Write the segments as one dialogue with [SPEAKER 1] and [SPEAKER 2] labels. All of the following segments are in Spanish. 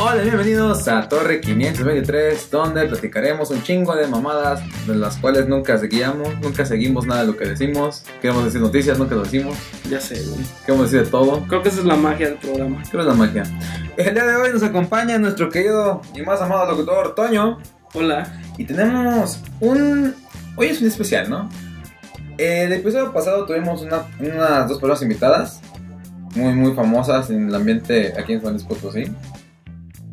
[SPEAKER 1] Hola, bienvenidos a Torre 523, donde platicaremos un chingo de mamadas de las cuales nunca seguíamos, nunca seguimos nada de lo que decimos. Queremos decir noticias, nunca lo decimos.
[SPEAKER 2] Ya sé, güey.
[SPEAKER 1] Queremos decir de todo.
[SPEAKER 2] Creo que esa es la magia del programa.
[SPEAKER 1] ¿Qué es la magia? El día de hoy nos acompaña nuestro querido y más amado locutor Toño.
[SPEAKER 2] Hola.
[SPEAKER 1] Y tenemos un. Hoy es un especial, ¿no? Eh, El episodio pasado tuvimos una- unas dos personas invitadas, muy, muy famosas en el ambiente aquí en San Luis Potosí.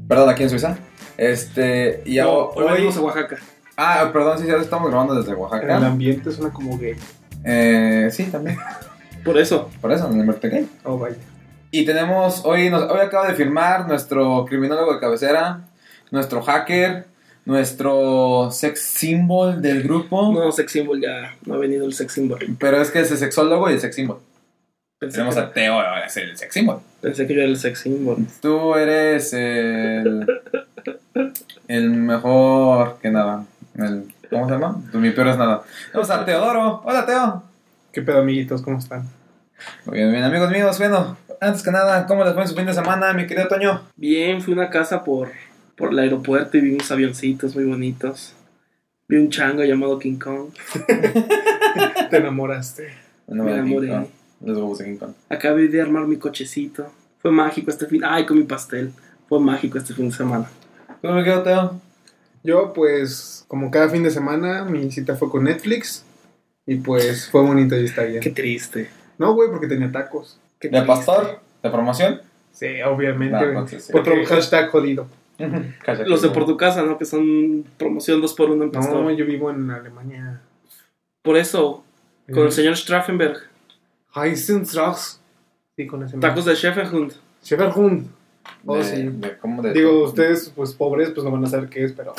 [SPEAKER 1] Perdón, aquí en Suiza. Este, y
[SPEAKER 2] No,
[SPEAKER 1] ahora-
[SPEAKER 2] hoy venimos a Oaxaca.
[SPEAKER 1] Ah, perdón, sí, ya estamos grabando desde
[SPEAKER 3] El
[SPEAKER 1] Oaxaca.
[SPEAKER 3] ambiente suena como gay.
[SPEAKER 1] Eh, sí, también.
[SPEAKER 2] Por eso.
[SPEAKER 1] Por eso, en el norte gay.
[SPEAKER 3] Oh, vaya.
[SPEAKER 1] Y tenemos, hoy, nos, hoy acaba de firmar nuestro criminólogo de cabecera, nuestro hacker, nuestro sex symbol del grupo.
[SPEAKER 2] No, sex symbol ya. No ha venido el sex symbol.
[SPEAKER 1] Pero es que es el sexólogo y el sex symbol.
[SPEAKER 2] Pensé,
[SPEAKER 1] Tenemos
[SPEAKER 2] que,
[SPEAKER 1] a Teo, ahora es el sex symbol.
[SPEAKER 2] pensé que era el sex symbol.
[SPEAKER 1] Tú eres el, el mejor que nada. El, ¿Cómo se llama? Tú, mi peor es nada. Vamos a Teodoro. Hola, Teo.
[SPEAKER 3] ¿Qué pedo, amiguitos? ¿Cómo están?
[SPEAKER 1] Muy bien, bien, amigos míos. Bueno, antes que nada, ¿cómo les fue en su fin de semana, mi querido Toño?
[SPEAKER 2] Bien, fui a una casa por, por el aeropuerto y vi unos avioncitos muy bonitos. Vi un chango llamado King Kong.
[SPEAKER 3] Te enamoraste.
[SPEAKER 1] No
[SPEAKER 2] me
[SPEAKER 1] de King
[SPEAKER 2] enamoré.
[SPEAKER 1] Kong. Los huevos de King Kong.
[SPEAKER 2] Acabé de armar mi cochecito. Fue mágico este fin. Ay, con mi pastel. Fue mágico este fin de semana.
[SPEAKER 1] ¿Tú, mi querido Teo?
[SPEAKER 3] Yo, pues, como cada fin de semana, mi cita fue con Netflix. Y pues fue bonito y está
[SPEAKER 2] Qué
[SPEAKER 3] bien.
[SPEAKER 2] triste.
[SPEAKER 3] No, güey, porque tenía tacos.
[SPEAKER 2] Qué
[SPEAKER 1] ¿De
[SPEAKER 2] triste.
[SPEAKER 1] pastor? ¿De formación?
[SPEAKER 3] Sí, obviamente.
[SPEAKER 1] No,
[SPEAKER 3] güey.
[SPEAKER 1] no sé, sí.
[SPEAKER 3] Otro
[SPEAKER 2] Porque-
[SPEAKER 3] hashtag jodido.
[SPEAKER 1] Cállate,
[SPEAKER 2] Los de por
[SPEAKER 1] güey.
[SPEAKER 2] tu casa, ¿no? Que son promoción 2x1 en
[SPEAKER 3] No,
[SPEAKER 2] pastor.
[SPEAKER 3] yo vivo en Alemania. Eh,
[SPEAKER 2] Por eso, con el señor Straffenberg.
[SPEAKER 3] Heisenstrauss. Sí, con ese
[SPEAKER 2] Tacos de Schäferhund.
[SPEAKER 3] Schäferhund. Oh,
[SPEAKER 1] De-
[SPEAKER 3] sí.
[SPEAKER 1] de- ¿cómo de-
[SPEAKER 3] Digo, ustedes, pues pobres, pues no van a saber qué es, pero.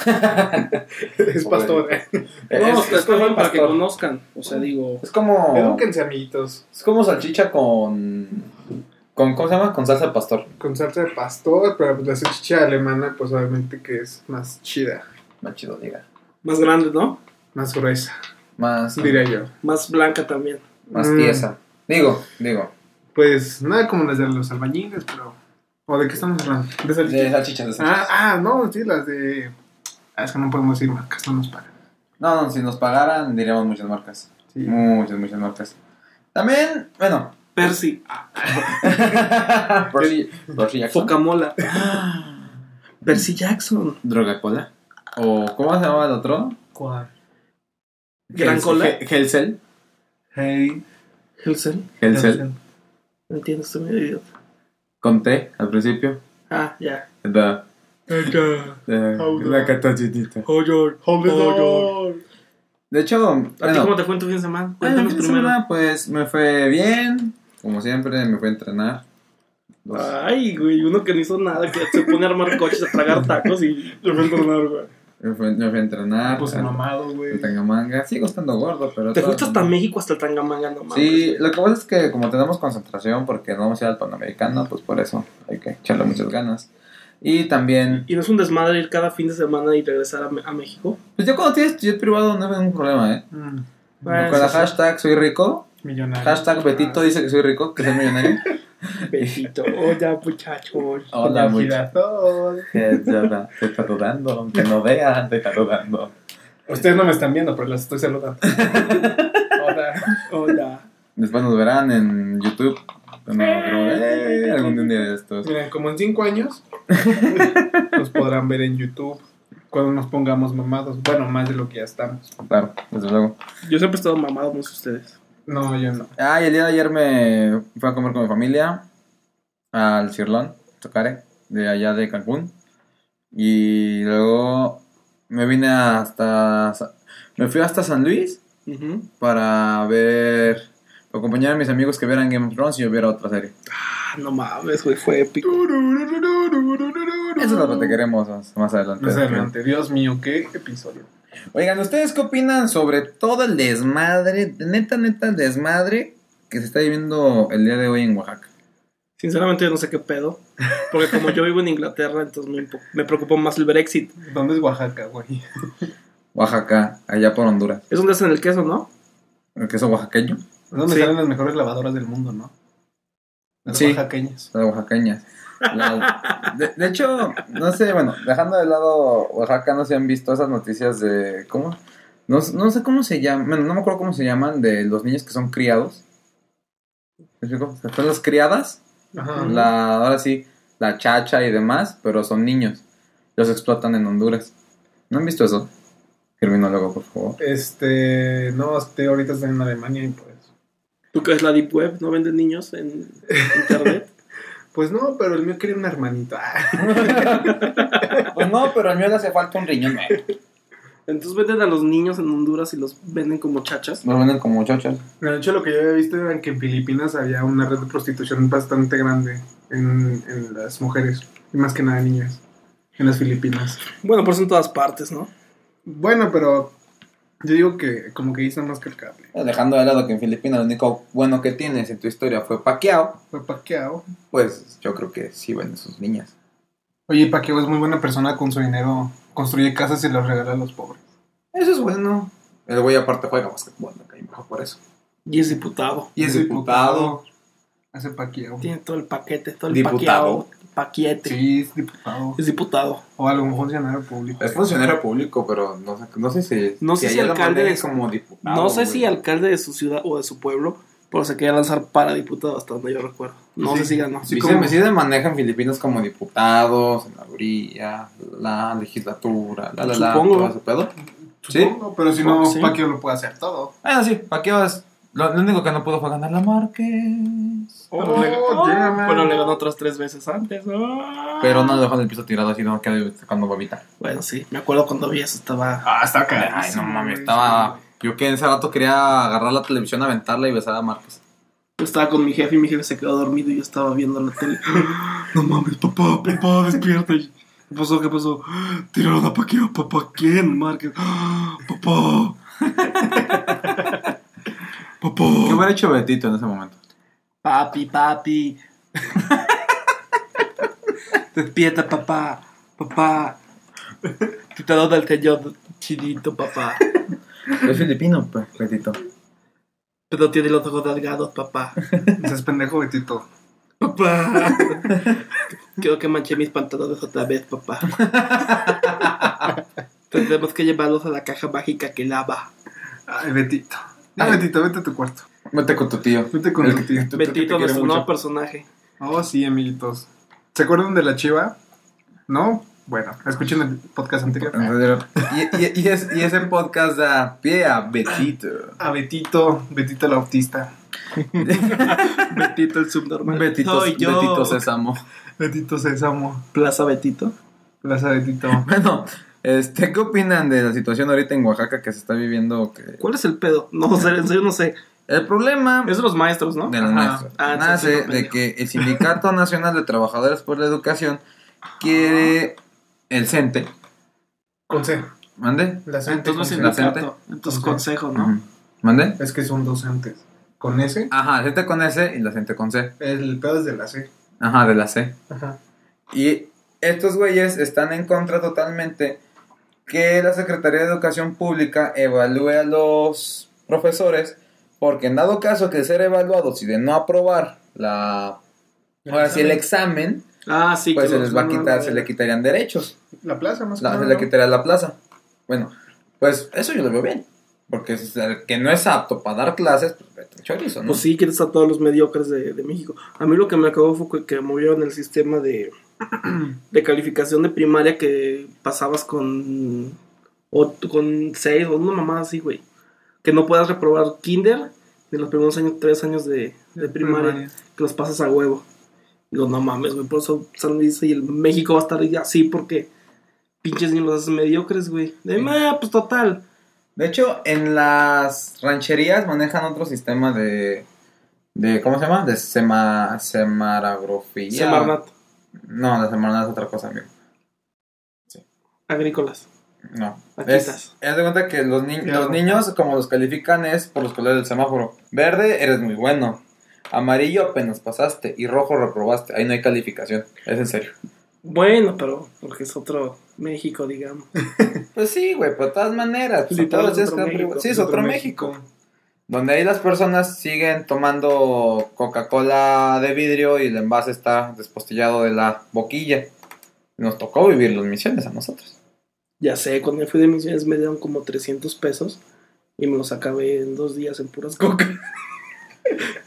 [SPEAKER 3] es pastor.
[SPEAKER 1] Eh,
[SPEAKER 2] no,
[SPEAKER 1] es,
[SPEAKER 2] está
[SPEAKER 1] es
[SPEAKER 2] está
[SPEAKER 1] como
[SPEAKER 2] bien para que
[SPEAKER 1] pastor.
[SPEAKER 2] conozcan. O sea, digo,
[SPEAKER 1] Es como.
[SPEAKER 3] Edúquense, amiguitos.
[SPEAKER 1] Es como salchicha con. con ¿Cómo se llama? Con salsa de pastor.
[SPEAKER 3] con salsa de pastor, pero pues la salchicha alemana, pues obviamente que es más chida,
[SPEAKER 1] Más chido, diga.
[SPEAKER 2] más grande, ¿no?
[SPEAKER 3] más gruesa,
[SPEAKER 1] Más.
[SPEAKER 3] diría yo.
[SPEAKER 2] Más blanca también.
[SPEAKER 1] Más
[SPEAKER 3] Mm,
[SPEAKER 1] tiesa. Digo, digo.
[SPEAKER 3] Pues nada como las de los albañiles, pero. ¿O de qué estamos hablando? De salchicha.
[SPEAKER 1] De salchichas, de salchichas.
[SPEAKER 3] Ah, ah, no, sí, las de. Ah, es que no podemos ir marcas, no nos pagan.
[SPEAKER 1] No, no, si nos pagaran diríamos muchas marcas.
[SPEAKER 3] Sí.
[SPEAKER 1] Muchas, muchas marcas. También, bueno.
[SPEAKER 2] Percy,
[SPEAKER 1] Percy, Percy Jackson.
[SPEAKER 2] Focamola. Ah. Percy Jackson.
[SPEAKER 1] Drogacola. O, ¿cómo se llamaba el otro?
[SPEAKER 3] ¿Cuál?
[SPEAKER 2] Gran
[SPEAKER 1] Hels-
[SPEAKER 2] cola.
[SPEAKER 1] He- Helsel.
[SPEAKER 3] Hey.
[SPEAKER 2] Hilsel.
[SPEAKER 1] Helsel.
[SPEAKER 2] No entiendo, estoy medio idiota.
[SPEAKER 1] Con T al principio.
[SPEAKER 2] Ah, ya.
[SPEAKER 1] La, la,
[SPEAKER 3] Oh, no.
[SPEAKER 1] la catatitita.
[SPEAKER 2] Oh, George.
[SPEAKER 3] Hold the
[SPEAKER 2] Oh,
[SPEAKER 3] door.
[SPEAKER 1] De hecho,
[SPEAKER 2] ¿A ti
[SPEAKER 1] bueno,
[SPEAKER 2] cómo te fue en tu fin de semana?
[SPEAKER 1] Bueno,
[SPEAKER 2] Cuéntanos
[SPEAKER 1] el fin de
[SPEAKER 2] primero.
[SPEAKER 1] semana, pues me fue bien. Como siempre, me fue a entrenar. Los-
[SPEAKER 2] Ay, güey, uno que no hizo nada, que se pone a armar coches, a tragar tacos y le fue a entrenar, güey.
[SPEAKER 1] Me, fui, me fui a entrenar. ah,
[SPEAKER 3] Pues
[SPEAKER 1] a-
[SPEAKER 3] mamado,
[SPEAKER 1] a
[SPEAKER 3] güey.
[SPEAKER 1] Tangamanga. Sigo estando gordo, pero.
[SPEAKER 2] Te
[SPEAKER 1] todo-
[SPEAKER 2] fuiste hasta México, hasta el Tangamanga, no mames.
[SPEAKER 1] Sí, lo que pasa es que como tenemos concentración porque no vamos a ir al Panamericano, pues por eso hay que echarle muchas ganas. Y también,
[SPEAKER 2] Y no es un desmadre ir cada fin de semana y regresar a, Me- a México.
[SPEAKER 1] pues yo cuando tienes jet privado no hay ningún problema, ¿eh?
[SPEAKER 3] Mm, Ah,
[SPEAKER 2] Bueno,
[SPEAKER 1] Con la
[SPEAKER 2] Ah, eso sí.
[SPEAKER 1] hashtag soy rico,
[SPEAKER 3] millonario.
[SPEAKER 1] hashtag Betito dice que soy rico, que soy millonario.
[SPEAKER 2] Besito. Hola, Oh, muchachos.
[SPEAKER 1] Hola,
[SPEAKER 3] Con el
[SPEAKER 1] muchachos.
[SPEAKER 3] girasol.
[SPEAKER 1] Te está dudando, que no vean, te está dudando.
[SPEAKER 3] Ustedes no me están viendo, pero las estoy saludando. Hola.
[SPEAKER 2] Hola.
[SPEAKER 1] Después nos verán en YouTube. Bueno, creo que, eh, algún día de estos.
[SPEAKER 3] Mira, como en cinco años nos podrán ver en YouTube cuando nos pongamos mamados. Bueno, más de lo que ya estamos.
[SPEAKER 1] Claro, desde luego.
[SPEAKER 2] Yo siempre he estado mamado, no sé ustedes.
[SPEAKER 3] No, yo no.
[SPEAKER 1] Ah, y el día de ayer me fui a comer con mi familia al Cirlón, Tocare, de allá de Cancún. Y luego me vine hasta. Sa- Me fui hasta San Luis para ver. para acompañar a mis amigos que vieran Game of Thrones y yo viera otra serie.
[SPEAKER 2] Ah, no mames, güey, fue épico.
[SPEAKER 1] Eso lo platicaremos más- más adelante.
[SPEAKER 3] Más adelante. Dios mío, qué episodio.
[SPEAKER 1] Oigan, ¿ustedes qué opinan sobre todo el desmadre, neta, neta, el desmadre que se está viviendo el día de hoy en Oaxaca?
[SPEAKER 2] Sinceramente, yo no sé qué pedo. Porque como yo vivo en Inglaterra, entonces me, impo- me preocupó más el Brexit.
[SPEAKER 3] ¿Dónde es Oaxaca, güey?
[SPEAKER 1] Oaxaca, allá por Honduras.
[SPEAKER 2] Es donde hacen el queso, ¿no?
[SPEAKER 1] El queso oaxaqueño,
[SPEAKER 3] ¿Dónde
[SPEAKER 2] Sí.
[SPEAKER 3] salen las mejores lavadoras del mundo, no? Las
[SPEAKER 1] Sí.
[SPEAKER 3] oaxaqueñas.
[SPEAKER 1] las oaxaqueñas. La- de, de hecho, no sé, bueno, dejando de lado Oaxaca, no se han visto esas noticias de. ¿Cómo? No, no sé cómo se llaman, bueno, no me acuerdo cómo se llaman, de los niños que son criados. ¿Me explico? O sea, Están las criadas,
[SPEAKER 3] Ajá.
[SPEAKER 2] Ujú.
[SPEAKER 1] la, ahora sí, la chacha y demás, pero son niños. Los explotan en Honduras. ¿No han visto eso? Criminólogo, por favor.
[SPEAKER 3] Este, no, este, ahorita está en Alemania y pues.
[SPEAKER 2] ¿Tú qué es la Deep Web? ¿No venden niños en internet?
[SPEAKER 3] Pues no, pero el mío quería una hermanita.
[SPEAKER 1] Pues no, pero a mí le hace falta un riñón.
[SPEAKER 2] Entonces venden a los niños en Honduras y los venden como chachas.
[SPEAKER 1] Los venden como muchachos.
[SPEAKER 3] De hecho, lo que yo había visto era que en Filipinas había una red de prostitución bastante grande en, en las mujeres, y más que nada niñas, en las Filipinas.
[SPEAKER 2] Bueno, por eso en todas partes, ¿no?
[SPEAKER 3] Bueno, pero yo digo que como que hizo más que el cable.
[SPEAKER 1] Dejando de lado que en Filipinas lo único bueno que tienes en tu historia fue Paquiao.
[SPEAKER 3] Fue Paqueado.
[SPEAKER 1] Pues yo creo que sí venden sus niñas.
[SPEAKER 3] Oye, Paqueado es muy buena persona con su dinero, construye casas y las regala a los pobres.
[SPEAKER 1] Eso es bueno. El güey aparte juega básquetbol, me cae mejor por eso.
[SPEAKER 2] Y es diputado.
[SPEAKER 1] Y es diputado.
[SPEAKER 3] Hace Paqueado.
[SPEAKER 2] Tiene todo el paquete, todo el
[SPEAKER 1] Diputado.
[SPEAKER 2] paqueado. Paquete.
[SPEAKER 3] Sí, es diputado.
[SPEAKER 2] Es diputado.
[SPEAKER 3] O algún funcionario público.
[SPEAKER 1] Es pues, funcionario público, pero no sé, no sé si...
[SPEAKER 2] No sé si
[SPEAKER 1] allá lo
[SPEAKER 2] alcalde
[SPEAKER 1] manejan
[SPEAKER 2] es-
[SPEAKER 1] como diputado.
[SPEAKER 2] no sé
[SPEAKER 1] güey.
[SPEAKER 2] si alcalde de su ciudad o de su pueblo, pero se quería lanzar para diputado hasta donde yo recuerdo. No
[SPEAKER 3] Sí.
[SPEAKER 2] sé si ganó.
[SPEAKER 3] Sí,
[SPEAKER 1] Sí,
[SPEAKER 3] como-
[SPEAKER 1] se, sí se maneja en Filipinas como diputado, senaduría, la legislatura, la la la,
[SPEAKER 2] Supongo.
[SPEAKER 1] todo ese pedo. Sí.
[SPEAKER 3] Supongo, pero si no,
[SPEAKER 2] Sí.
[SPEAKER 3] Paqueado lo puede hacer todo.
[SPEAKER 1] Ah, sí, Paquiao es... Lo, lo único que no pudo fue ganar la Márquez.
[SPEAKER 2] Oh,
[SPEAKER 3] Oh, damn.
[SPEAKER 2] bueno, le ganó otras tres veces antes. Ah.
[SPEAKER 1] Pero no lo dejan el piso tirado así, no queda sacando babita.
[SPEAKER 2] Bueno, sí, me acuerdo cuando vi eso, estaba...
[SPEAKER 3] Ah, está
[SPEAKER 1] Ay, no mames, estaba... Yo que en ese rato quería agarrar la televisión, aventarla y besar a Márquez.
[SPEAKER 2] Yo estaba con mi jefe y mi jefe se quedó dormido y yo estaba viendo la tele.
[SPEAKER 4] No mames, papá, papá, despierta. ¿Qué pasó? ¿Qué pasó? Tiraron a Paqueo, papá, ¿quién? Márquez. ¡Ah!
[SPEAKER 1] ¿Qué
[SPEAKER 4] Papá. papá.
[SPEAKER 1] hubiera hecho Betito en ese momento?
[SPEAKER 2] Papi, papi. Despierta, papá. Papá. Quitado del techo, chidito, papá.
[SPEAKER 1] Es filipino, pues, Betito.
[SPEAKER 2] Pero tiene los ojos delgados, papá.
[SPEAKER 3] Ese es pendejo Betito.
[SPEAKER 2] Papá. Creo que manché mis pantalones otra vez, papá. Tendremos que llevarlos a la caja mágica que lava.
[SPEAKER 3] Ay, Betito. Ah, Betito, vete a tu cuarto.
[SPEAKER 1] Vete con tu tío.
[SPEAKER 3] Vete con
[SPEAKER 1] El
[SPEAKER 3] tu
[SPEAKER 1] que-
[SPEAKER 3] tío.
[SPEAKER 1] tú- tú que te
[SPEAKER 2] Betito,
[SPEAKER 1] quiere
[SPEAKER 2] nuestro
[SPEAKER 1] mucho.
[SPEAKER 2] nuevo personaje.
[SPEAKER 3] Oh, sí, amiguitos. ¿Se acuerdan de la chiva? ¿No? Bueno, escuchen el podcast anterior.
[SPEAKER 1] En serio. Y, y- y es- y ese podcast da pie a Betito.
[SPEAKER 3] A Betito, Betito el autista.
[SPEAKER 2] Betito el subnormal.
[SPEAKER 1] Betito,
[SPEAKER 2] Soy yo.
[SPEAKER 1] Betito Sésamo.
[SPEAKER 3] Betito Sésamo.
[SPEAKER 2] Plaza Betito.
[SPEAKER 3] Plaza Betito.
[SPEAKER 1] Bueno, este, ¿qué opinan de la situación ahorita en Oaxaca que se está viviendo? Que-
[SPEAKER 2] ¿Cuál es el pedo? No, o sea, en serio no sé.
[SPEAKER 1] El problema
[SPEAKER 2] Es de los maestros, ¿no?
[SPEAKER 1] de los
[SPEAKER 3] Ajá.
[SPEAKER 1] maestros
[SPEAKER 2] Ah, entonces
[SPEAKER 1] nace
[SPEAKER 2] no,
[SPEAKER 1] de
[SPEAKER 2] pendejo.
[SPEAKER 1] que el Sindicato Nacional de Trabajadores por la Educación quiere el CENTE.
[SPEAKER 3] Con C.
[SPEAKER 1] ¿Mande?
[SPEAKER 3] La C.
[SPEAKER 2] Entonces no es
[SPEAKER 1] La gente.
[SPEAKER 2] sindicato. Entonces consejo, ¿no?
[SPEAKER 1] Ujú. ¿Mande?
[SPEAKER 3] Es que son docentes. Con S,
[SPEAKER 1] Ajá, el CENTE con S y la CENTE con C.
[SPEAKER 3] el pedo es de la C.
[SPEAKER 1] Ajá, de la C.
[SPEAKER 3] Ajá.
[SPEAKER 1] Y estos güeyes están en contra totalmente que la Secretaría de Educación Pública evalúe a los profesores, porque en dado caso que ser evaluados y de no aprobar la ahora sí, el examen,
[SPEAKER 2] Ah, sí.
[SPEAKER 1] pues
[SPEAKER 2] que
[SPEAKER 1] se
[SPEAKER 2] los
[SPEAKER 1] les va a
[SPEAKER 2] mandan
[SPEAKER 1] quitar, se le quitarían derechos,
[SPEAKER 3] La plaza, más
[SPEAKER 1] la-
[SPEAKER 3] que
[SPEAKER 1] se
[SPEAKER 3] nada,
[SPEAKER 1] le
[SPEAKER 3] ¿no?
[SPEAKER 1] quitaría la plaza. Bueno, pues eso yo lo veo bien, porque es el que no es apto para dar clases, pues vete al chorizo, ¿no?
[SPEAKER 2] Pues sí, quieres a todos los mediocres de, de México. A mí lo que me acabó fue que, que movieron el sistema de, de calificación de primaria que pasabas con, o, con seis o una mamada así, güey. Que no puedas reprobar kinder de los primeros años, tres años de, de primaria. que los pasas a huevo. Digo, no mames, güey, por eso San Luis y el México va a estar así porque pinches niños los hacen mediocres, güey. De,
[SPEAKER 1] Sí.
[SPEAKER 2] "Ah, pues total.
[SPEAKER 1] De hecho, en las rancherías manejan otro sistema de. de ¿Cómo se llama? De sema, semarografía.
[SPEAKER 2] Semarnat,
[SPEAKER 1] No, la semarnat es otra cosa, amigo.
[SPEAKER 2] agrícolas.
[SPEAKER 1] No.
[SPEAKER 2] Aquí
[SPEAKER 1] Es,
[SPEAKER 2] estás.
[SPEAKER 1] es de cuenta que los, ni-
[SPEAKER 3] Claro.
[SPEAKER 1] los niños, como los califican, es por los colores del semáforo. Verde, eres muy bueno. Amarillo, apenas pasaste. Y rojo, reprobaste. Ahí no hay calificación. Es en serio.
[SPEAKER 2] Bueno, pero porque es otro México, digamos.
[SPEAKER 1] Pues sí, güey, pero de todas maneras. pues,
[SPEAKER 2] Sí,
[SPEAKER 1] a todos
[SPEAKER 2] todo es
[SPEAKER 1] los
[SPEAKER 2] otro
[SPEAKER 1] días que-
[SPEAKER 2] México,
[SPEAKER 1] Sí, es otro México. Donde ahí las personas siguen tomando Coca-Cola de vidrio y el envase está despostillado de la boquilla. Nos tocó vivir las misiones a nosotros.
[SPEAKER 2] Ya sé, cuando yo fui de misiones me dieron como 300 pesos y me los acabé en dos días en puras coca.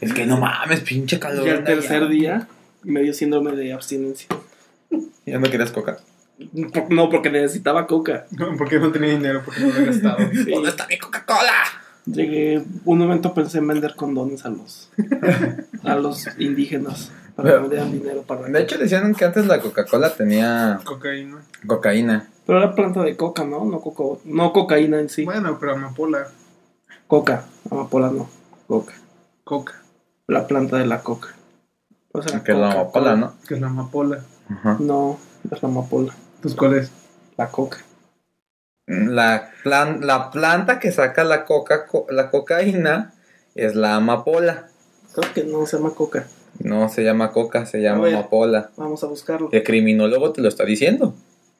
[SPEAKER 1] Es que no mames, pinche calor.
[SPEAKER 2] Y al
[SPEAKER 1] anda
[SPEAKER 2] tercer
[SPEAKER 1] ya.
[SPEAKER 2] día me dio síndrome de abstinencia.
[SPEAKER 1] Ya no querías coca.
[SPEAKER 2] Por- No, porque necesitaba coca.
[SPEAKER 3] No, porque no tenía dinero, porque no lo he
[SPEAKER 2] Sí.
[SPEAKER 3] gastado.
[SPEAKER 1] ¿Dónde está mi Coca-Cola?
[SPEAKER 2] Llegué, un momento pensé en vender condones a los, a los indígenas para que
[SPEAKER 1] Pero-
[SPEAKER 2] me dieran dinero para...
[SPEAKER 1] De hecho, decían que antes la Coca-Cola tenía
[SPEAKER 3] Cocaína.
[SPEAKER 1] cocaína.
[SPEAKER 2] Pero era planta de coca, ¿no? No, coco, no cocaína en sí.
[SPEAKER 3] Bueno, pero amapola.
[SPEAKER 2] Coca, amapola no. Coca.
[SPEAKER 3] Coca.
[SPEAKER 2] La planta de la coca. O sea,
[SPEAKER 1] Ah, Que es la cola, ¿no?
[SPEAKER 3] ¿Qué es la amapola?
[SPEAKER 1] Ajá.
[SPEAKER 2] No, es la amapola.
[SPEAKER 3] ¿Tus cuáles?
[SPEAKER 2] La coca.
[SPEAKER 1] La, plan- la planta que saca la, coca co- la cocaína es la amapola.
[SPEAKER 2] Creo que no se llama coca.
[SPEAKER 1] No se llama coca, se
[SPEAKER 2] A
[SPEAKER 1] llama
[SPEAKER 2] ver.
[SPEAKER 1] amapola.
[SPEAKER 2] Vamos a buscarlo.
[SPEAKER 1] El criminólogo te lo está diciendo.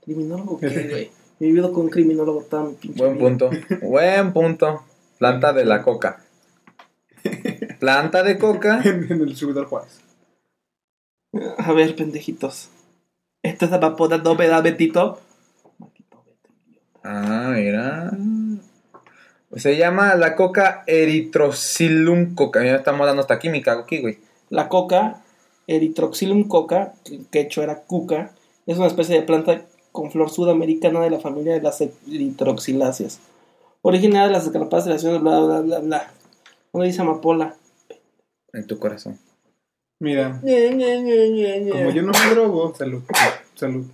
[SPEAKER 2] ¿Criminólogo qué, güey? He vivido con un criminólogo tan pinche.
[SPEAKER 1] Buen
[SPEAKER 2] vida.
[SPEAKER 1] punto. Buen punto. Planta de la coca. Planta de coca.
[SPEAKER 3] En, en el subidor Juárez.
[SPEAKER 2] A ver, pendejitos. Esta es la amapola, no me da bendito. Maldito Beto, idiota.
[SPEAKER 1] Ah, mira. Se llama la coca eritrocilum coca. Ya estamos dando hasta química aquí, güey.
[SPEAKER 2] La coca, Eritroxilum coca, que que hecho era cuca, es una especie de planta con flor sudamericana de la familia de las eritroxiláceas. Originaria de las escarpadas de las ciudades, bla, bla, bla, bla. ¿Dónde dice amapola?
[SPEAKER 1] En tu corazón.
[SPEAKER 3] Mira, como yo no me drogo, salud. Salud.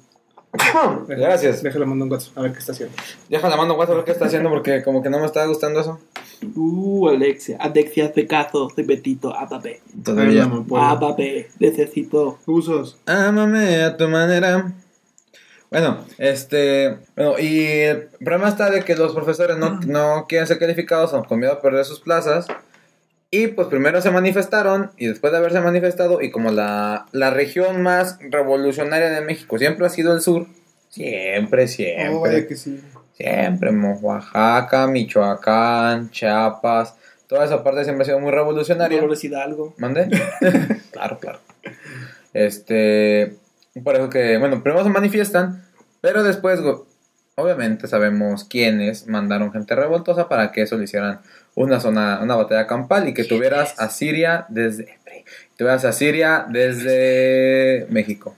[SPEAKER 3] Déjale-
[SPEAKER 1] Gracias.
[SPEAKER 3] Déjale mando un WhatsApp a ver qué está haciendo.
[SPEAKER 1] Déjala, mando WhatsApp a ver qué está haciendo porque como que no me está gustando eso.
[SPEAKER 2] Uh, Alexia, Alexia, pecazo, de Betito, ababe,
[SPEAKER 3] Ay, la
[SPEAKER 1] Todavía.
[SPEAKER 3] amapola.
[SPEAKER 2] Ah, ababe, necesito.
[SPEAKER 3] Usos.
[SPEAKER 1] Ámame a tu manera. Bueno, este. Bueno, y el problema está de que los profesores no, no quieren ser calificados con miedo a perder sus plazas. Y pues primero se manifestaron y después de haberse manifestado, y como la, la región más revolucionaria de México siempre ha sido el sur, siempre, siempre.
[SPEAKER 3] Oh, vaya que sí.
[SPEAKER 1] Siempre, mo- Oaxaca, Michoacán, Chiapas, toda esa parte siempre ha sido muy revolucionaria.
[SPEAKER 2] Dolores Hidalgo.
[SPEAKER 1] ¿Mande? claro, claro. Este. Por eso que, bueno, primero se manifiestan, pero después, go- obviamente, sabemos quiénes mandaron gente revoltosa para que eso le hicieran una zona, una batalla campal y que tuvieras a Siria desde. Tuvieras a Siria desde México.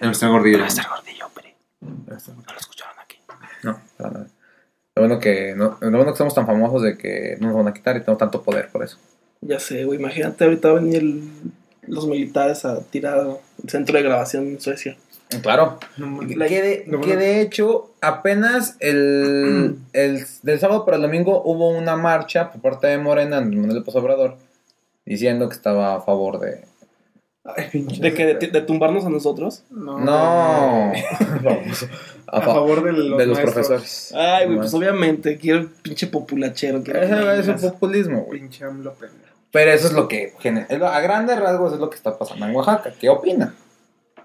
[SPEAKER 1] Nuestra gordillo. Nuestra gordillo, hombre. No lo escucharon aquí. No, para nada. Lo bueno que, no, lo bueno que somos tan famosos de que no nos van a quitar y tenemos tanto poder por eso.
[SPEAKER 2] Ya sé, güey, imagínate, ahorita van a venir el- los militares a tirar el centro de grabación en Suecia.
[SPEAKER 1] Claro,
[SPEAKER 3] No mames.
[SPEAKER 1] que, de,
[SPEAKER 3] lo
[SPEAKER 1] que
[SPEAKER 3] bueno-
[SPEAKER 1] de hecho, apenas el, el- del sábado para el domingo hubo una marcha por parte de Morena, de Manuel López Obrador, diciendo que estaba a favor de...
[SPEAKER 3] Ay, pinche.
[SPEAKER 2] ¿De que ¿De, de tumbarnos a nosotros?
[SPEAKER 3] No.
[SPEAKER 1] No, Vamos,
[SPEAKER 3] A favor de los,
[SPEAKER 1] de los
[SPEAKER 3] maestros.
[SPEAKER 1] profesores.
[SPEAKER 2] Ay, güey,
[SPEAKER 1] No,
[SPEAKER 2] pues obviamente quiero pinche populachero. Quiero
[SPEAKER 1] Eso es un
[SPEAKER 2] mangas.
[SPEAKER 1] populismo, güey.
[SPEAKER 3] Pinche AMLO, pendejo.
[SPEAKER 1] Pero eso es lo que... gener- es lo- A grandes rasgos es lo que está pasando en Oaxaca. ¿Qué opina?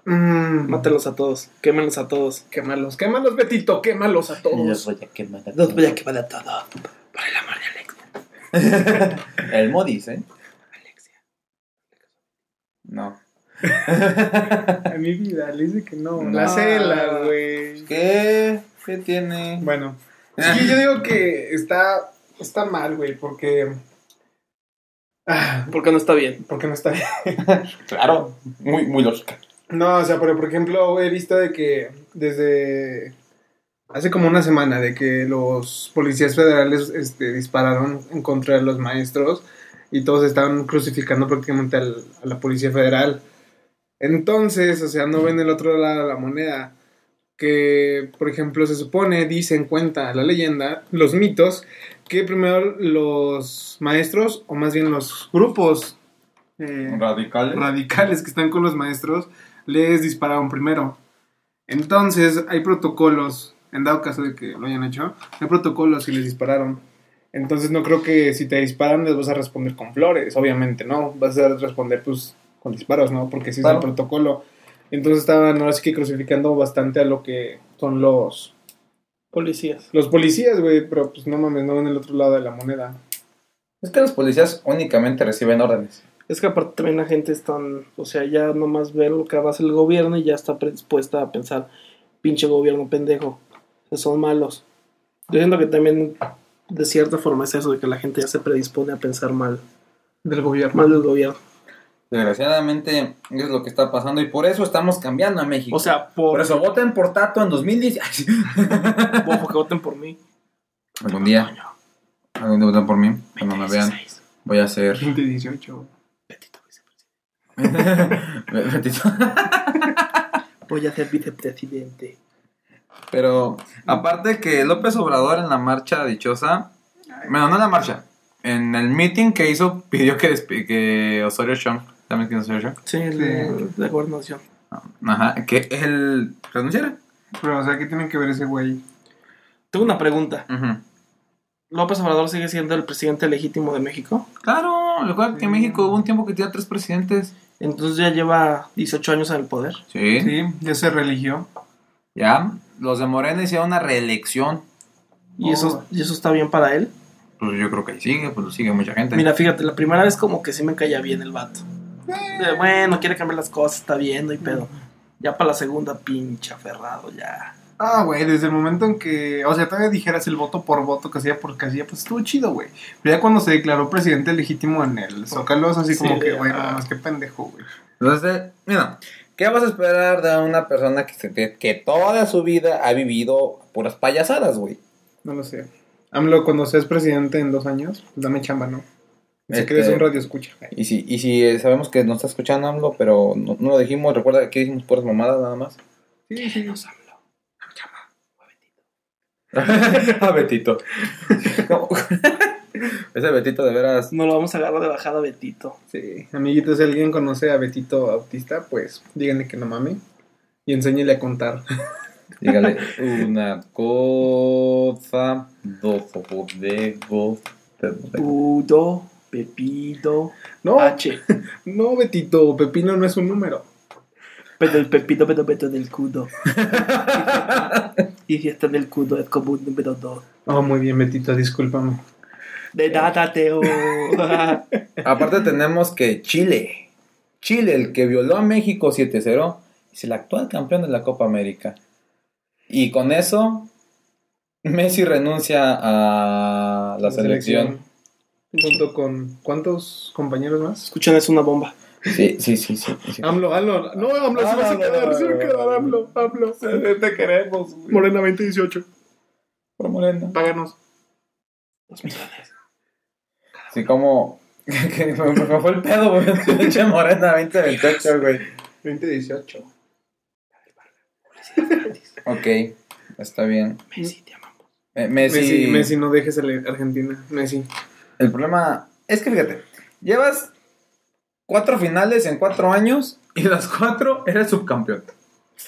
[SPEAKER 3] Mm,
[SPEAKER 2] Mátelos a todos, quémenlos a todos.
[SPEAKER 3] Quémalos, quémalos, Betito, quémalos a todos.
[SPEAKER 1] voy a quemar.
[SPEAKER 2] Los voy a quemar a todos. Por el amor de Alexia.
[SPEAKER 1] El Mo dice.
[SPEAKER 2] Alexia.
[SPEAKER 1] No.
[SPEAKER 3] A mi vida, le dice que no.
[SPEAKER 1] No.
[SPEAKER 3] La cela, güey.
[SPEAKER 1] ¿Qué? ¿Qué tiene?
[SPEAKER 3] Bueno, es que yo digo que está, está mal, güey, porque. Ah,
[SPEAKER 2] Porque no está bien.
[SPEAKER 3] porque no está
[SPEAKER 1] Claro, muy, muy lógica.
[SPEAKER 3] No, o sea, pero por ejemplo, he visto de que desde hace como una semana de que los policías federales este, dispararon en contra de los maestros y todos estaban crucificando prácticamente al- a la policía federal. Entonces, o sea, no ven el otro lado de la moneda. Que, por ejemplo, se supone, dicen, cuenta la leyenda, los mitos, que primero los maestros, o más bien los grupos eh,
[SPEAKER 1] Radicales.
[SPEAKER 3] radicales que están con los maestros les dispararon primero. Entonces, hay protocolos, en dado caso de que lo hayan hecho, hay protocolos y les dispararon. Entonces, no creo que si te disparan les vas a responder con flores, obviamente, ¿no? Vas a responder, pues, con disparos, ¿no? Porque si
[SPEAKER 1] Claro.
[SPEAKER 3] es el protocolo. Entonces, estaban ahora sí que crucificando bastante a lo que son los,
[SPEAKER 2] Policías.
[SPEAKER 3] los policías, güey, pero pues no mames, no ven el otro lado de la moneda.
[SPEAKER 1] Es que los policías únicamente reciben órdenes.
[SPEAKER 2] Es que aparte también la gente es tan, o sea, ya nomás ver lo que va a hacer el gobierno y ya está predispuesta a pensar, pinche gobierno pendejo, que son malos. Yo siento que también de cierta forma es eso, de que la gente ya se predispone a pensar mal,
[SPEAKER 3] del gobierno.
[SPEAKER 2] mal del gobierno.
[SPEAKER 1] Desgraciadamente es lo que está pasando y por eso estamos cambiando a México.
[SPEAKER 2] O sea,
[SPEAKER 1] por
[SPEAKER 2] por
[SPEAKER 1] eso voten por Tato en 2010.
[SPEAKER 2] ojo, que voten por mí.
[SPEAKER 1] Algún día,
[SPEAKER 2] Coño,
[SPEAKER 1] algún día votan por mí, cuando me vean,
[SPEAKER 2] 16.
[SPEAKER 1] voy a ser...
[SPEAKER 3] 20, 18.
[SPEAKER 2] Bendito vicepresidente. Voy a ser vicepresidente.
[SPEAKER 1] Pero aparte que López Obrador en la marcha dichosa, bueno, no en la marcha, en el meeting que hizo pidió que, despi- que Osorio Chong, ¿sabes quién es Osorio Chong?
[SPEAKER 2] Sí, el- la gobernación.
[SPEAKER 1] Ajá, que él renunciara.
[SPEAKER 3] Pero, o sea, ¿qué tiene que ver ese güey?
[SPEAKER 2] Tengo una pregunta.
[SPEAKER 1] Ujú.
[SPEAKER 2] ¿López Obrador sigue siendo el presidente legítimo de México?
[SPEAKER 1] Claro, recuerda que en
[SPEAKER 3] Sí.
[SPEAKER 1] México hubo un tiempo que tenía tres presidentes.
[SPEAKER 2] Entonces ya lleva 18 años en el poder.
[SPEAKER 1] Sí.
[SPEAKER 3] Sí, ya se religió.
[SPEAKER 1] Ya, los de Morena hicieron una reelección.
[SPEAKER 2] Y, eso,
[SPEAKER 3] Oh.
[SPEAKER 2] y eso está bien para él.
[SPEAKER 1] Pues yo creo que ahí sigue, pues lo sigue mucha gente.
[SPEAKER 2] Mira, fíjate, la primera vez como que sí me caía bien el vato. De, bueno, quiere cambiar las cosas, está bien, no hay pedo. Ya para la segunda, pinche aferrado, ya.
[SPEAKER 3] Ah, güey, desde el momento en que, o sea, todavía dijeras el voto por voto, casilla por casilla, pues estuvo chido, güey. Pero ya cuando se declaró presidente legítimo en el Zócalo, es así
[SPEAKER 2] Sí,
[SPEAKER 3] como que,
[SPEAKER 2] ya.
[SPEAKER 3] güey, no más que pendejo, güey.
[SPEAKER 1] Entonces, eh, mira, ¿qué vas a esperar de una persona que, se- que- que toda su vida ha vivido puras payasadas, güey?
[SPEAKER 3] No lo sé. AMLO, cuando seas presidente en dos años, pues dame chamba, ¿no? Si
[SPEAKER 1] Este-
[SPEAKER 3] quieres un radio escucha.
[SPEAKER 1] Y si, y si eh, sabemos que nos está escuchando AMLO, pero no, no lo dijimos, recuerda que aquí dijimos puras mamadas nada más.
[SPEAKER 3] Sí, sí.
[SPEAKER 1] a Betito. No. Ese Betito de veras.
[SPEAKER 2] No lo vamos a agarrar de bajada, Betito.
[SPEAKER 3] Sí, amiguitos, si alguien conoce a Betito Autista, pues díganle que no mame y enséñele a contar.
[SPEAKER 1] Dígale una cosa, dos bodegos.
[SPEAKER 2] Pudo, Pepito,
[SPEAKER 3] No,
[SPEAKER 2] H.
[SPEAKER 3] no, Betito, Pepino no es un número.
[SPEAKER 2] Pero el Pepito, pero Peto en el cudo. Y si está en el cudo, es como un número dos.
[SPEAKER 3] Oh, muy bien, Betito, discúlpame.
[SPEAKER 2] De nada, Teo.
[SPEAKER 1] Aparte tenemos que Chile. Chile, el que violó a México 7-0, es el actual campeón de la Copa América. Y con eso, Messi renuncia a la, selección.
[SPEAKER 3] Junto con, ¿cuántos compañeros más?
[SPEAKER 2] Escuchan, es una bomba.
[SPEAKER 1] Sí, sí, sí, sí. sí.
[SPEAKER 3] AMLO, AMLO, Ah, no, AMLO, se va a
[SPEAKER 1] AMLO,
[SPEAKER 3] quedar, se va a quedar, AMLO, AMLO. Te queremos, Morena 2018,
[SPEAKER 1] Por Morena.
[SPEAKER 3] páganos.
[SPEAKER 2] Dos millones.
[SPEAKER 1] Sí, como... que me, me fue el pedo, güey. Pinche Morena 2028, güey.
[SPEAKER 3] 2018.
[SPEAKER 1] Ok, está bien.
[SPEAKER 2] Messi, te amamos.
[SPEAKER 1] Eh,
[SPEAKER 3] Messi, Messi, no dejes a la Argentina, Messi.
[SPEAKER 1] El problema es que fíjate, llevas cuatro finales en cuatro años y las cuatro eres subcampeón.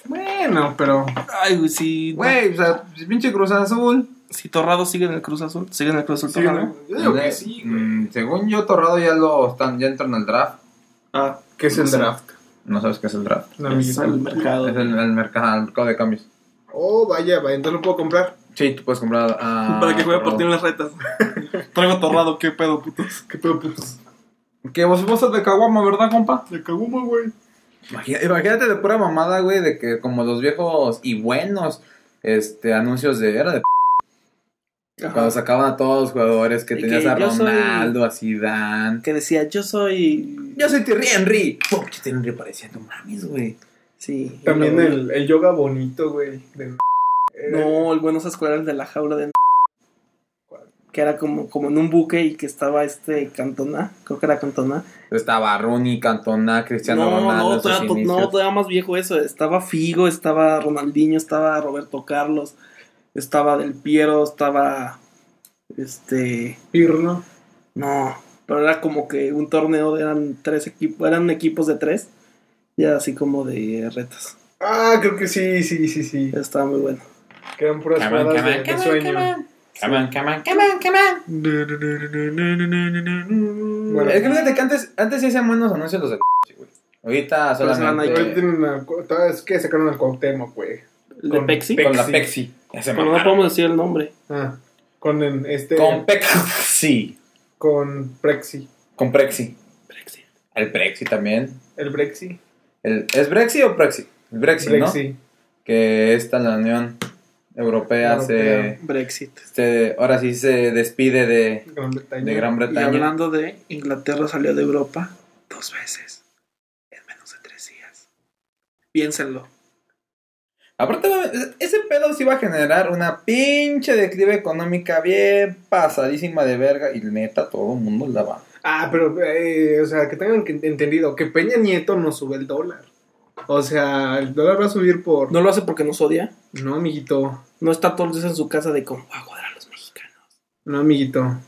[SPEAKER 3] Bueno, pero
[SPEAKER 2] Ay, güey, sí.
[SPEAKER 1] Güey, o sea, pinche Cruz Azul.
[SPEAKER 2] Si Torrado sigue en el Cruz Azul, sigue en el Cruz Azul
[SPEAKER 3] Sí,
[SPEAKER 2] Torrado.
[SPEAKER 3] ¿no? Yo digo que sí, güey.
[SPEAKER 1] Mm, según yo, Torrado ya lo están, ya entran al draft.
[SPEAKER 2] Ah,
[SPEAKER 3] ¿Qué es el draft?
[SPEAKER 1] No sabes qué es el draft.
[SPEAKER 3] La
[SPEAKER 2] es
[SPEAKER 3] amiguita.
[SPEAKER 2] el mercado.
[SPEAKER 1] Es el, el mercado, el mercado de cambios.
[SPEAKER 3] Oh, vaya, vaya, entonces lo puedo comprar.
[SPEAKER 1] Sí, tú puedes comprar a.
[SPEAKER 2] Para que juegue por ti en
[SPEAKER 1] Torrado.
[SPEAKER 2] las retas. Traigo Torrado, qué pedo, putos.
[SPEAKER 3] ¿Qué pedo, Pues, putos?
[SPEAKER 1] Que vos, vos sos de Caguama, ¿verdad, compa?
[SPEAKER 3] La caguma, güey.
[SPEAKER 1] Imagina- Imagínate de pura mamada, güey, de que como los viejos y buenos este anuncios de era de p- cuando sacaban a todos los jugadores que
[SPEAKER 2] Y
[SPEAKER 1] tenías
[SPEAKER 2] que
[SPEAKER 1] a
[SPEAKER 2] yo soy-
[SPEAKER 1] Ronaldo, a Zidane.
[SPEAKER 2] Que decía, yo soy.
[SPEAKER 1] Yo soy Thierry Henry. Pum, Thierry Henry parecía, no mames, güey.
[SPEAKER 2] Sí.
[SPEAKER 3] También
[SPEAKER 2] Pero-
[SPEAKER 3] el, el yoga bonito, güey. del-
[SPEAKER 2] No, el bueno se escuela el de la jaula de. Que era como, como en un buque y que estaba este Cantona. Creo que era Cantona.
[SPEAKER 1] Estaba Rooney, Cantona, Cristiano
[SPEAKER 2] no,
[SPEAKER 1] Ronaldo. en
[SPEAKER 2] no,
[SPEAKER 1] sus
[SPEAKER 2] todavía, to-
[SPEAKER 1] inicios.
[SPEAKER 2] no, todavía más viejo eso. Estaba Figo, estaba Ronaldinho, estaba Roberto Carlos, estaba Del Piero, estaba. Este.
[SPEAKER 3] Pirlo.
[SPEAKER 2] No, pero era como que un torneo de- eran tres equipos, eran equipos de tres, y era así como de retas.
[SPEAKER 3] Ah, creo que sí, sí, sí, sí.
[SPEAKER 2] Estaba muy bueno.
[SPEAKER 3] Quedan puras
[SPEAKER 1] Come on,
[SPEAKER 3] jugadas
[SPEAKER 1] come
[SPEAKER 3] de,
[SPEAKER 1] on,
[SPEAKER 3] de sueño.
[SPEAKER 1] Come on, come on, come on, come on.
[SPEAKER 2] Mm.
[SPEAKER 3] Bueno,
[SPEAKER 1] Es que fíjate que antes, antes sí hacían buenos anuncios los de p- güey. Ahorita
[SPEAKER 2] Pero se van a-
[SPEAKER 1] solamente
[SPEAKER 3] pues, Ahorita tienen a- todavía es que sacaron al Cuauhtémoc, güey.
[SPEAKER 2] El de
[SPEAKER 3] Con
[SPEAKER 2] Pexi,
[SPEAKER 3] Pe-
[SPEAKER 1] con la
[SPEAKER 3] Pepsi.
[SPEAKER 1] Pexi. Ya se
[SPEAKER 2] pero no
[SPEAKER 1] mamaron.
[SPEAKER 2] podemos decir el nombre.
[SPEAKER 3] Ah, con el- este...
[SPEAKER 1] Con Pexi.
[SPEAKER 3] con Prexi.
[SPEAKER 1] Con Prexi. El Prexi también.
[SPEAKER 3] El Brexi.
[SPEAKER 1] El, ¿Es Brexi o Prexi? El Brexi, ¿no?
[SPEAKER 3] Brexi.
[SPEAKER 1] Que esta la Unión Europea,
[SPEAKER 3] Europea.
[SPEAKER 1] se,
[SPEAKER 2] Brexit.
[SPEAKER 1] se- ahora sí se despide de,
[SPEAKER 3] Gran Bretaña.
[SPEAKER 1] de Gran
[SPEAKER 2] Y
[SPEAKER 1] Bretaña.
[SPEAKER 2] hablando de Inglaterra salió de Europa dos veces en menos de tres días. Piénsenlo.
[SPEAKER 1] Aparte, va- ese pedo sí va a generar una pinche declive económica bien pasadísima de verga y neta todo el mundo la va.
[SPEAKER 3] Ah, pero, eh, o sea, que tengan que- entendido que Peña Nieto no sube el dólar. O sea, el dólar va a subir por... No,
[SPEAKER 2] No lo hace porque nos odia.
[SPEAKER 3] amiguito.
[SPEAKER 2] No está todos los días en su casa de cómo voy a joder a los mexicanos.
[SPEAKER 3] No, amiguito.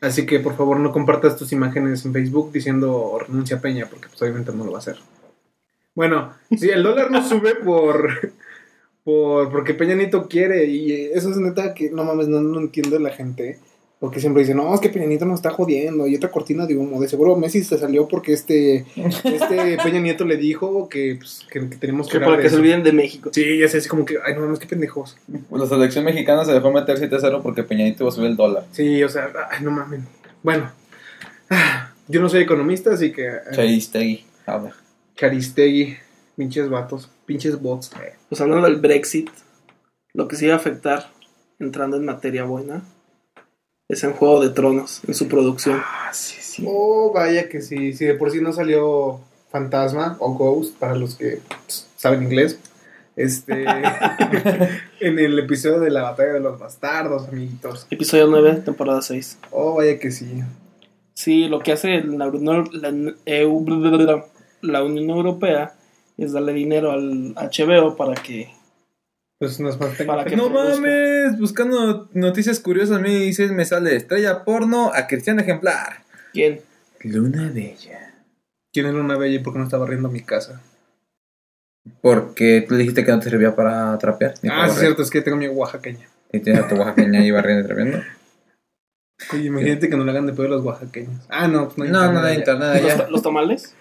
[SPEAKER 3] Así que, por favor, no compartas tus imágenes en Facebook diciendo renuncia a Peña, porque pues, obviamente no lo va a hacer. Bueno, sí, el dólar no sube por... por porque Peña Nieto quiere. Y eh, eso es neta que, no mames, no, no entiendo la gente. Porque siempre dicen, no, es que Peña Nieto nos está jodiendo. Y otra cortina de humo. De seguro Messi se salió porque este... Este Peña Nieto le dijo que, pues, que, que tenemos que
[SPEAKER 2] Que para
[SPEAKER 3] hablar
[SPEAKER 2] que
[SPEAKER 3] de
[SPEAKER 2] se
[SPEAKER 3] eso.
[SPEAKER 2] olviden de México.
[SPEAKER 3] Sí, ya sé, así como que, ay, no mames, qué pendejos.
[SPEAKER 1] Pues la selección mexicana se dejó meter 7-0 porque Peñanito va a subir el dólar.
[SPEAKER 3] Sí, o sea, ay, no mames. Bueno, ah, yo no soy economista, así que. eh,
[SPEAKER 1] Charistegui, habla.
[SPEAKER 3] Caristegui, pinches vatos, pinches bots. eh.
[SPEAKER 2] Pues hablando del Brexit, lo que sí va a afectar, entrando en materia buena, es en Juego de Tronos, en su producción.
[SPEAKER 1] Ah, sí, sí.
[SPEAKER 3] Oh, vaya que sí, si de por sí no salió Fantasma o Ghost, para los que pues, saben inglés. Este. en el episodio de la batalla de los bastardos, amiguitos.
[SPEAKER 2] Episodio 9, temporada 6.
[SPEAKER 3] Oh, vaya que sí.
[SPEAKER 2] Sí, lo que hace la, Unión- la- eh, EU la Unión Europea es darle dinero al HBO para que...
[SPEAKER 3] Pues nos mantenga.
[SPEAKER 2] Para que
[SPEAKER 1] No
[SPEAKER 2] produzca.
[SPEAKER 1] mames, buscando noticias curiosas, a mí dice, me sale estrella porno a Cristian Ejemplar.
[SPEAKER 2] ¿Quién?
[SPEAKER 1] Luna de ella.
[SPEAKER 3] ¿Quién era una bella y por qué no estaba barriendo mi casa?
[SPEAKER 1] Porque tú dijiste que no te servía para trapear. ni para
[SPEAKER 3] Ah, sí, es
[SPEAKER 1] barrer.
[SPEAKER 3] cierto, es que tengo mi oaxaqueña.
[SPEAKER 1] Y tienes a tu oaxaqueña ahí barriendo y trapeando.
[SPEAKER 3] Oye, imagínate que no le hagan de pedo a los oaxaqueños. Ah, no, pues no hay
[SPEAKER 1] No, no,
[SPEAKER 3] internet
[SPEAKER 1] no hay
[SPEAKER 3] allá.
[SPEAKER 1] internet
[SPEAKER 2] ¿Los, ta-
[SPEAKER 1] allá.
[SPEAKER 2] los tamales?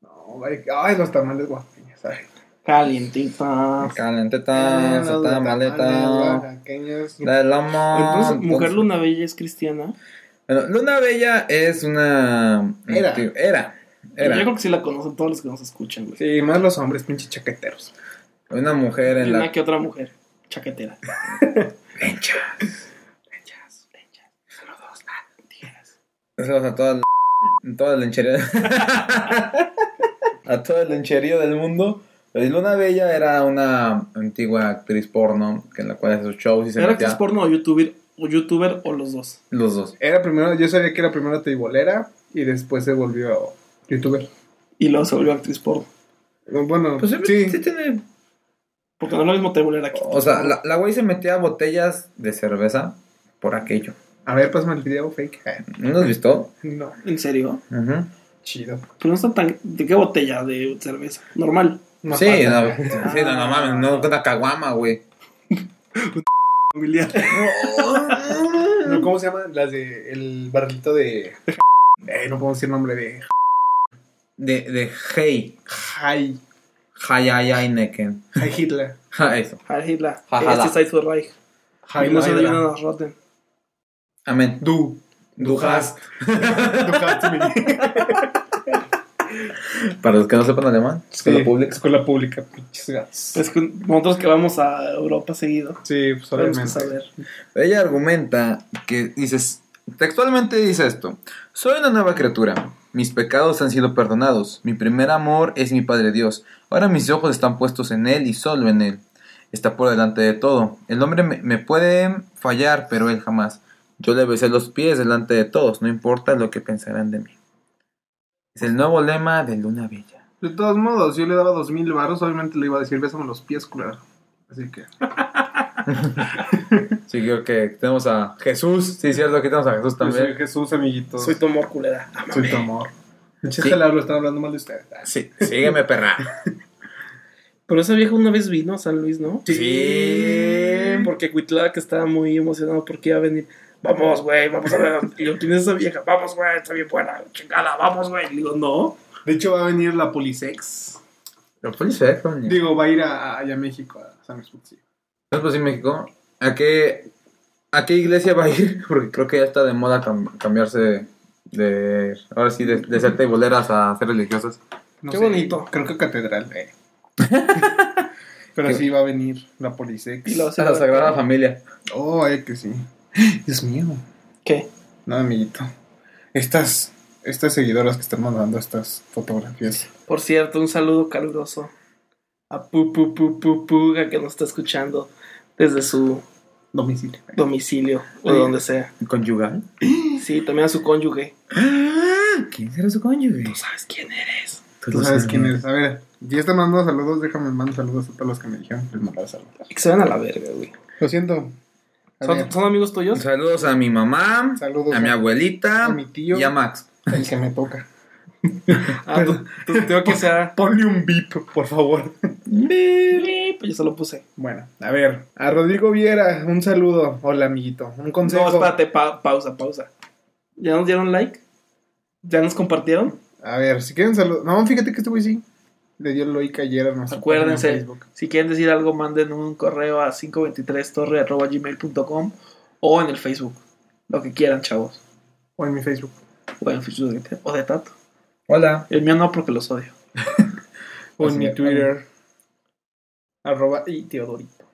[SPEAKER 3] No, ay, ay, los tamales oaxaqueños. Ay,
[SPEAKER 1] Ah,
[SPEAKER 3] Ah,
[SPEAKER 2] Calientitas.
[SPEAKER 1] Calenteta,
[SPEAKER 3] Los
[SPEAKER 1] seta,
[SPEAKER 3] tamales
[SPEAKER 1] maleta.
[SPEAKER 3] oaxaqueños.
[SPEAKER 1] La del amo.
[SPEAKER 2] Entonces, Mujer
[SPEAKER 1] Entonces-
[SPEAKER 2] Luna Bella es cristiana.
[SPEAKER 1] Bueno, Luna Bella es una.
[SPEAKER 3] Era.
[SPEAKER 1] Era.
[SPEAKER 2] Yo
[SPEAKER 1] Era.
[SPEAKER 2] creo que sí la conocen todos los que nos escuchan, güey.
[SPEAKER 3] Sí, más los hombres, pinches chaqueteros.
[SPEAKER 1] Una mujer
[SPEAKER 2] Y
[SPEAKER 1] en
[SPEAKER 2] una
[SPEAKER 1] la.
[SPEAKER 2] que otra mujer. Chaquetera.
[SPEAKER 1] Lencha.
[SPEAKER 2] Lechas, lechas. Saludos, ah, tijeras.
[SPEAKER 1] Saludos a toda la. Toda la lenchería. a todo el lencherío del mundo. Pues Luna Bella era una antigua actriz porno. Que en la cual hacía sus shows y se
[SPEAKER 2] ¿Era actriz
[SPEAKER 1] metía.
[SPEAKER 2] porno o youtuber, o youtuber o los dos?
[SPEAKER 1] Los dos.
[SPEAKER 3] Era primero, yo sabía que era primero tribolera y después se volvió youtuber.
[SPEAKER 2] Y luego se volvió actriz porno.
[SPEAKER 3] Bueno,
[SPEAKER 1] Pues
[SPEAKER 3] sí.
[SPEAKER 1] sí, sí tiene
[SPEAKER 2] Porque no es lo mismo tebolera aquí.
[SPEAKER 1] O sea, la, la güey se metía botellas de cerveza por aquello.
[SPEAKER 3] A ver, pásame el video fake. Ah,
[SPEAKER 1] ¿No lo has visto?
[SPEAKER 3] No,
[SPEAKER 2] ¿En serio?
[SPEAKER 1] Ujú.
[SPEAKER 3] chido.
[SPEAKER 2] Pero no está tan... ¿De qué botella de cerveza? Normal.
[SPEAKER 3] Una
[SPEAKER 1] Sí,
[SPEAKER 3] pata.
[SPEAKER 1] no, Ah. sí, no, no mames, no con la caguama, güey.
[SPEAKER 2] Familiar.
[SPEAKER 3] No, ¿Cómo se llaman? Las de el barrilito de. Eh, no puedo decir nombre de.
[SPEAKER 1] De, de Hey,
[SPEAKER 3] Hi.
[SPEAKER 1] Hay Heineken.
[SPEAKER 3] Hi Hitler.
[SPEAKER 1] Ja, eso.
[SPEAKER 2] Heil Hitler.
[SPEAKER 1] Ajala.
[SPEAKER 2] Este es Aizu Reich.
[SPEAKER 3] Hi
[SPEAKER 2] Y no se
[SPEAKER 3] Hitler.
[SPEAKER 2] ayudan a los Rotten.
[SPEAKER 1] Amén.
[SPEAKER 3] Du.
[SPEAKER 1] Du hast.
[SPEAKER 3] Du hast mich.
[SPEAKER 1] Para los que no sepan alemán, es que lo publicas.
[SPEAKER 3] Escuela pública, pinches gatos.
[SPEAKER 2] Es que nosotros que vamos a Europa seguido.
[SPEAKER 3] Sí, pues
[SPEAKER 2] Tenemos que
[SPEAKER 3] obviamente.
[SPEAKER 2] saber.
[SPEAKER 1] Ella argumenta que dices, textualmente dice esto, soy una nueva criatura, mis pecados han sido perdonados, mi primer amor es mi Padre Dios, ahora mis ojos están puestos en Él y solo en Él, está por delante de todo, el hombre me, me puede fallar, pero Él jamás, yo le besé los pies delante de todos, no importa lo que pensarán de mí. Es el nuevo lema de Luna Bella.
[SPEAKER 3] De todos modos, yo le daba dos mil barros, obviamente le iba a decir, bésame los pies, culero. Así que.
[SPEAKER 1] Sí, creo que tenemos a Jesús, sí, cierto, aquí tenemos a Jesús
[SPEAKER 3] Yo soy Jesús, amiguitos.
[SPEAKER 2] Soy tu amor, culera.
[SPEAKER 3] Soy tu amor. Pinches
[SPEAKER 1] Sí.
[SPEAKER 3] jalados, están hablando mal de ustedes.
[SPEAKER 1] Sí, sígueme, perra.
[SPEAKER 2] Pero esa vieja una vez vino a San Luis, ¿no?
[SPEAKER 1] Sí.
[SPEAKER 2] Porque Cuitlac estaba muy emocionado porque iba a venir. Vamos, güey, vamos a ver. Y yo, ¿quién es esa vieja? Vamos, güey, está bien buena. Chingada, vamos, güey. Y digo, no.
[SPEAKER 3] De hecho, va a venir la Polisex.
[SPEAKER 1] Pero puede ser, coño.
[SPEAKER 3] Digo, va a ir a, a- allá a México, a San Luis Potosí.
[SPEAKER 1] No, pues sí, México. ¿A qué, ¿A qué iglesia va a ir? Porque creo que ya está de moda cam- cambiarse de ahora sí, de, de ser teiboleras a ser religiosas.
[SPEAKER 3] No
[SPEAKER 2] Qué
[SPEAKER 3] sé,
[SPEAKER 2] bonito.
[SPEAKER 3] Creo que catedral, eh. Pero sí va a venir la polisex.
[SPEAKER 2] Y los-
[SPEAKER 1] A la Sagrada Familia.
[SPEAKER 3] Oh, eh, que sí. Dios mío.
[SPEAKER 2] ¿Qué?
[SPEAKER 3] No, amiguito. Estas, estas seguidoras que están mandando estas fotografías.
[SPEAKER 2] Por cierto, un saludo caluroso a Pu Pu Pu Pu Puga que nos está escuchando desde su
[SPEAKER 3] Domicilio.
[SPEAKER 2] domicilio o
[SPEAKER 1] Oye.
[SPEAKER 2] donde sea.
[SPEAKER 1] ¿Conyugal?
[SPEAKER 2] Sí, también a su cónyuge.
[SPEAKER 1] ¡Ah! ¿Quién será su cónyuge?
[SPEAKER 2] Tú sabes quién eres.
[SPEAKER 1] Pues
[SPEAKER 3] Tú sabes quién es. A ver, ya están mandando saludos. Déjame mandar saludos a todos los que me dijeron. Les mandaba saludos.
[SPEAKER 2] Que se van a la verga, güey.
[SPEAKER 3] Lo siento. A ver,
[SPEAKER 2] ¿Son, son amigos tuyos?
[SPEAKER 1] Saludos a mi mamá,
[SPEAKER 3] Saludos
[SPEAKER 1] a mi
[SPEAKER 3] a-
[SPEAKER 1] abuelita
[SPEAKER 3] a mi tío.
[SPEAKER 1] y a Max.
[SPEAKER 3] el que me toca.
[SPEAKER 2] Ah, tú, tú creo que sea.
[SPEAKER 3] Ponle un beep, por favor.
[SPEAKER 2] Pues yo se lo puse.
[SPEAKER 3] Bueno, a ver. A Rodrigo Viera, un saludo. Hola, amiguito. Un consejo.
[SPEAKER 2] No, espérate, pa- pausa, pausa. ¿Ya nos dieron like? ¿Ya nos compartieron?
[SPEAKER 3] A ver, si quieren saludos. No, fíjate que este güey sí. Le dio like ayer a nuestra
[SPEAKER 2] Acuérdense.
[SPEAKER 3] página en Facebook.
[SPEAKER 2] Si quieren decir algo, manden un correo a 523torre.gmail.com o en el Facebook. Lo que quieran, chavos.
[SPEAKER 3] O en mi Facebook.
[SPEAKER 2] O en el Facebook de, o de Tato.
[SPEAKER 1] Hola.
[SPEAKER 2] El mío no, porque los odio.
[SPEAKER 3] O en
[SPEAKER 1] Así
[SPEAKER 3] mi
[SPEAKER 1] es.
[SPEAKER 3] Twitter. Arroba y Teodorito.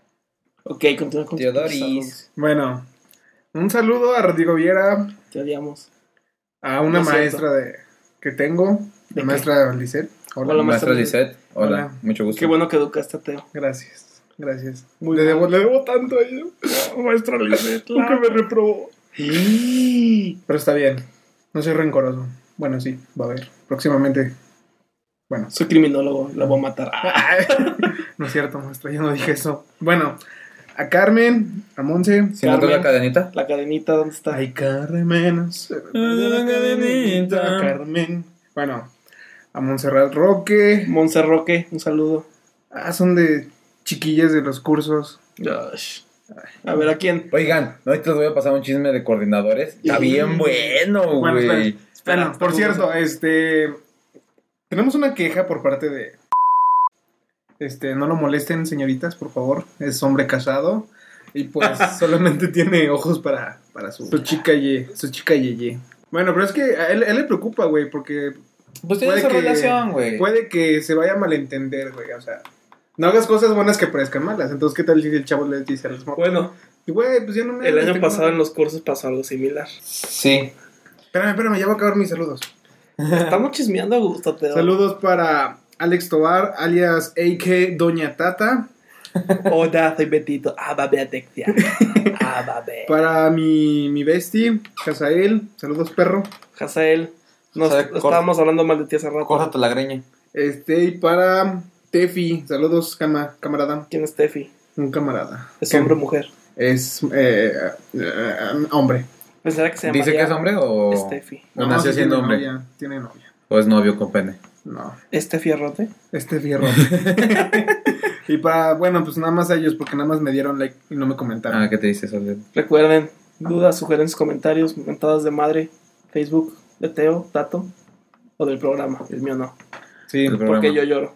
[SPEAKER 2] Ok, continúa con tus saludos.
[SPEAKER 3] Bueno, un saludo a Rodrigo Viera,
[SPEAKER 2] Te odiamos.
[SPEAKER 3] a una
[SPEAKER 2] Lo siento.
[SPEAKER 3] maestra de, que tengo,
[SPEAKER 2] ¿De
[SPEAKER 3] la
[SPEAKER 2] qué?
[SPEAKER 3] maestra Lisette. Hola.
[SPEAKER 2] Hola,
[SPEAKER 1] Maestra
[SPEAKER 2] maestra
[SPEAKER 1] Lisette. Hola,
[SPEAKER 3] Hola.
[SPEAKER 1] mucho gusto.
[SPEAKER 2] Qué bueno que educaste a Teo.
[SPEAKER 3] Gracias, gracias.
[SPEAKER 2] Muy
[SPEAKER 3] le,
[SPEAKER 2] bien.
[SPEAKER 3] debo, le debo tanto a ella. maestra Lisette,
[SPEAKER 2] la
[SPEAKER 3] nunca me reprobó. Pero está bien, no soy rencoroso. Bueno, sí, va a haber. Próximamente. Bueno.
[SPEAKER 2] Soy criminólogo, la voy a matar. Ah,
[SPEAKER 3] no es cierto, maestra, yo no dije eso. Bueno, a Carmen, a Monse.
[SPEAKER 1] ¿Si no tengo la
[SPEAKER 2] Carmen.
[SPEAKER 1] cadenita?
[SPEAKER 2] La cadenita, ¿dónde está?
[SPEAKER 3] Ay, Carmen. se me perdió la cadenita, Carmen. Bueno, a Montserrat Roque.
[SPEAKER 2] Monse Roque, un saludo.
[SPEAKER 3] Ah, son de chiquillas de los cursos.
[SPEAKER 2] Gosh. A ver, ¿a quién?
[SPEAKER 1] Oigan, ahorita les voy a pasar un chisme de coordinadores. Está bien bueno,
[SPEAKER 3] Bueno,
[SPEAKER 1] güey.
[SPEAKER 3] espera.
[SPEAKER 2] Ah,
[SPEAKER 3] Bueno, por cierto, este. Tenemos una queja por parte de. Este, no lo molesten, señoritas, por favor. Es hombre casado. Y pues solamente tiene ojos para, para su, su chica ye, su chica yeye. Bueno, pero es que a él, a él le preocupa, güey, porque
[SPEAKER 1] pues tiene
[SPEAKER 3] puede
[SPEAKER 1] su
[SPEAKER 3] que-
[SPEAKER 1] relación, güey.
[SPEAKER 3] puede que se vaya a malentender, güey. O sea, no hagas cosas buenas que parezcan malas. Entonces, ¿qué tal si el chavo le dice a las morras?
[SPEAKER 2] Bueno,
[SPEAKER 3] Güey, pues ya no me.
[SPEAKER 2] el año
[SPEAKER 3] tengo-
[SPEAKER 2] pasado en los cursos pasó algo similar.
[SPEAKER 1] Sí.
[SPEAKER 3] Espérame, espérame, ya voy a acabar mis saludos.
[SPEAKER 2] Estamos chismeando a gusto, Teo.
[SPEAKER 3] Saludos para Alex Tobar, alias AK Doña Tata.
[SPEAKER 2] Hola, soy Betito. Ah, babe, Atexia. Ah, babe.
[SPEAKER 1] Pues,
[SPEAKER 3] Para mi, mi bestie, Casael. Saludos, perro.
[SPEAKER 2] Hazael, nos
[SPEAKER 1] Hazael, corta.
[SPEAKER 2] estábamos hablando mal de ti hace rato.
[SPEAKER 1] Córtate la greña.
[SPEAKER 3] Este, y para Tefi. Saludos, cama- camarada.
[SPEAKER 2] ¿Quién es Tefi?
[SPEAKER 3] Un camarada.
[SPEAKER 2] ¿Es
[SPEAKER 3] Que
[SPEAKER 2] hombre o mujer?
[SPEAKER 3] Es eh, eh, hombre.
[SPEAKER 2] Pensará Pues, que se llama.
[SPEAKER 1] ¿Dice que es hombre o...?
[SPEAKER 2] Steffi.
[SPEAKER 1] ¿O nació
[SPEAKER 3] sí
[SPEAKER 1] siendo
[SPEAKER 3] tiene
[SPEAKER 1] hombre?
[SPEAKER 3] novia, tiene novia.
[SPEAKER 1] ¿O es novio con pene?
[SPEAKER 3] No,
[SPEAKER 2] ¿Estefi Arrote?
[SPEAKER 3] este fierro. y para, bueno, pues nada más a ellos, porque nada más me dieron like y no me comentaron.
[SPEAKER 1] Ah, ¿qué te dice eso?
[SPEAKER 2] Recuerden, dudas, sugerencias, comentarios, mentadas de madre, Facebook de Teo, Tato o del programa. El mío no,
[SPEAKER 3] sí,
[SPEAKER 1] el programa.
[SPEAKER 2] porque yo lloro.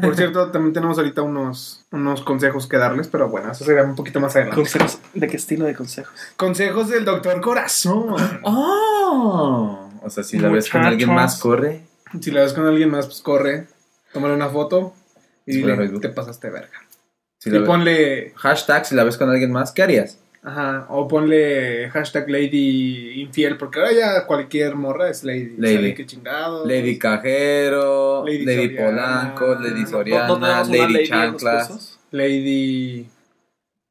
[SPEAKER 3] Por cierto, también tenemos ahorita unos, unos consejos que darles, pero bueno, eso será un poquito más adelante.
[SPEAKER 2] ¿Consejos? ¿De qué estilo de consejos?
[SPEAKER 3] consejos del doctor Corazón.
[SPEAKER 1] ¡Oh! O sea, si la ves con
[SPEAKER 2] Muchachos.
[SPEAKER 1] alguien más, corre.
[SPEAKER 3] Si la ves con alguien más, pues corre, tómale una foto y
[SPEAKER 1] Súbela a
[SPEAKER 3] dile,
[SPEAKER 1] Facebook.
[SPEAKER 3] te pasaste de verga.
[SPEAKER 1] Si
[SPEAKER 3] y
[SPEAKER 1] la ve-
[SPEAKER 3] ponle,
[SPEAKER 1] Hashtag, si la ves con alguien más, ¿qué harías?
[SPEAKER 3] ajá, o ponle hashtag lady infiel, porque ahora ya cualquier morra es lady.
[SPEAKER 1] Lady.
[SPEAKER 3] ¿Saben qué chingados?
[SPEAKER 1] Lady Cajero,
[SPEAKER 3] Lady
[SPEAKER 1] Lady,
[SPEAKER 3] Soriana.
[SPEAKER 1] Polanco, Lady
[SPEAKER 3] No, no
[SPEAKER 1] Soriana, Lady, Chanclas.
[SPEAKER 3] Lady...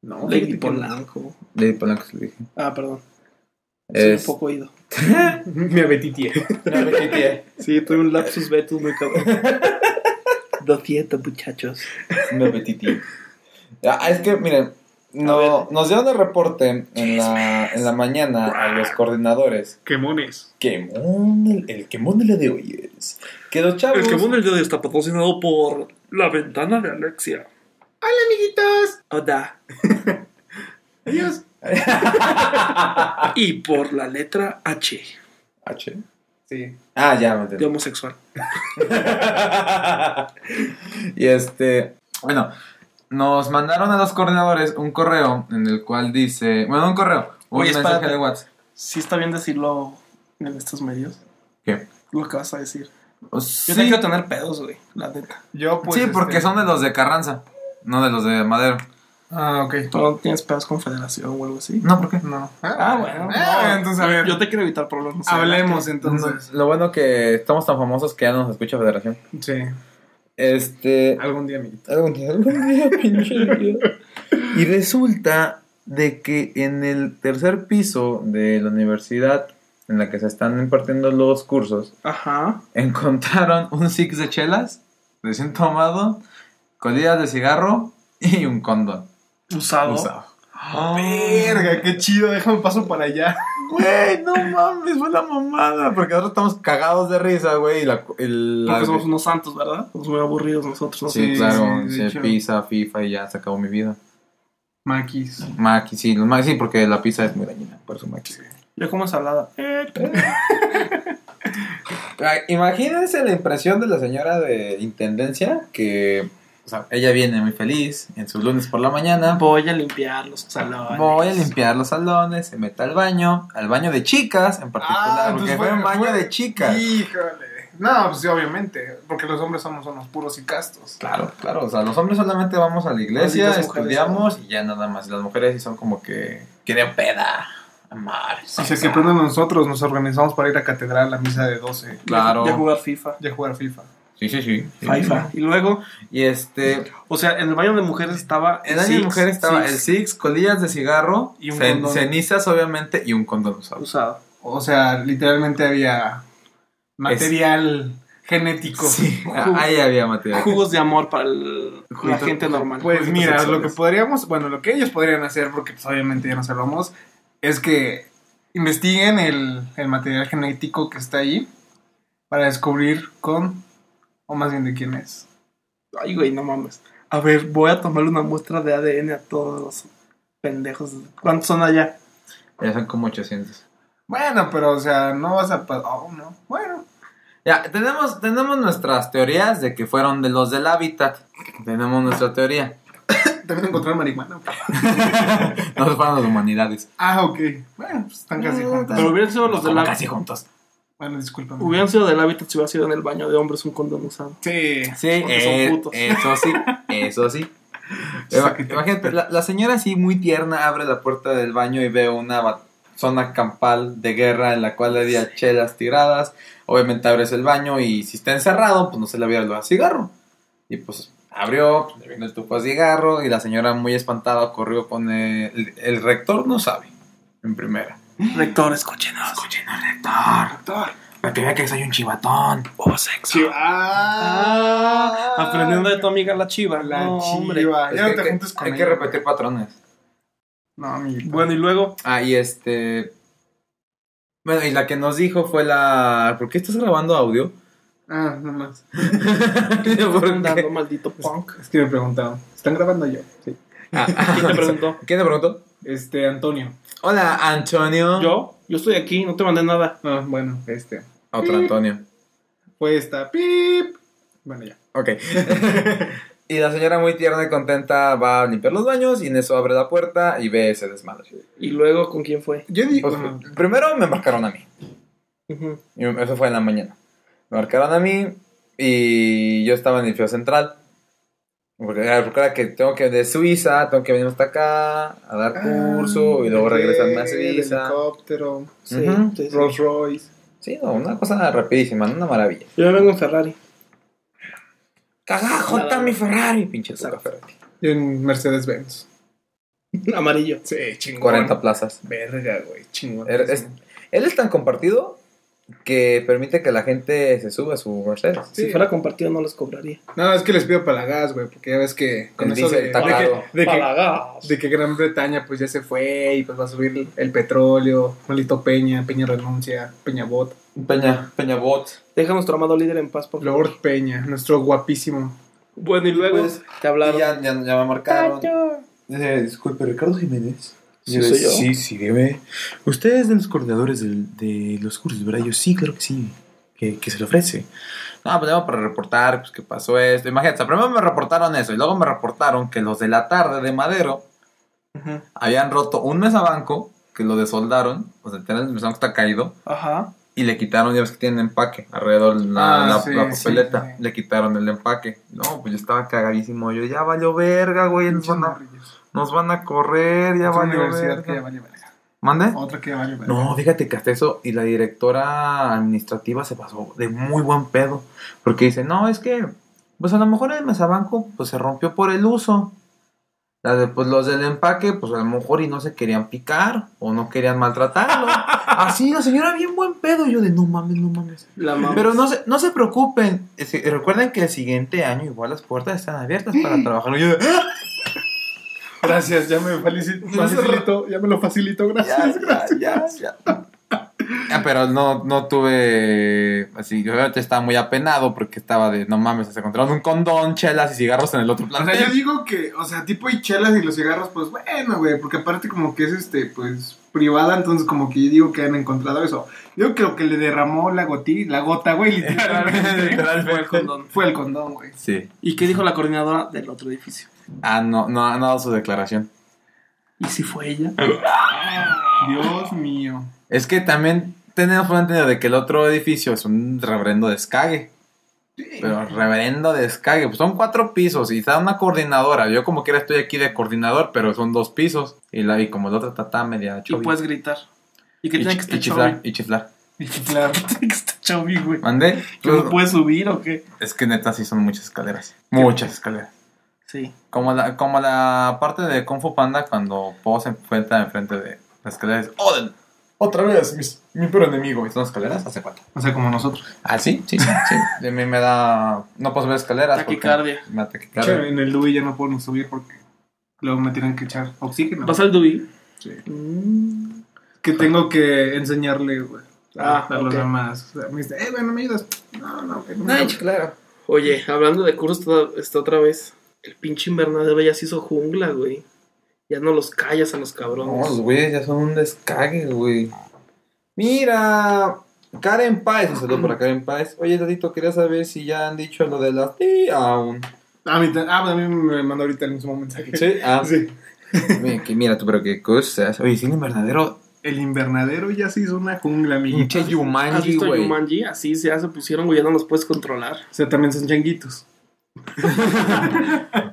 [SPEAKER 3] No,
[SPEAKER 2] Lady
[SPEAKER 3] fíjate que-
[SPEAKER 2] Polanco.
[SPEAKER 1] Lady Polanco, se lo dije.
[SPEAKER 2] Ah, perdón. Soy un
[SPEAKER 1] Es...
[SPEAKER 2] poco oído.
[SPEAKER 3] Me abetitié.
[SPEAKER 2] Sí, tuve un lapsus betus muy cabrón. Lo siento, muchachos.
[SPEAKER 1] Me apetití. Ah, es que, miren, no, nos dieron el reporte en la, en la mañana a los coordinadores.
[SPEAKER 3] Quemones.
[SPEAKER 1] Quemón, el, el quemón de la de hoy es que los chavos...
[SPEAKER 2] del día de hoy está patrocinado por La Ventana de Alexia.
[SPEAKER 3] Hola, amiguitos.
[SPEAKER 2] Oda.
[SPEAKER 3] Adiós.
[SPEAKER 2] Y por la letra H
[SPEAKER 1] H.
[SPEAKER 3] Sí.
[SPEAKER 1] Ah, ya, me
[SPEAKER 2] de
[SPEAKER 1] entendí.
[SPEAKER 2] homosexual.
[SPEAKER 1] y este, bueno, nos mandaron a los coordinadores un correo en el cual dice, bueno, un correo, un
[SPEAKER 2] Oye,
[SPEAKER 1] mensaje
[SPEAKER 2] espérate.
[SPEAKER 1] de WhatsApp.
[SPEAKER 2] Sí está bien decirlo en estos medios.
[SPEAKER 1] ¿Qué?
[SPEAKER 2] Lo que vas a decir.
[SPEAKER 1] O
[SPEAKER 2] Yo
[SPEAKER 1] sí,
[SPEAKER 2] no quiero tener pedos, güey, la neta.
[SPEAKER 3] Yo pues.
[SPEAKER 1] sí, porque
[SPEAKER 3] este-
[SPEAKER 1] son de los de Carranza, no de los de Madero.
[SPEAKER 3] Ah, ok.
[SPEAKER 2] ¿Tú no tienes pedos con Federación o algo así?
[SPEAKER 1] No, ¿por qué?
[SPEAKER 3] No.
[SPEAKER 2] Ah, bueno.
[SPEAKER 3] Ah,
[SPEAKER 2] no.
[SPEAKER 3] entonces, a ver.
[SPEAKER 2] Yo te quiero evitar problemas.
[SPEAKER 3] Hablemos entonces.
[SPEAKER 1] Lo bueno que estamos tan famosos que ya no nos escucha Federación.
[SPEAKER 3] Sí.
[SPEAKER 1] Este.
[SPEAKER 3] Algún día, amiguito.
[SPEAKER 1] Algún día, algún día, pinche vida. Y resulta de que en el tercer piso de la universidad en la que se están impartiendo los cursos,
[SPEAKER 2] Ajá.
[SPEAKER 1] encontraron un six de chelas recién tomado, colillas de cigarro y un condón.
[SPEAKER 2] Usado.
[SPEAKER 3] Usado. Verga, qué chido. Déjame paso para allá.
[SPEAKER 1] Güey, no mames, fue la mamada. Porque nosotros estamos cagados de risa, güey. Y la, el-
[SPEAKER 2] Porque
[SPEAKER 1] la-
[SPEAKER 2] somos unos santos, ¿verdad? Somos muy aburridos nosotros. ¿no?
[SPEAKER 1] Sí,
[SPEAKER 3] Sí,
[SPEAKER 1] claro,
[SPEAKER 3] sí, de
[SPEAKER 1] se
[SPEAKER 3] hecho.
[SPEAKER 1] pizza, FIFA y ya se acabó mi vida.
[SPEAKER 3] Maquis.
[SPEAKER 1] Maki, sí, los Maki, sí, porque la pizza es muy dañina, por eso Maki.
[SPEAKER 2] Yo como ensalada. Eh,
[SPEAKER 1] Ay, Imagínense la impresión de la señora de intendencia que o sea, ella viene muy feliz en sus lunes por la mañana.
[SPEAKER 2] voy a limpiar los salones.
[SPEAKER 1] Voy a limpiar los salones, se mete al baño, al baño de chicas en
[SPEAKER 2] Ah,
[SPEAKER 1] particular, porque
[SPEAKER 3] entonces
[SPEAKER 1] fue
[SPEAKER 3] Ah, pues fue-
[SPEAKER 1] un baño
[SPEAKER 3] fue-
[SPEAKER 1] de chicas.
[SPEAKER 3] Híjole. No, pues sí, obviamente. Porque los hombres somos unos puros y castos.
[SPEAKER 1] Claro, claro, o sea, los hombres solamente vamos a la iglesia,
[SPEAKER 2] Malditas mujeres,
[SPEAKER 1] estudiamos y ya nada más. Las mujeres sí son como que quieren peda, amar.
[SPEAKER 3] O sea, que pronto nosotros nos organizamos para ir a catedral a la misa de 12
[SPEAKER 1] Claro.
[SPEAKER 2] Y a jugar FIFA.
[SPEAKER 3] y a jugar FIFA.
[SPEAKER 1] Sí, sí, sí. sí.
[SPEAKER 2] FIFA. Y luego,
[SPEAKER 1] Y este,
[SPEAKER 2] o sea, en el baño de mujeres estaba.
[SPEAKER 1] el año de
[SPEAKER 2] Six,
[SPEAKER 1] mujer estaba
[SPEAKER 2] Six
[SPEAKER 1] el Six, colillas de cigarro,
[SPEAKER 2] Y un
[SPEAKER 1] cen-
[SPEAKER 2] condón.
[SPEAKER 1] cenizas obviamente y un condón usado.
[SPEAKER 2] usado.
[SPEAKER 3] O sea, literalmente había material genético.
[SPEAKER 1] Sí, ahí había material.
[SPEAKER 2] Jugos de amor para el- la
[SPEAKER 1] Juguito-
[SPEAKER 2] gente normal.
[SPEAKER 3] Pues
[SPEAKER 2] Juguitos
[SPEAKER 3] mira, lo
[SPEAKER 2] sexuales.
[SPEAKER 3] que podríamos, bueno, lo que ellos podrían hacer, porque pues, obviamente ya no sabemos, es que investiguen el, el material genético que está ahí para descubrir con, o más bien de quién es.
[SPEAKER 2] Ay, güey, no mames. A ver, voy a tomar una muestra de ADN a todos los pendejos. ¿Cuántos son allá?
[SPEAKER 1] Ya son como 800.
[SPEAKER 3] Bueno, pero o sea, no vas a... pa- Oh, no. Bueno.
[SPEAKER 1] Ya, tenemos, tenemos nuestras teorías de que fueron de los del hábitat. Tenemos nuestra teoría.
[SPEAKER 3] También encontraron marihuana.
[SPEAKER 1] No fueron las humanidades.
[SPEAKER 3] Ah, ok. Bueno, pues están casi
[SPEAKER 1] Mm,
[SPEAKER 3] juntas.
[SPEAKER 2] Pero hubieran sido los del
[SPEAKER 1] Como
[SPEAKER 2] hábitat.
[SPEAKER 1] casi juntos.
[SPEAKER 3] Bueno, discúlpame.
[SPEAKER 2] Hubieran sido del hábitat si hubiera sido en el baño de hombres un condón usado.
[SPEAKER 3] Sí.
[SPEAKER 1] Sí,
[SPEAKER 2] Porque son
[SPEAKER 1] eh,
[SPEAKER 2] putos.
[SPEAKER 1] eso sí, eso sí.
[SPEAKER 3] Sí,
[SPEAKER 1] Eva-
[SPEAKER 3] que te-
[SPEAKER 1] Imagínate, la, la señora así muy tierna abre la puerta del baño y ve una ba- zona campal de guerra en la cual había chelas tiradas. Obviamente abres el baño y si está encerrado, pues no se le había olor a cigarro. Y pues abrió, le vino el tupo a cigarro y la señora muy espantada corrió con el, el rector, no sabe, en primera.
[SPEAKER 2] Rector, escúchenos. Escuchen al rector.
[SPEAKER 1] La teoría que soy un chivatón.
[SPEAKER 2] Hubo sexo.
[SPEAKER 3] Sí. Ah,
[SPEAKER 2] Aprendiendo de tu amiga la chiva.
[SPEAKER 3] La
[SPEAKER 2] No, hombre.
[SPEAKER 3] chiva. Ah, Ya no te
[SPEAKER 1] hay
[SPEAKER 3] juntes con
[SPEAKER 1] hay
[SPEAKER 3] ella.
[SPEAKER 1] que repetir patrones.
[SPEAKER 3] No, amiguito.
[SPEAKER 2] Bueno, y luego,
[SPEAKER 1] Ah, y este. Bueno, y la que nos dijo fue la. ¿Por qué estás grabando audio?
[SPEAKER 3] Ah, nomás.
[SPEAKER 1] ¿Por
[SPEAKER 2] andando,
[SPEAKER 1] qué?
[SPEAKER 2] maldito punk.
[SPEAKER 3] Es que me preguntaron. ¿Están grabando yo? Sí.
[SPEAKER 1] Ah,
[SPEAKER 2] ¿Quién te preguntó?
[SPEAKER 1] ¿Quién te preguntó?
[SPEAKER 3] Este, Antonio.
[SPEAKER 1] Hola, Antonio.
[SPEAKER 2] Yo, yo estoy aquí, no te mandé nada.
[SPEAKER 3] Ah, bueno, este.
[SPEAKER 1] Otro Antonio.
[SPEAKER 3] Fue esta. Pip. Bueno, ya.
[SPEAKER 1] Ok. y la señora muy tierna y contenta va a limpiar los baños y en eso abre la puerta y ve ese desmadre.
[SPEAKER 2] Y luego, ¿con quién fue?
[SPEAKER 3] Yo digo.
[SPEAKER 1] Pues, primero me marcaron a mí.
[SPEAKER 2] Ujú.
[SPEAKER 1] Y Eso fue en la mañana. Me marcaron a mí y yo estaba en el feo central. Porque ah, porque era que tengo que de Suiza, tengo que venir hasta acá a dar
[SPEAKER 3] Ah,
[SPEAKER 1] curso y luego regresarme a Suiza.
[SPEAKER 3] Helicóptero.
[SPEAKER 2] Sí,
[SPEAKER 1] Ujú.
[SPEAKER 2] sí, sí.
[SPEAKER 3] Rolls Royce.
[SPEAKER 1] Sí, no, una cosa rapidísima, una maravilla.
[SPEAKER 2] Yo ya vengo en Ferrari.
[SPEAKER 1] Cagajo,
[SPEAKER 2] Nada.
[SPEAKER 1] está mi Ferrari, pinche Tuca
[SPEAKER 2] Exacto.
[SPEAKER 1] Ferrari.
[SPEAKER 3] Yo en Mercedes Benz.
[SPEAKER 2] Amarillo.
[SPEAKER 3] Sí, chingón.
[SPEAKER 1] 40 plazas.
[SPEAKER 3] Verga, güey. Chingón.
[SPEAKER 1] Er- es- él es tan compartido que permite que la gente se suba a su Mercedes.
[SPEAKER 3] Sí.
[SPEAKER 2] Si fuera compartido, no les cobraría.
[SPEAKER 3] No, es que les pido para la gas, güey. Porque ya ves que. Con
[SPEAKER 1] El
[SPEAKER 3] eso de,
[SPEAKER 1] diésel está
[SPEAKER 3] Ah, de que-
[SPEAKER 1] caro.
[SPEAKER 3] de que-
[SPEAKER 2] Palagas.
[SPEAKER 3] de que Gran Bretaña pues ya se fue y pues va a subir el, el petróleo, malito Peña, Peña renuncia, Peña Bot,
[SPEAKER 1] Peña, Peñabot.
[SPEAKER 2] Deja a nuestro amado líder en paz, por favor.
[SPEAKER 3] Lord Peña, nuestro guapísimo.
[SPEAKER 2] Bueno, y luego
[SPEAKER 1] Pues,
[SPEAKER 2] te hablaron.
[SPEAKER 1] ya, ya, ya me marcaron. Dice, disculpe, Ricardo Jiménez.
[SPEAKER 2] Sí, soy yo.
[SPEAKER 5] Sí, sí, dime. Usted es de los coordinadores del- de los cursos, ¿verdad? Yo sí, claro que sí. Que, que se le ofrece.
[SPEAKER 1] No, pues llamo para reportar pues, que pasó esto. Imagínate, o sea, primero me reportaron eso y luego me reportaron que los de la tarde de Madero
[SPEAKER 2] Ujú.
[SPEAKER 1] habían roto un mesabanco que lo desoldaron, o sea, literal, el mesabanco está caído,
[SPEAKER 2] Ajá.
[SPEAKER 1] y le quitaron, ya ves que tienen empaque alrededor de la,
[SPEAKER 3] Ah,
[SPEAKER 1] la-
[SPEAKER 3] sí,
[SPEAKER 1] la
[SPEAKER 3] sí,
[SPEAKER 1] papeleta,
[SPEAKER 3] sí.
[SPEAKER 1] le quitaron el empaque. No, pues yo estaba cagadísimo, yo ya valió verga, güey, nos
[SPEAKER 3] Pinches
[SPEAKER 1] van a,
[SPEAKER 3] morrillos.
[SPEAKER 1] nos van a correr, ya
[SPEAKER 3] Otra
[SPEAKER 1] valió
[SPEAKER 3] universidad que ya
[SPEAKER 1] verga.
[SPEAKER 3] valió verga.
[SPEAKER 1] ¿Mande?
[SPEAKER 3] Otra que ya valió verga.
[SPEAKER 1] No, fíjate que hasta eso, y la directora administrativa se pasó de muy buen pedo, porque dice, no, es que, pues a lo mejor el mesabanco, pues se rompió por el uso. La de, pues los del empaque, pues a lo mejor y no se querían picar, o no querían maltratarlo. Así, la señora bien buen pedo, y yo de, no mames, no mames.
[SPEAKER 2] La mamá.
[SPEAKER 1] Pero no se, no se preocupen, es que recuerden que el siguiente año igual las puertas están abiertas para trabajar. Y yo de, "Ah,
[SPEAKER 3] Gracias, ya me facilito, facilito, ya me lo facilito, gracias.
[SPEAKER 1] ya, ya, ya, ya. Ah, pero no, no tuve. Así, yo obviamente estaba muy apenado porque estaba de no mames, se encontraron un condón, chelas y cigarros en el otro
[SPEAKER 3] O sea, yo
[SPEAKER 1] plantel.
[SPEAKER 3] digo que, o sea, tipo y chelas y los cigarros, pues bueno, güey, porque aparte como que es este, pues privada, entonces como que yo digo que han encontrado eso. Yo creo que le derramó la goti, la gota, güey, literalmente.
[SPEAKER 2] Fue el condón.
[SPEAKER 3] Fue el condón, güey.
[SPEAKER 1] Sí.
[SPEAKER 2] ¿Y qué dijo la coordinadora del otro edificio?
[SPEAKER 1] Ah, no, no, ha- no ha dado su declaración.
[SPEAKER 2] ¿Y si fue ella?
[SPEAKER 3] Dios mío.
[SPEAKER 1] Es que también tenemos un entendido de que el otro edificio es un reverendo descague. Pero reverendo descague, pues son cuatro pisos y está una coordinadora. Yo como quiera estoy aquí de coordinador, pero son dos pisos. Y, la, y como la otra está tan media
[SPEAKER 2] Y
[SPEAKER 1] chovy.
[SPEAKER 2] puedes gritar. Y que
[SPEAKER 1] Y
[SPEAKER 2] tiene
[SPEAKER 1] chi-
[SPEAKER 2] que estar
[SPEAKER 1] y chiflar,
[SPEAKER 2] chau.
[SPEAKER 1] y chiflar.
[SPEAKER 3] Y claro.
[SPEAKER 2] Tiene que estar chau, güey.
[SPEAKER 1] ¿Mandé?
[SPEAKER 2] ¿Que no puedes subir o qué?
[SPEAKER 1] Es que neta sí son muchas escaleras. Muchas escaleras.
[SPEAKER 2] Sí.
[SPEAKER 1] Como la, como la parte de Kung Fu Panda cuando Po se enfrenta enfrente de las escaleras. ¡Oden! Otra vez, mis- mi peor enemigo. Y son escaleras, hace falta.
[SPEAKER 3] O sea, como nosotros.
[SPEAKER 1] Ah, sí, sí, sí. De mí me da. No puedo subir escaleras. porque
[SPEAKER 2] Taquicardia.
[SPEAKER 1] Me da taquicardia.
[SPEAKER 3] Che, en el Dui ya no podemos subir porque luego me tienen que echar oxígeno.
[SPEAKER 2] ¿Vas al Dubi?
[SPEAKER 3] Sí.
[SPEAKER 2] Mm.
[SPEAKER 3] que tengo que enseñarle, güey. A,
[SPEAKER 2] Ah,
[SPEAKER 3] a los
[SPEAKER 2] ok.
[SPEAKER 3] demás. O sea, me dice, eh, güey, no me ayudas. No, no, güey. no me
[SPEAKER 2] Ay,
[SPEAKER 3] ayudas.
[SPEAKER 2] claro. Oye, hablando de cursos, toda- está otra vez. El pinche invernadero ya se hizo jungla, güey. Ya no los callas a los
[SPEAKER 1] No, los
[SPEAKER 2] cabrones.
[SPEAKER 1] güeyes ya son un descague, güey. Mira, Karen Páez, un saludo para Karen Páez. Oye, Dadito, quería saber si ya han dicho lo de las. Sí, aún.
[SPEAKER 3] A mí, ta- ah, a mí me mandó ahorita el mismo mensaje.
[SPEAKER 1] Sí, ah.
[SPEAKER 3] Sí.
[SPEAKER 1] Mira, que- mira tú, pero qué cosas. Oye, sí, el invernadero.
[SPEAKER 3] El invernadero ya se hizo una jungla, amiguito.
[SPEAKER 1] Pinche
[SPEAKER 2] ¿Has
[SPEAKER 1] Yumanji,
[SPEAKER 2] visto
[SPEAKER 1] güey.
[SPEAKER 2] Yumanji? Así se hace, pusieron, güey, ya no los puedes controlar.
[SPEAKER 3] O sea, también son changuitos.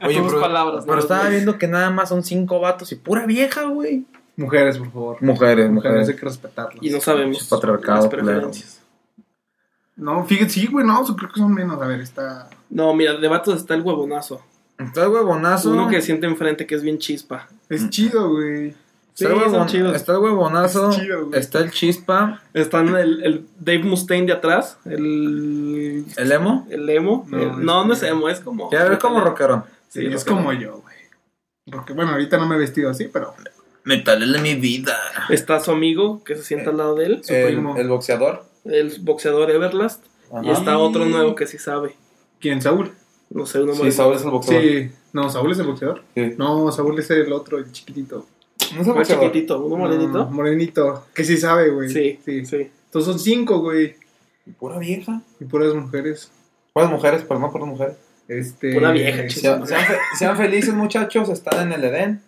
[SPEAKER 1] Oye,
[SPEAKER 2] Dos
[SPEAKER 1] pero,
[SPEAKER 2] palabras,
[SPEAKER 1] pero
[SPEAKER 2] ¿no?
[SPEAKER 1] estaba viendo que nada más son cinco vatos y pura vieja, güey.
[SPEAKER 3] Mujeres, por favor.
[SPEAKER 1] Mujeres,
[SPEAKER 3] Mujeres, hay
[SPEAKER 1] mujeres.
[SPEAKER 3] que respetarlas.
[SPEAKER 2] Y no sabemos.
[SPEAKER 1] Pinche patriarcado,
[SPEAKER 2] las
[SPEAKER 1] claro.
[SPEAKER 2] preferencias.
[SPEAKER 3] No, fíjate, sí, güey, no, creo que son menos. A ver, está.
[SPEAKER 2] No, mira, de vatos está el huevonazo.
[SPEAKER 1] Está el huevonazo.
[SPEAKER 2] Uno que siente enfrente que es bien chispa.
[SPEAKER 3] Es chido, güey.
[SPEAKER 2] Sí,
[SPEAKER 1] está, el
[SPEAKER 2] son
[SPEAKER 1] huevon-
[SPEAKER 2] chidos.
[SPEAKER 1] está el huevonazo.
[SPEAKER 3] Es chido, güey.
[SPEAKER 1] está el chispa.
[SPEAKER 2] Están el, el Dave Mustaine de atrás, el,
[SPEAKER 1] El emo.
[SPEAKER 2] el emo.
[SPEAKER 3] No,
[SPEAKER 2] El- No,
[SPEAKER 3] es-
[SPEAKER 2] no, es emo, es como...
[SPEAKER 1] Ya ves como rockerón.
[SPEAKER 3] Sí, es
[SPEAKER 2] rockero.
[SPEAKER 3] como yo, güey. Porque, bueno, ahorita no me he vestido así, pero.
[SPEAKER 1] Metal de mi vida.
[SPEAKER 2] Está su amigo que se sienta al lado de él,
[SPEAKER 3] Su
[SPEAKER 1] El,
[SPEAKER 3] primo.
[SPEAKER 1] el boxeador.
[SPEAKER 2] el boxeador Everlast. Y
[SPEAKER 1] Ajá.
[SPEAKER 2] está otro nuevo que sí sabe.
[SPEAKER 3] ¿Quién? ¿Saúl?
[SPEAKER 2] No sé, uno
[SPEAKER 1] Sí,
[SPEAKER 2] más.
[SPEAKER 1] Saúl es el boxeador.
[SPEAKER 3] Sí. No, ¿Saúl es el boxeador?
[SPEAKER 1] Sí.
[SPEAKER 3] No, Saúl es el otro, el chiquitito.
[SPEAKER 1] No es el
[SPEAKER 2] Más
[SPEAKER 1] boxeador.
[SPEAKER 2] chiquitito, uno morenito.
[SPEAKER 3] No, morenito. Que sí sabe, Ah, güey.
[SPEAKER 2] Sí,
[SPEAKER 3] sí.
[SPEAKER 2] sí.
[SPEAKER 3] Entonces son cinco, güey.
[SPEAKER 1] Pura vieja.
[SPEAKER 3] Y puras mujeres.
[SPEAKER 1] Puras mujeres, pero no puras mujeres.
[SPEAKER 3] Este.
[SPEAKER 2] Pura vieja,
[SPEAKER 3] sí.
[SPEAKER 2] chica.
[SPEAKER 1] Sean, sean fe- sean felices, muchachos. Están en el Edén.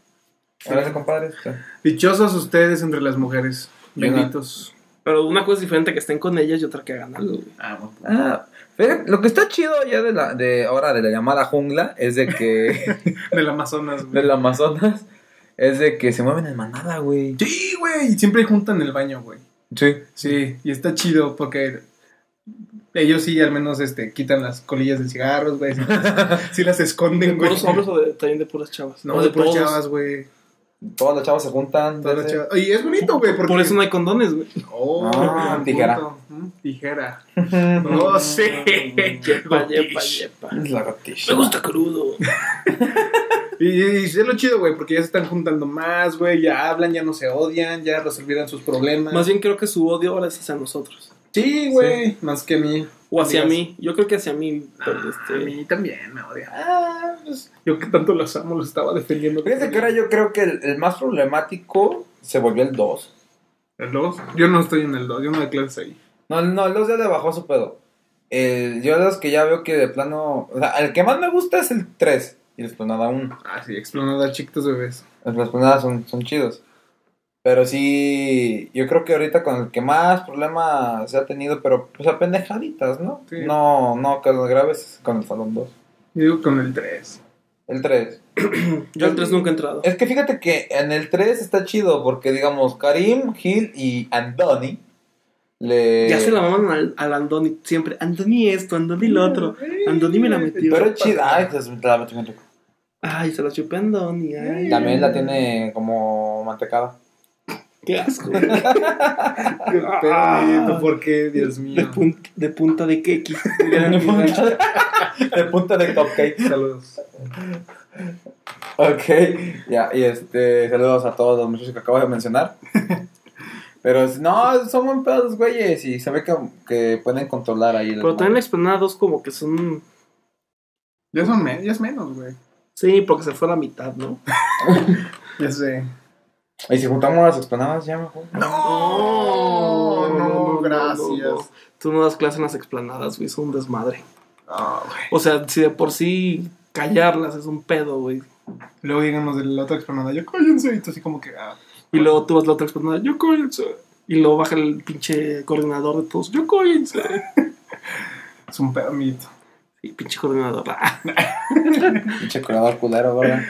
[SPEAKER 1] Gracias, compadres. Sí.
[SPEAKER 3] Dichosos ustedes entre las mujeres.
[SPEAKER 1] Venga.
[SPEAKER 3] Benditos.
[SPEAKER 2] Pero una cosa es diferente que estén con ellas y otra que hagan algo. güey.
[SPEAKER 3] Ah, bueno.
[SPEAKER 1] Ah, fíjate, lo que está chido ya de la de ahora de la llamada jungla es de que
[SPEAKER 3] Del Amazonas, güey.
[SPEAKER 1] del Amazonas es de que se mueven en manada, güey.
[SPEAKER 3] Sí, güey. Y siempre juntan el baño, güey.
[SPEAKER 1] Sí.
[SPEAKER 3] Sí, y está chido porque ellos sí al menos este quitan las colillas de cigarros, güey. Sí, las- sí las
[SPEAKER 2] ¿De
[SPEAKER 3] esconden, güey.
[SPEAKER 2] puros hombres o de, también de puras chavas?
[SPEAKER 3] No,
[SPEAKER 2] ¿O
[SPEAKER 3] de, puras
[SPEAKER 2] todos?
[SPEAKER 3] chavas, güey.
[SPEAKER 1] Todas las chavas se juntan.
[SPEAKER 3] Todas las
[SPEAKER 1] desde-
[SPEAKER 3] chavas. Y es bonito, güey, porque
[SPEAKER 2] Por eso no hay condones, güey.
[SPEAKER 3] Oh,
[SPEAKER 1] Ah,
[SPEAKER 3] buen
[SPEAKER 1] tijera.
[SPEAKER 3] punto. Mm, Tijera. No sé.
[SPEAKER 2] Yepa, yepa, yepa.
[SPEAKER 1] Es la gatilla.
[SPEAKER 2] Me gusta crudo.
[SPEAKER 3] Y, y es lo chido, güey, porque ya se están juntando más, güey, ya hablan, ya no se odian, ya resolvieron sus problemas.
[SPEAKER 2] Más bien creo que su odio ahora es hacia nosotros.
[SPEAKER 3] sí, güey, más que a mí.
[SPEAKER 2] O hacia
[SPEAKER 3] Digas.
[SPEAKER 2] mí. Yo creo que hacia mí. pero, este,
[SPEAKER 3] A mí también me odia. Ah, pues, yo que tanto los amo, los estaba defendiendo.
[SPEAKER 1] Fíjense que ahora yo creo que el, el más problemático se volvió el 2.
[SPEAKER 3] ¿El 2? Yo no estoy en el 2, yo no declaro ahí.
[SPEAKER 1] No, no, el 2 ya le bajó su pedo. El, yo los que ya veo que de plano. O sea, el que más me gusta es el 3 y la esplanada 1.
[SPEAKER 3] Ah, sí, explanada chiquitos bebés.
[SPEAKER 1] Las planadas son, son chidos. Pero sí, yo creo que ahorita con el que más problemas se ha tenido, pero pues a pendejaditas, ¿no?
[SPEAKER 3] Sí.
[SPEAKER 1] No, no, que los graves con el salón 2.
[SPEAKER 3] Yo digo con el 3.
[SPEAKER 1] El 3.
[SPEAKER 2] Yo al 3 nunca he entrado.
[SPEAKER 1] Es que fíjate que en el 3 está chido, porque digamos, Karim, Gil y Andoni
[SPEAKER 3] Eh,
[SPEAKER 1] le...
[SPEAKER 2] Ya se la maman al, al Andoni siempre. Andoni esto, Andoni lo otro. Andoni me la metió.
[SPEAKER 1] Pero es chida, ay, se la metí bien rico.
[SPEAKER 2] Ay, se la chupé a Andoni. Ay,
[SPEAKER 1] También la tiene como mantecada.
[SPEAKER 2] qué asco.
[SPEAKER 3] Qué perrito, ¿por qué? Dios
[SPEAKER 2] De,
[SPEAKER 3] mío.
[SPEAKER 2] pun- de punta de keki.
[SPEAKER 1] De punta de cupcake.
[SPEAKER 3] Saludos.
[SPEAKER 1] Ok, ya, y este, saludos a todos los muchachos que acabo de mencionar. Pero si- no, son buen pedo los güeyes y se ve que, que pueden controlar ahí. las
[SPEAKER 2] Pero también la
[SPEAKER 1] manos.
[SPEAKER 2] explanada 2 como que son...
[SPEAKER 3] Ya son me- ya es menos, güey.
[SPEAKER 2] Sí, porque se fue a la mitad, ¿no?
[SPEAKER 3] Ya sé.
[SPEAKER 1] Y si juntamos las explanadas, ya mejor.
[SPEAKER 3] No, no,
[SPEAKER 2] no, no.
[SPEAKER 3] gracias.
[SPEAKER 2] Tú no das clase en las explanadas, güey, son un desmadre.
[SPEAKER 3] Ah, güey.
[SPEAKER 2] O sea, si de por sí callarlas es un pedo, güey.
[SPEAKER 3] Luego llegan los de la otra explanada. Yo cállense. Y tú así como que. Ah,
[SPEAKER 2] Y luego tú vas a la otra explanada, yo cóyense. Y luego baja el pinche coordinador de todos, yo cóyense.
[SPEAKER 3] es un pedamito.
[SPEAKER 2] Y pinche coordinador, ah,
[SPEAKER 1] Pinche curador culero, ¿verdad?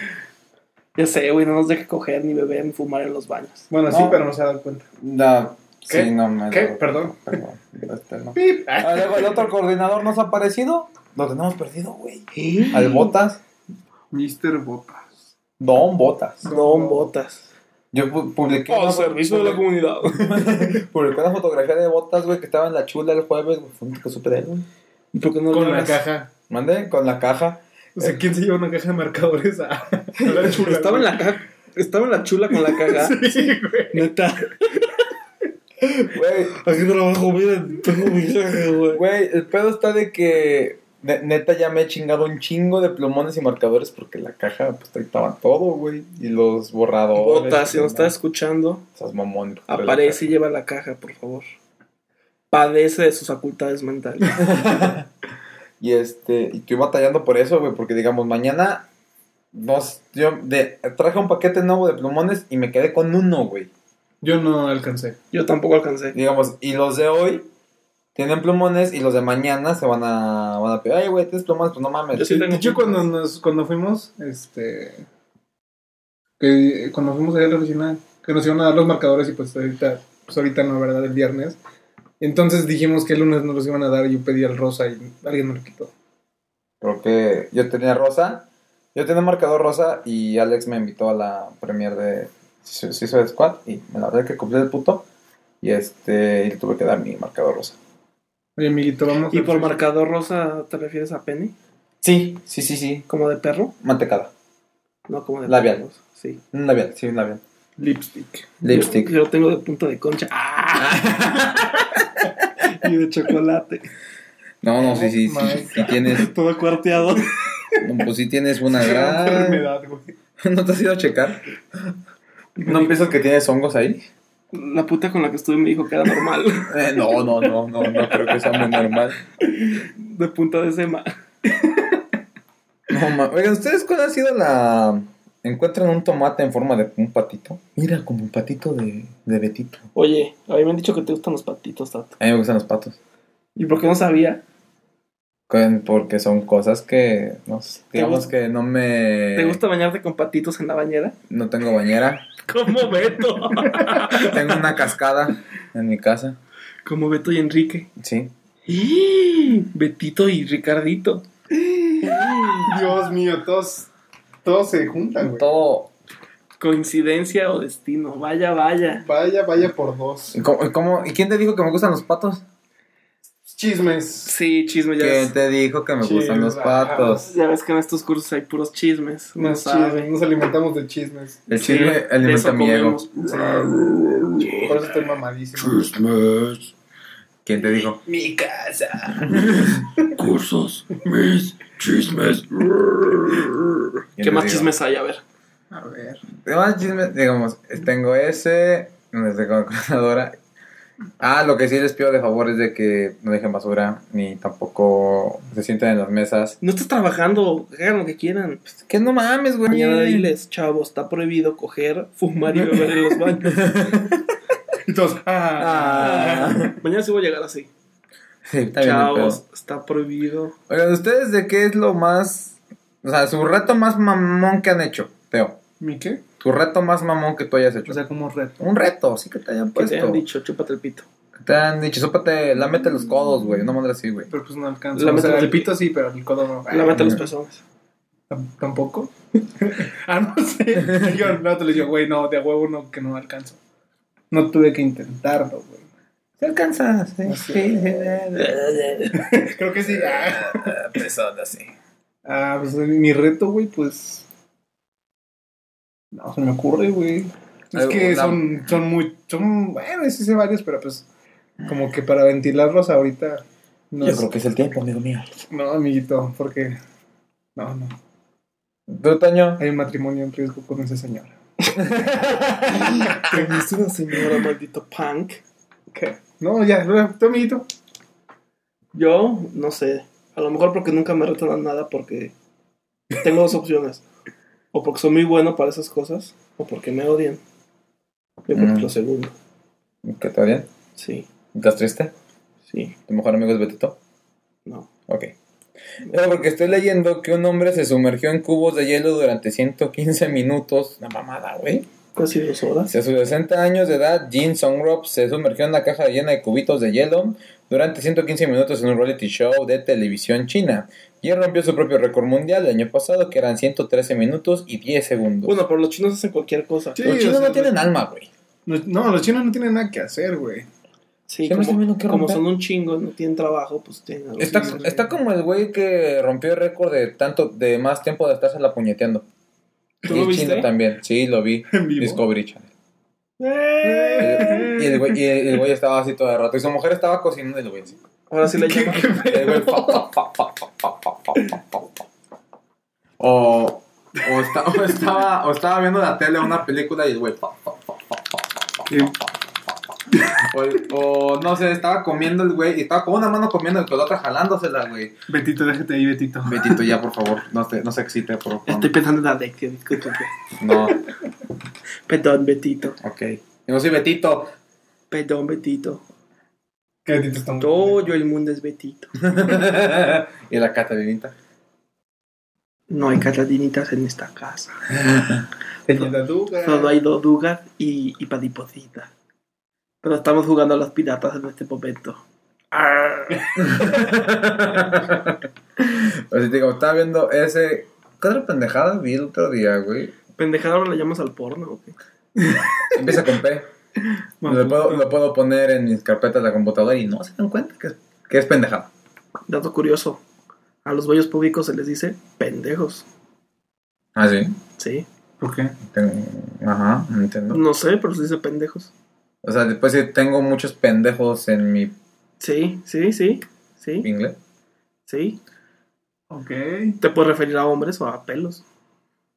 [SPEAKER 2] ya sé, güey, no nos deja coger ni beber ni fumar en los baños.
[SPEAKER 3] Bueno, sí,
[SPEAKER 1] No.
[SPEAKER 3] pero no se ha dado cuenta.
[SPEAKER 1] No,
[SPEAKER 3] ¿Qué?
[SPEAKER 1] sí, no
[SPEAKER 2] Ah,
[SPEAKER 1] me.
[SPEAKER 3] ¿Qué? Perdón.
[SPEAKER 1] Perdón, este, no.
[SPEAKER 3] Pip.
[SPEAKER 1] Ah, luego el otro coordinador nos ha aparecido. Lo tenemos perdido, güey. Al
[SPEAKER 2] botas.
[SPEAKER 1] Botas.
[SPEAKER 3] Mister Botas.
[SPEAKER 1] Don Botas.
[SPEAKER 2] No, botas.
[SPEAKER 1] Yo pu- publiqué.
[SPEAKER 2] Al
[SPEAKER 1] una-
[SPEAKER 2] servicio de la comunidad.
[SPEAKER 1] Publiqué una fotografía de Botas, güey, que estaba en la chula el jueves, güey. Fue un que supe de él, güey.
[SPEAKER 2] ¿Y por qué no
[SPEAKER 3] Con
[SPEAKER 2] lo
[SPEAKER 3] la
[SPEAKER 2] hagas?
[SPEAKER 3] caja.
[SPEAKER 1] Mandé con la caja.
[SPEAKER 3] O sea, ¿quién se lleva una caja de marcadores a, a la chula?
[SPEAKER 2] Estaba en
[SPEAKER 3] güey?
[SPEAKER 2] la caja. Estaba en la chula con la caja.
[SPEAKER 3] Sí, güey.
[SPEAKER 2] Neta.
[SPEAKER 1] Güey,
[SPEAKER 2] Aquí trabajo, miren. Tengo mi caja, güey.
[SPEAKER 1] Güey, el pedo está de que ne- neta ya me he chingado un chingo de plumones y marcadores porque la caja pues estaba todo, güey. Y los borradores.
[SPEAKER 2] Botas, si
[SPEAKER 1] no
[SPEAKER 3] este
[SPEAKER 2] nos estás escuchando,
[SPEAKER 1] Estás mamón. hijo de la
[SPEAKER 2] aparece y lleva la caja, por favor. Padece de sus facultades mentales.
[SPEAKER 1] caja. Y este, y estoy batallando por eso, güey, porque digamos, mañana nos, yo de, traje un paquete nuevo de plumones y me quedé con uno, güey.
[SPEAKER 3] Yo no alcancé.
[SPEAKER 2] Yo tampoco alcancé.
[SPEAKER 1] Digamos, y los de hoy tienen plumones y los de mañana se van a, van a pedir, ay, güey, tienes plumones, pues no mames.
[SPEAKER 2] Yo sí
[SPEAKER 3] Sí,
[SPEAKER 2] tengo
[SPEAKER 3] de hecho,
[SPEAKER 2] puntos.
[SPEAKER 3] cuando, nos, cuando fuimos, este. Que, cuando fuimos allá a la oficina, que nos iban a dar los marcadores y pues ahorita, pues ahorita no, ¿verdad? El viernes. Entonces dijimos que el lunes nos los iban a dar y yo pedí el rosa y alguien me lo quitó.
[SPEAKER 1] Creo que yo tenía rosa. Yo tenía marcador rosa y Alex me invitó a la premier de Suicide Squad y me la verdad que cumplí el puto. Y este, y le tuve que dar mi marcador rosa.
[SPEAKER 3] Oye, amiguito, vamos.
[SPEAKER 2] ¿Y
[SPEAKER 3] al-
[SPEAKER 2] por marcador rosa te refieres a Penny?
[SPEAKER 1] Sí, sí, sí, sí.
[SPEAKER 2] ¿Como de perro?
[SPEAKER 1] Mantecada.
[SPEAKER 2] No, como de
[SPEAKER 1] Labial.
[SPEAKER 2] perro rosa, Sí.
[SPEAKER 1] Un labial, sí, un labial.
[SPEAKER 3] Lipstick.
[SPEAKER 1] Lipstick.
[SPEAKER 2] Yo, yo tengo de punta de concha. ¡Ah! y de chocolate.
[SPEAKER 1] No, no, sí, sí, sí.
[SPEAKER 3] My
[SPEAKER 1] sí tienes,
[SPEAKER 2] Todo cuarteado.
[SPEAKER 1] no, pues sí tienes una
[SPEAKER 3] Gran
[SPEAKER 1] gran.
[SPEAKER 3] enfermedad, güey.
[SPEAKER 1] ¿No te has ido a checar? ¿No piensas que tienes hongos ahí?
[SPEAKER 2] La puta con la que estuve me dijo que era normal.
[SPEAKER 1] Eh, no, no, no, no, no creo que sea muy normal.
[SPEAKER 2] De punta de sema.
[SPEAKER 1] No, ma- Oigan, ¿ustedes cuál ha sido la... Encuentran un tomate en forma de un patito?
[SPEAKER 5] Mira, como un patito de, de Betito.
[SPEAKER 2] Oye, a mí me han dicho que te gustan los patitos, Tato.
[SPEAKER 1] A mí me gustan los patos.
[SPEAKER 2] ¿Y por qué no sabía?
[SPEAKER 1] Con- Porque son cosas que, no sé,
[SPEAKER 2] ¿Te
[SPEAKER 1] digamos
[SPEAKER 2] gusta?
[SPEAKER 1] que no me...
[SPEAKER 2] ¿Te gusta bañarte con patitos en la bañera?
[SPEAKER 1] No tengo bañera.
[SPEAKER 2] Como Beto.
[SPEAKER 1] tengo una cascada en mi casa.
[SPEAKER 2] Como Beto y Enrique.
[SPEAKER 1] Sí.
[SPEAKER 2] Betito y Ricardito.
[SPEAKER 3] Dios mío, todos, todos se
[SPEAKER 2] Ah,
[SPEAKER 3] juntan, güey.
[SPEAKER 1] Todo...
[SPEAKER 2] Coincidencia o destino. Vaya, vaya.
[SPEAKER 3] Vaya, vaya por dos.
[SPEAKER 1] ¿Y cómo, y cómo- y quién te dijo que me gustan los patos?
[SPEAKER 3] Chismes.
[SPEAKER 2] Sí, chisme. Ya,
[SPEAKER 1] ¿Quién
[SPEAKER 2] ves,
[SPEAKER 1] te dijo que me gustan los
[SPEAKER 2] ah,
[SPEAKER 3] Chivas.
[SPEAKER 1] patos?
[SPEAKER 2] ya ves que en estos cursos hay puros chismes. No
[SPEAKER 3] Nos,
[SPEAKER 2] saben.
[SPEAKER 3] chismes, nos alimentamos de chismes.
[SPEAKER 1] El
[SPEAKER 2] Sí,
[SPEAKER 1] chisme
[SPEAKER 2] de
[SPEAKER 1] alimenta
[SPEAKER 2] eso
[SPEAKER 1] mi ego.
[SPEAKER 2] comemos.
[SPEAKER 3] Por eso estoy mamadísimo.
[SPEAKER 4] Chismes,
[SPEAKER 1] ¿Quién te dijo?
[SPEAKER 3] Mi casa.
[SPEAKER 4] cursos, mis chismes.
[SPEAKER 1] ¿Quién
[SPEAKER 2] ¿Qué
[SPEAKER 1] te
[SPEAKER 2] más
[SPEAKER 1] dijo?
[SPEAKER 2] chismes hay? A ver.
[SPEAKER 3] A ver.
[SPEAKER 1] Además, chisme, digamos, tengo ese, desde con la coordinadora, Ah, lo que sí les pido de favor es de que no dejen basura ni tampoco se sienten en las mesas.
[SPEAKER 2] No estás trabajando, hagan lo que quieran.
[SPEAKER 1] Que no mames, güey.
[SPEAKER 2] Mañana diles, chavo, está prohibido coger, fumar y beber en los baños.
[SPEAKER 4] Y todos, ah,
[SPEAKER 1] Ah.
[SPEAKER 2] Mañana sí voy a llegar así.
[SPEAKER 1] Sí, está bien el pedo.
[SPEAKER 2] Chavos, está prohibido.
[SPEAKER 1] Oigan, ¿ustedes de qué es lo más. O sea, su reto más mamón que han hecho, Teo?
[SPEAKER 4] ¿mi qué?
[SPEAKER 1] Tu reto más mamón que tú hayas hecho.
[SPEAKER 4] O sea, como reto.
[SPEAKER 1] un reto, sí que te hayan
[SPEAKER 2] ¿Qué
[SPEAKER 1] puesto.
[SPEAKER 2] te han dicho? Chúpate el pito.
[SPEAKER 1] Que te han dicho, sópate, lámete los codos, güey. Una madre así, güey.
[SPEAKER 4] Pero pues no alcanza.
[SPEAKER 2] La
[SPEAKER 4] o sea,
[SPEAKER 2] meta-
[SPEAKER 4] el pito sí, pero el codo no.
[SPEAKER 2] Lávate los pezones.
[SPEAKER 4] Tam- Tampoco. ah, no sé. Yo al rato le digo, güey, no, de a huevo no, que no alcanzo. No tuve que intentarlo, güey.
[SPEAKER 1] Se alcanza. Sí, sí,
[SPEAKER 4] Creo que sí. Ah,
[SPEAKER 1] sí.
[SPEAKER 4] Ah, pues mi reto, güey, pues. No, se me ocurre, güey. Es
[SPEAKER 1] Algo-
[SPEAKER 4] que
[SPEAKER 1] una-
[SPEAKER 4] son, son muy. Son, bueno, sí sé varios, pero pues. Como que para ventilarlos ahorita. No,
[SPEAKER 1] Pues
[SPEAKER 4] es-
[SPEAKER 5] que el tiempo, amigo mío.
[SPEAKER 4] no amiguito, porque. No, no.
[SPEAKER 1] ¿Tú, Toño?
[SPEAKER 4] Hay un matrimonio en riesgo con ese señor.
[SPEAKER 2] Te viste una señora, maldito punk.
[SPEAKER 4] ¿Qué? No, ya, no, tú, amiguito.
[SPEAKER 2] Yo, no sé. A lo mejor porque nunca me retan a nada porque tengo dos opciones. O porque soy muy bueno para esas cosas, o porque me odian. Yo creo
[SPEAKER 1] Mm.
[SPEAKER 2] que lo segundo.
[SPEAKER 1] ¿Qué te bien?
[SPEAKER 2] Sí,
[SPEAKER 1] ¿Estás triste?
[SPEAKER 2] sí,
[SPEAKER 1] ¿Tu mejor amigo es Betito?
[SPEAKER 2] no.
[SPEAKER 1] Ok. No, porque estoy leyendo que un hombre se sumergió en cubos de hielo durante 115 minutos. Una mamada, güey.
[SPEAKER 2] Casi dos horas.
[SPEAKER 1] Hacia sus 60 años de edad, Gene Songrove se sumergió en una caja llena de cubitos de hielo durante 115 minutos en un reality show de televisión china. Y él rompió su propio récord mundial el año pasado, que eran 113 minutos y 10 segundos.
[SPEAKER 2] Bueno, pero los chinos hacen cualquier cosa.
[SPEAKER 4] Sí,
[SPEAKER 1] los chinos
[SPEAKER 4] o sea,
[SPEAKER 1] no tienen alma, güey.
[SPEAKER 4] No, no, los chinos no tienen nada que hacer, güey.
[SPEAKER 2] Sí,
[SPEAKER 1] Siempre están
[SPEAKER 2] como,
[SPEAKER 1] viendo qué
[SPEAKER 2] como
[SPEAKER 1] romper.
[SPEAKER 2] son un chingo, no tienen trabajo, pues tienen algo.
[SPEAKER 1] Está,
[SPEAKER 2] que hacer.
[SPEAKER 1] está como el güey que rompió el récord de tanto de más tiempo de estarse la puñeteando.
[SPEAKER 2] ¿Tú
[SPEAKER 1] y
[SPEAKER 2] lo
[SPEAKER 1] es chino
[SPEAKER 2] viste?
[SPEAKER 1] también. Sí, lo vi.
[SPEAKER 4] En vivo.
[SPEAKER 1] Discovery Channel.
[SPEAKER 2] ¡Eh!
[SPEAKER 1] Y el güey, y el- el güey estaba así todo el rato. Y su mujer estaba cocinando y el güey así.
[SPEAKER 2] Ahora sí le llaman.
[SPEAKER 1] El güey, pa, pa, pa, pa, pa, pa, pa, pa, pa, pa, pa. O, o, esta- o estaba, o estaba viendo la tele una película y el güey. pa, pa, pa, pa, pa, pa,
[SPEAKER 4] Sí.
[SPEAKER 1] pa, pa, pa. O, el- o no sé, estaba comiendo el güey y estaba con una mano comiendo y con la otra jalándosela, güey.
[SPEAKER 4] Betito, déjate ahí, Betito.
[SPEAKER 1] Betito, ya, por favor, no, te, no se excite, por
[SPEAKER 2] Estoy
[SPEAKER 1] favor.
[SPEAKER 2] pensando en la lección, discúlpame.
[SPEAKER 1] No,
[SPEAKER 2] Perdón, Betito.
[SPEAKER 1] ok. Yo no soy Betito.
[SPEAKER 2] Perdón, Betito.
[SPEAKER 4] Que Betito está muy-
[SPEAKER 2] Todo el mundo es Betito.
[SPEAKER 1] y la Catalinita.
[SPEAKER 2] No hay catalinitas en esta casa.
[SPEAKER 4] Señora Duga.
[SPEAKER 2] Solo hay dos dugas y, y padipocita. Pero estamos jugando a los piratas en este momento.
[SPEAKER 1] O sea, Pues te digo, estaba viendo ese. ¿Qué otra pendejada vi el otro día, güey?
[SPEAKER 2] Pendejada ahora le llamas al porno, ¿o qué?
[SPEAKER 1] Empieza con P. Lo puedo, lo puedo poner en mis carpetas de la computadora y no se dan cuenta que es, que es pendejada.
[SPEAKER 2] Dato curioso. A los bellos públicos se les dice pendejos.
[SPEAKER 1] Ah, sí.
[SPEAKER 2] Sí.
[SPEAKER 4] ¿Por qué?
[SPEAKER 1] Ten- Ajá, entiendo.
[SPEAKER 2] No sé, pero se dice pendejos.
[SPEAKER 1] O sea, después sí tengo muchos pendejos en mi
[SPEAKER 2] Sí, sí, sí. Sí,
[SPEAKER 1] inglés.
[SPEAKER 2] sí.
[SPEAKER 4] Ok.
[SPEAKER 2] Te puedes referir a hombres o a pelos.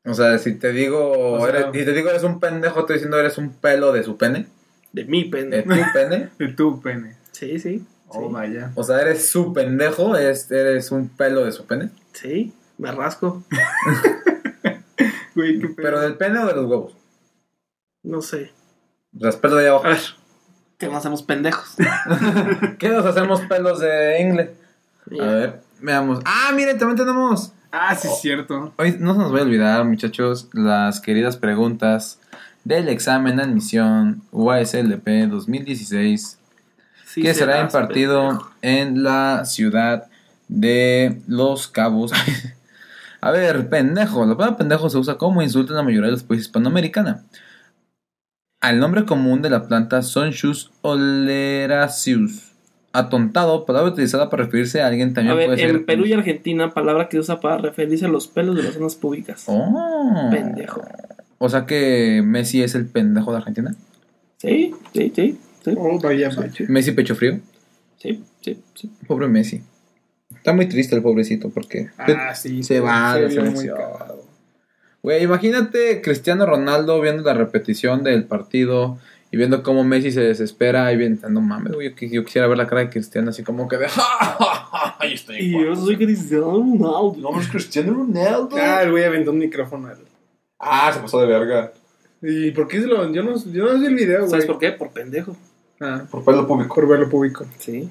[SPEAKER 1] O sea, si te digo,
[SPEAKER 4] O sea-
[SPEAKER 1] eres, si te digo eres un pendejo, estoy diciendo eres un pelo de su pene,
[SPEAKER 2] De mi
[SPEAKER 1] de
[SPEAKER 2] pene.
[SPEAKER 1] tu pene.
[SPEAKER 4] De tu pene.
[SPEAKER 2] Sí, sí.
[SPEAKER 4] Oh,
[SPEAKER 2] Sí.
[SPEAKER 4] vaya.
[SPEAKER 1] O sea, eres su pendejo, es- eres un pelo de su pene.
[SPEAKER 2] Sí. Me rasco.
[SPEAKER 4] Güey, qué pedo.
[SPEAKER 1] Pero del pene o de los huevos.
[SPEAKER 2] No sé.
[SPEAKER 1] O sea, es pelo de abajo.
[SPEAKER 2] A ver. ¿Qué más hacemos pendejos?
[SPEAKER 1] ¿Qué nos hacemos pelos de inglés? A ver, veamos. Ah, miren, también tenemos.
[SPEAKER 4] Ah, sí, es cierto.
[SPEAKER 1] Hoy no se nos va a olvidar, muchachos, las queridas preguntas del examen de admisión UASLP 2016
[SPEAKER 2] Sí
[SPEAKER 1] que será
[SPEAKER 2] serás
[SPEAKER 1] impartido
[SPEAKER 2] pendejo.
[SPEAKER 1] en la ciudad de Los Cabos. a ver, pendejo. La palabra pendejo se usa como insulto en la mayoría de los países hispanoamericanos. Al nombre común de la planta Sonchus oleraceus. Atontado, palabra utilizada para referirse a alguien también
[SPEAKER 2] A ver,
[SPEAKER 1] puede ser.
[SPEAKER 2] en Perú y Argentina, palabra que usa para referirse a los pelos de las zonas públicas.
[SPEAKER 1] Oh.
[SPEAKER 2] Pendejo.
[SPEAKER 1] O sea que Messi es el pendejo de Argentina.
[SPEAKER 2] Sí, sí, sí, sí.
[SPEAKER 4] Oh, vaya, vaya.
[SPEAKER 1] Messi pecho frío.
[SPEAKER 2] Sí, sí, sí.
[SPEAKER 1] Pobre Messi. Está muy triste el pobrecito porque.
[SPEAKER 4] Ah, sí.
[SPEAKER 1] Se va de
[SPEAKER 4] vio muy
[SPEAKER 1] selección.
[SPEAKER 4] cagado.
[SPEAKER 1] Güey, imagínate Cristiano Ronaldo viendo la repetición del partido Y viendo cómo Messi se desespera y viendo, no mames, güey, yo, qui- yo quisiera ver la cara de Cristiano así como que de... "Ah". Ahí estoy.
[SPEAKER 2] Y
[SPEAKER 1] guapo".
[SPEAKER 2] yo soy Cristiano Ronaldo.
[SPEAKER 1] No, es Cristiano Ronaldo.
[SPEAKER 3] Ah, el güey aventó un micrófono. al-
[SPEAKER 1] Ah, se pasó de verga.
[SPEAKER 3] ¿Y por qué se lo.? Yo no, yo no sé el video, güey.
[SPEAKER 2] ¿Sabes por qué? Por pendejo.
[SPEAKER 3] Ah,
[SPEAKER 1] Por pelo público.
[SPEAKER 3] por verlo público.
[SPEAKER 2] Sí.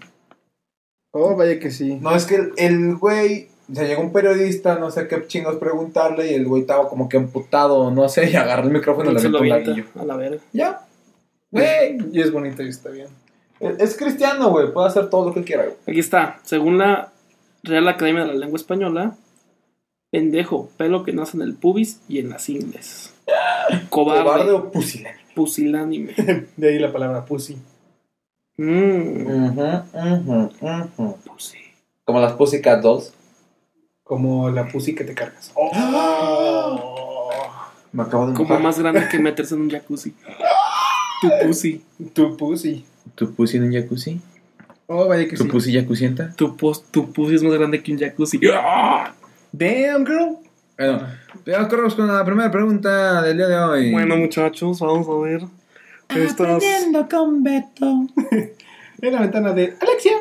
[SPEAKER 3] Oh, vaya que sí.
[SPEAKER 1] No, es que el- el güey, se llegó un periodista, no sé qué chingos preguntarle, y el güey estaba como que amputado, no sé, y agarró el micrófono y le aventó
[SPEAKER 2] Entonces lo
[SPEAKER 1] un
[SPEAKER 2] avienta
[SPEAKER 1] ladrillo.
[SPEAKER 2] a la verga.
[SPEAKER 1] Ya. Güey,
[SPEAKER 3] Y es bonito y está bien.
[SPEAKER 1] es es cristiano, güey, puede hacer todo lo que quiera, güey.
[SPEAKER 2] Aquí está. Según la Real Academia de la Lengua Española, pendejo, pelo que nace en el pubis y en las ingles. Cobarde,
[SPEAKER 1] Cobarde o pusilánime.
[SPEAKER 2] pusilánime.
[SPEAKER 3] De ahí la palabra pussy.
[SPEAKER 2] Mm, pues pussy.
[SPEAKER 1] Como las Pussycat Dolls.
[SPEAKER 3] Como la pussy que te cargas.
[SPEAKER 1] Me acabo de
[SPEAKER 2] Como más grande que meterse en un jacuzzi. Tu pussy.
[SPEAKER 3] Tu pussy.
[SPEAKER 1] ¿Tu pussy en un jacuzzi?
[SPEAKER 3] Oh, vaya que
[SPEAKER 1] ¿Tu
[SPEAKER 3] sí.
[SPEAKER 1] pussy jacuzzienta?
[SPEAKER 2] Tu, pos- tu pussy es más grande que un jacuzzi.
[SPEAKER 3] Damn, girl.
[SPEAKER 1] Bueno, ya corremos con la primera pregunta del día de hoy.
[SPEAKER 2] Bueno, muchachos, vamos a ver.
[SPEAKER 1] Ah,
[SPEAKER 2] Estas...
[SPEAKER 1] con Beto.
[SPEAKER 3] En la ventana de Alexia.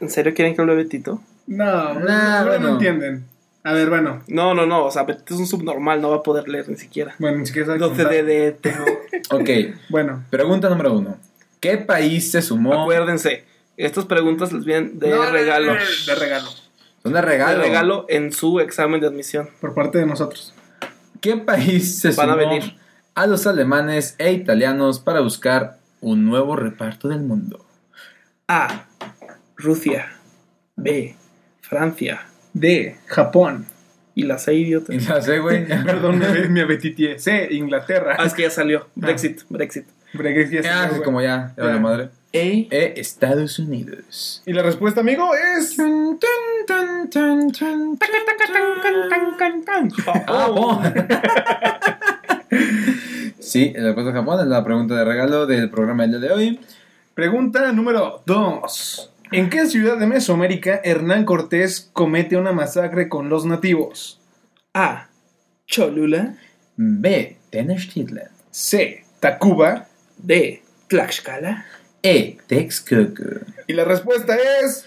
[SPEAKER 2] ¿En serio quieren que hable Betito?
[SPEAKER 3] No,
[SPEAKER 1] Nah,
[SPEAKER 3] no,
[SPEAKER 1] bueno.
[SPEAKER 3] no entienden. A ver, bueno.
[SPEAKER 2] No, no, no. O sea, Betito es un subnormal, no va a poder leer ni siquiera.
[SPEAKER 3] Bueno, ni siquiera sabe
[SPEAKER 2] No te
[SPEAKER 3] contar.
[SPEAKER 2] de, de- te-
[SPEAKER 1] Ok.
[SPEAKER 3] Bueno.
[SPEAKER 1] Pregunta número uno. ¿Qué país se sumó?
[SPEAKER 2] Acuérdense, estas preguntas les vienen de
[SPEAKER 3] No, no,
[SPEAKER 2] regalo.
[SPEAKER 3] no, no, no, De regalo.
[SPEAKER 1] Son de regalo.
[SPEAKER 2] De regalo en su examen de admisión.
[SPEAKER 3] Por parte de nosotros.
[SPEAKER 1] ¿Qué país se
[SPEAKER 2] Van a
[SPEAKER 1] sumó
[SPEAKER 2] venir.
[SPEAKER 1] a los alemanes e italianos para buscar un nuevo reparto del mundo?
[SPEAKER 2] A. Rusia. B. Francia.
[SPEAKER 3] De Japón.
[SPEAKER 2] Y las hay idiotas.
[SPEAKER 1] Y ya sé, güey.
[SPEAKER 3] Perdón, me, me apetitié. C.
[SPEAKER 2] Ah,
[SPEAKER 3] Inglaterra.
[SPEAKER 2] es que ya salió. Brexit, Brexit.
[SPEAKER 3] Brexit,
[SPEAKER 1] Ya,
[SPEAKER 3] güey.
[SPEAKER 1] como ya, ya valió
[SPEAKER 3] Ya.
[SPEAKER 1] madre.
[SPEAKER 2] E.
[SPEAKER 1] E, Estados Unidos.
[SPEAKER 3] Y la respuesta, amigo, es.
[SPEAKER 1] Tun, tun, tun, tun, tun, tun, tun. Ah,
[SPEAKER 2] Oh,
[SPEAKER 1] Japón. sí, la respuesta de Japón es la pregunta de regalo del programa del día de hoy.
[SPEAKER 3] Pregunta número 2. ¿En qué ciudad de Mesoamérica Hernán Cortés comete una masacre con los nativos?
[SPEAKER 2] A. Cholula.
[SPEAKER 1] B, Tenochtitlan.
[SPEAKER 3] C. Tacuba.
[SPEAKER 2] B. Tlaxcala.
[SPEAKER 1] E, Texcoco.
[SPEAKER 3] Y la respuesta es.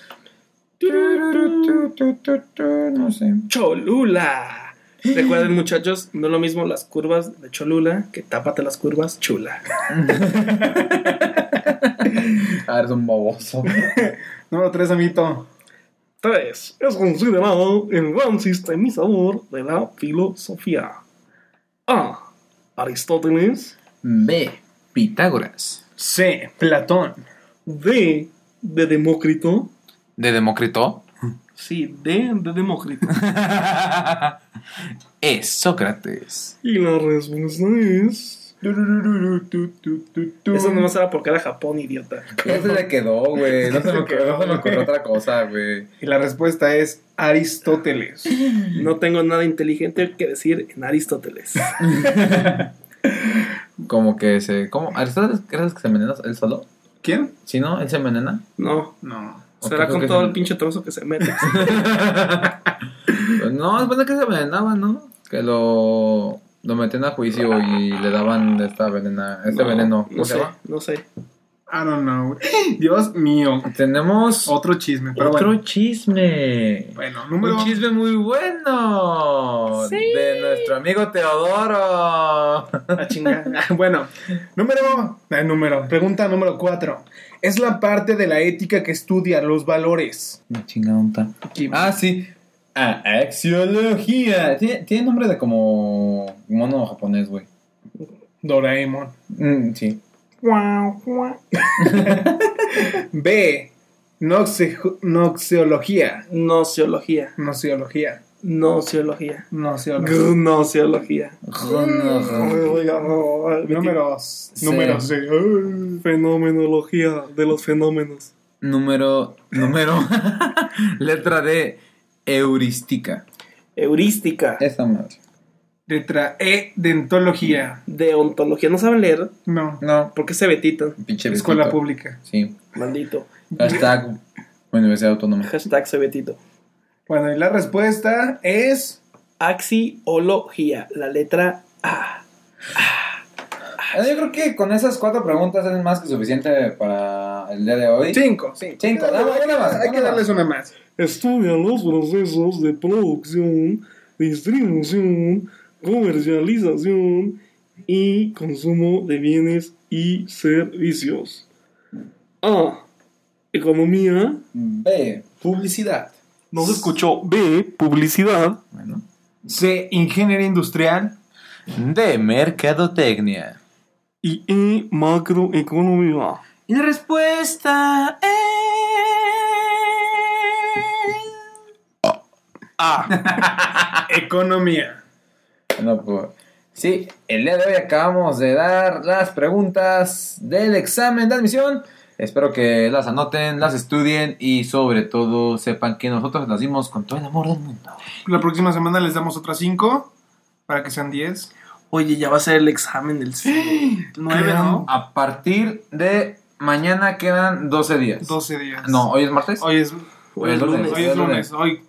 [SPEAKER 1] No sé.
[SPEAKER 2] Cholula. Recuerden muchachos, no es lo mismo las curvas de Cholula que tápate las curvas chula.
[SPEAKER 1] Ah, eres un boboso.
[SPEAKER 3] Número 3, amito.
[SPEAKER 2] 3. Es considerado el gran sistemizador de la filosofía. A. Aristóteles.
[SPEAKER 1] B. Pitágoras.
[SPEAKER 3] C. Platón.
[SPEAKER 2] D. De Demócrito.
[SPEAKER 1] ¿De Demócrito?
[SPEAKER 2] Sí, D. De Demócrito.
[SPEAKER 1] e. Sócrates.
[SPEAKER 2] y la respuesta es... Eso nomás era porque era Japón, idiota.
[SPEAKER 1] Ya se le quedó, güey. No se me
[SPEAKER 3] Se
[SPEAKER 1] ocurrió,
[SPEAKER 3] quedó,
[SPEAKER 1] no se me ocurrió
[SPEAKER 3] güey.
[SPEAKER 1] otra cosa, güey.
[SPEAKER 3] Y la respuesta es Aristóteles.
[SPEAKER 2] No tengo nada inteligente que decir en Aristóteles.
[SPEAKER 1] Como que se. ¿Cómo? ¿Aristóteles crees que se envenena él solo?
[SPEAKER 3] ¿Quién?
[SPEAKER 1] Si no, él se envenena.
[SPEAKER 2] No.
[SPEAKER 3] No.
[SPEAKER 2] Será
[SPEAKER 1] Ok,
[SPEAKER 2] con
[SPEAKER 1] ok,
[SPEAKER 2] todo
[SPEAKER 1] ok.
[SPEAKER 2] el pinche trozo que se mete.
[SPEAKER 1] Pues no, es bueno que se envenenaba, ¿no? Que lo. Lo metían a juicio y le daban esta venena, este
[SPEAKER 2] No,
[SPEAKER 1] veneno. ¿Cómo
[SPEAKER 2] No
[SPEAKER 1] se
[SPEAKER 2] sé,
[SPEAKER 1] llama?
[SPEAKER 2] no sé.
[SPEAKER 3] I don't know. Dios mío.
[SPEAKER 1] Tenemos
[SPEAKER 3] Otro chisme, pero
[SPEAKER 1] otro
[SPEAKER 3] bueno.
[SPEAKER 1] chisme.
[SPEAKER 3] Bueno, número.
[SPEAKER 1] Un chisme muy bueno de nuestro amigo Teodoro.
[SPEAKER 3] Ah, chinga. Ah, bueno, número, eh, número, pregunta número 4. Es la parte de la ética que estudia los valores.
[SPEAKER 1] No chingadonta. Ah, sí. Ah, axiología. Tiene, tiene nombre de como mono japonés, güey.
[SPEAKER 3] Doraemon.
[SPEAKER 1] Mm, sí.
[SPEAKER 3] B. Noxe, noxeología.
[SPEAKER 2] Nociología.
[SPEAKER 3] Noceología.
[SPEAKER 2] Nociología.
[SPEAKER 3] Noceología.
[SPEAKER 2] Gnosiología.
[SPEAKER 6] Ah,
[SPEAKER 3] Números.
[SPEAKER 1] Sí.
[SPEAKER 3] Números. sí. Ay,
[SPEAKER 2] Fenomenología de los fenómenos.
[SPEAKER 1] Número, número. Letra D. Heurística.
[SPEAKER 2] Heurística.
[SPEAKER 1] Esa madre.
[SPEAKER 3] Letra E. Dentología.
[SPEAKER 2] De ontología. No saben leer.
[SPEAKER 3] No.
[SPEAKER 1] No.
[SPEAKER 2] ¿Por qué se betitan?
[SPEAKER 1] Pinche
[SPEAKER 3] Escuela
[SPEAKER 1] besito.
[SPEAKER 3] pública.
[SPEAKER 1] Sí.
[SPEAKER 2] Maldito.
[SPEAKER 1] Hashtag Universidad Autónoma.
[SPEAKER 2] Hashtag se betito.
[SPEAKER 3] Bueno, y la respuesta es.
[SPEAKER 2] Axiología. La letra A.
[SPEAKER 1] Eh, Yo creo que con esas cuatro preguntas es más que suficiente para el día de hoy.
[SPEAKER 3] Cinco, cinco.
[SPEAKER 1] Cinco,
[SPEAKER 7] Hay
[SPEAKER 1] nada más,
[SPEAKER 7] que-
[SPEAKER 1] una más,
[SPEAKER 7] Hay que
[SPEAKER 1] una
[SPEAKER 7] darles una más.
[SPEAKER 6] estudia los procesos de producción, distribución, comercialización y consumo de bienes y servicios. A. Economía.
[SPEAKER 1] B.
[SPEAKER 8] Publicidad.
[SPEAKER 6] No se escuchó. B. Publicidad.
[SPEAKER 8] Bueno.
[SPEAKER 3] C. Ingeniería industrial.
[SPEAKER 8] De mercadotecnia.
[SPEAKER 6] Y E. Macroeconomía.
[SPEAKER 1] Y la respuesta es... Ah.
[SPEAKER 3] Economía.
[SPEAKER 1] No, pues... Sí, el día de hoy acabamos de dar las preguntas del examen de admisión. Espero que las anoten, las estudien y sobre todo sepan que nosotros las dimos con todo el amor del mundo.
[SPEAKER 3] La próxima semana les damos otras cinco para que sean diez.
[SPEAKER 2] Oye, ya va a ser el examen del 9, ¿no?
[SPEAKER 1] A partir de mañana quedan 12 días.
[SPEAKER 3] Doce días.
[SPEAKER 1] No, hoy es martes.
[SPEAKER 3] Hoy es, hoy
[SPEAKER 1] Hoy es lunes.
[SPEAKER 3] es lunes. Hoy,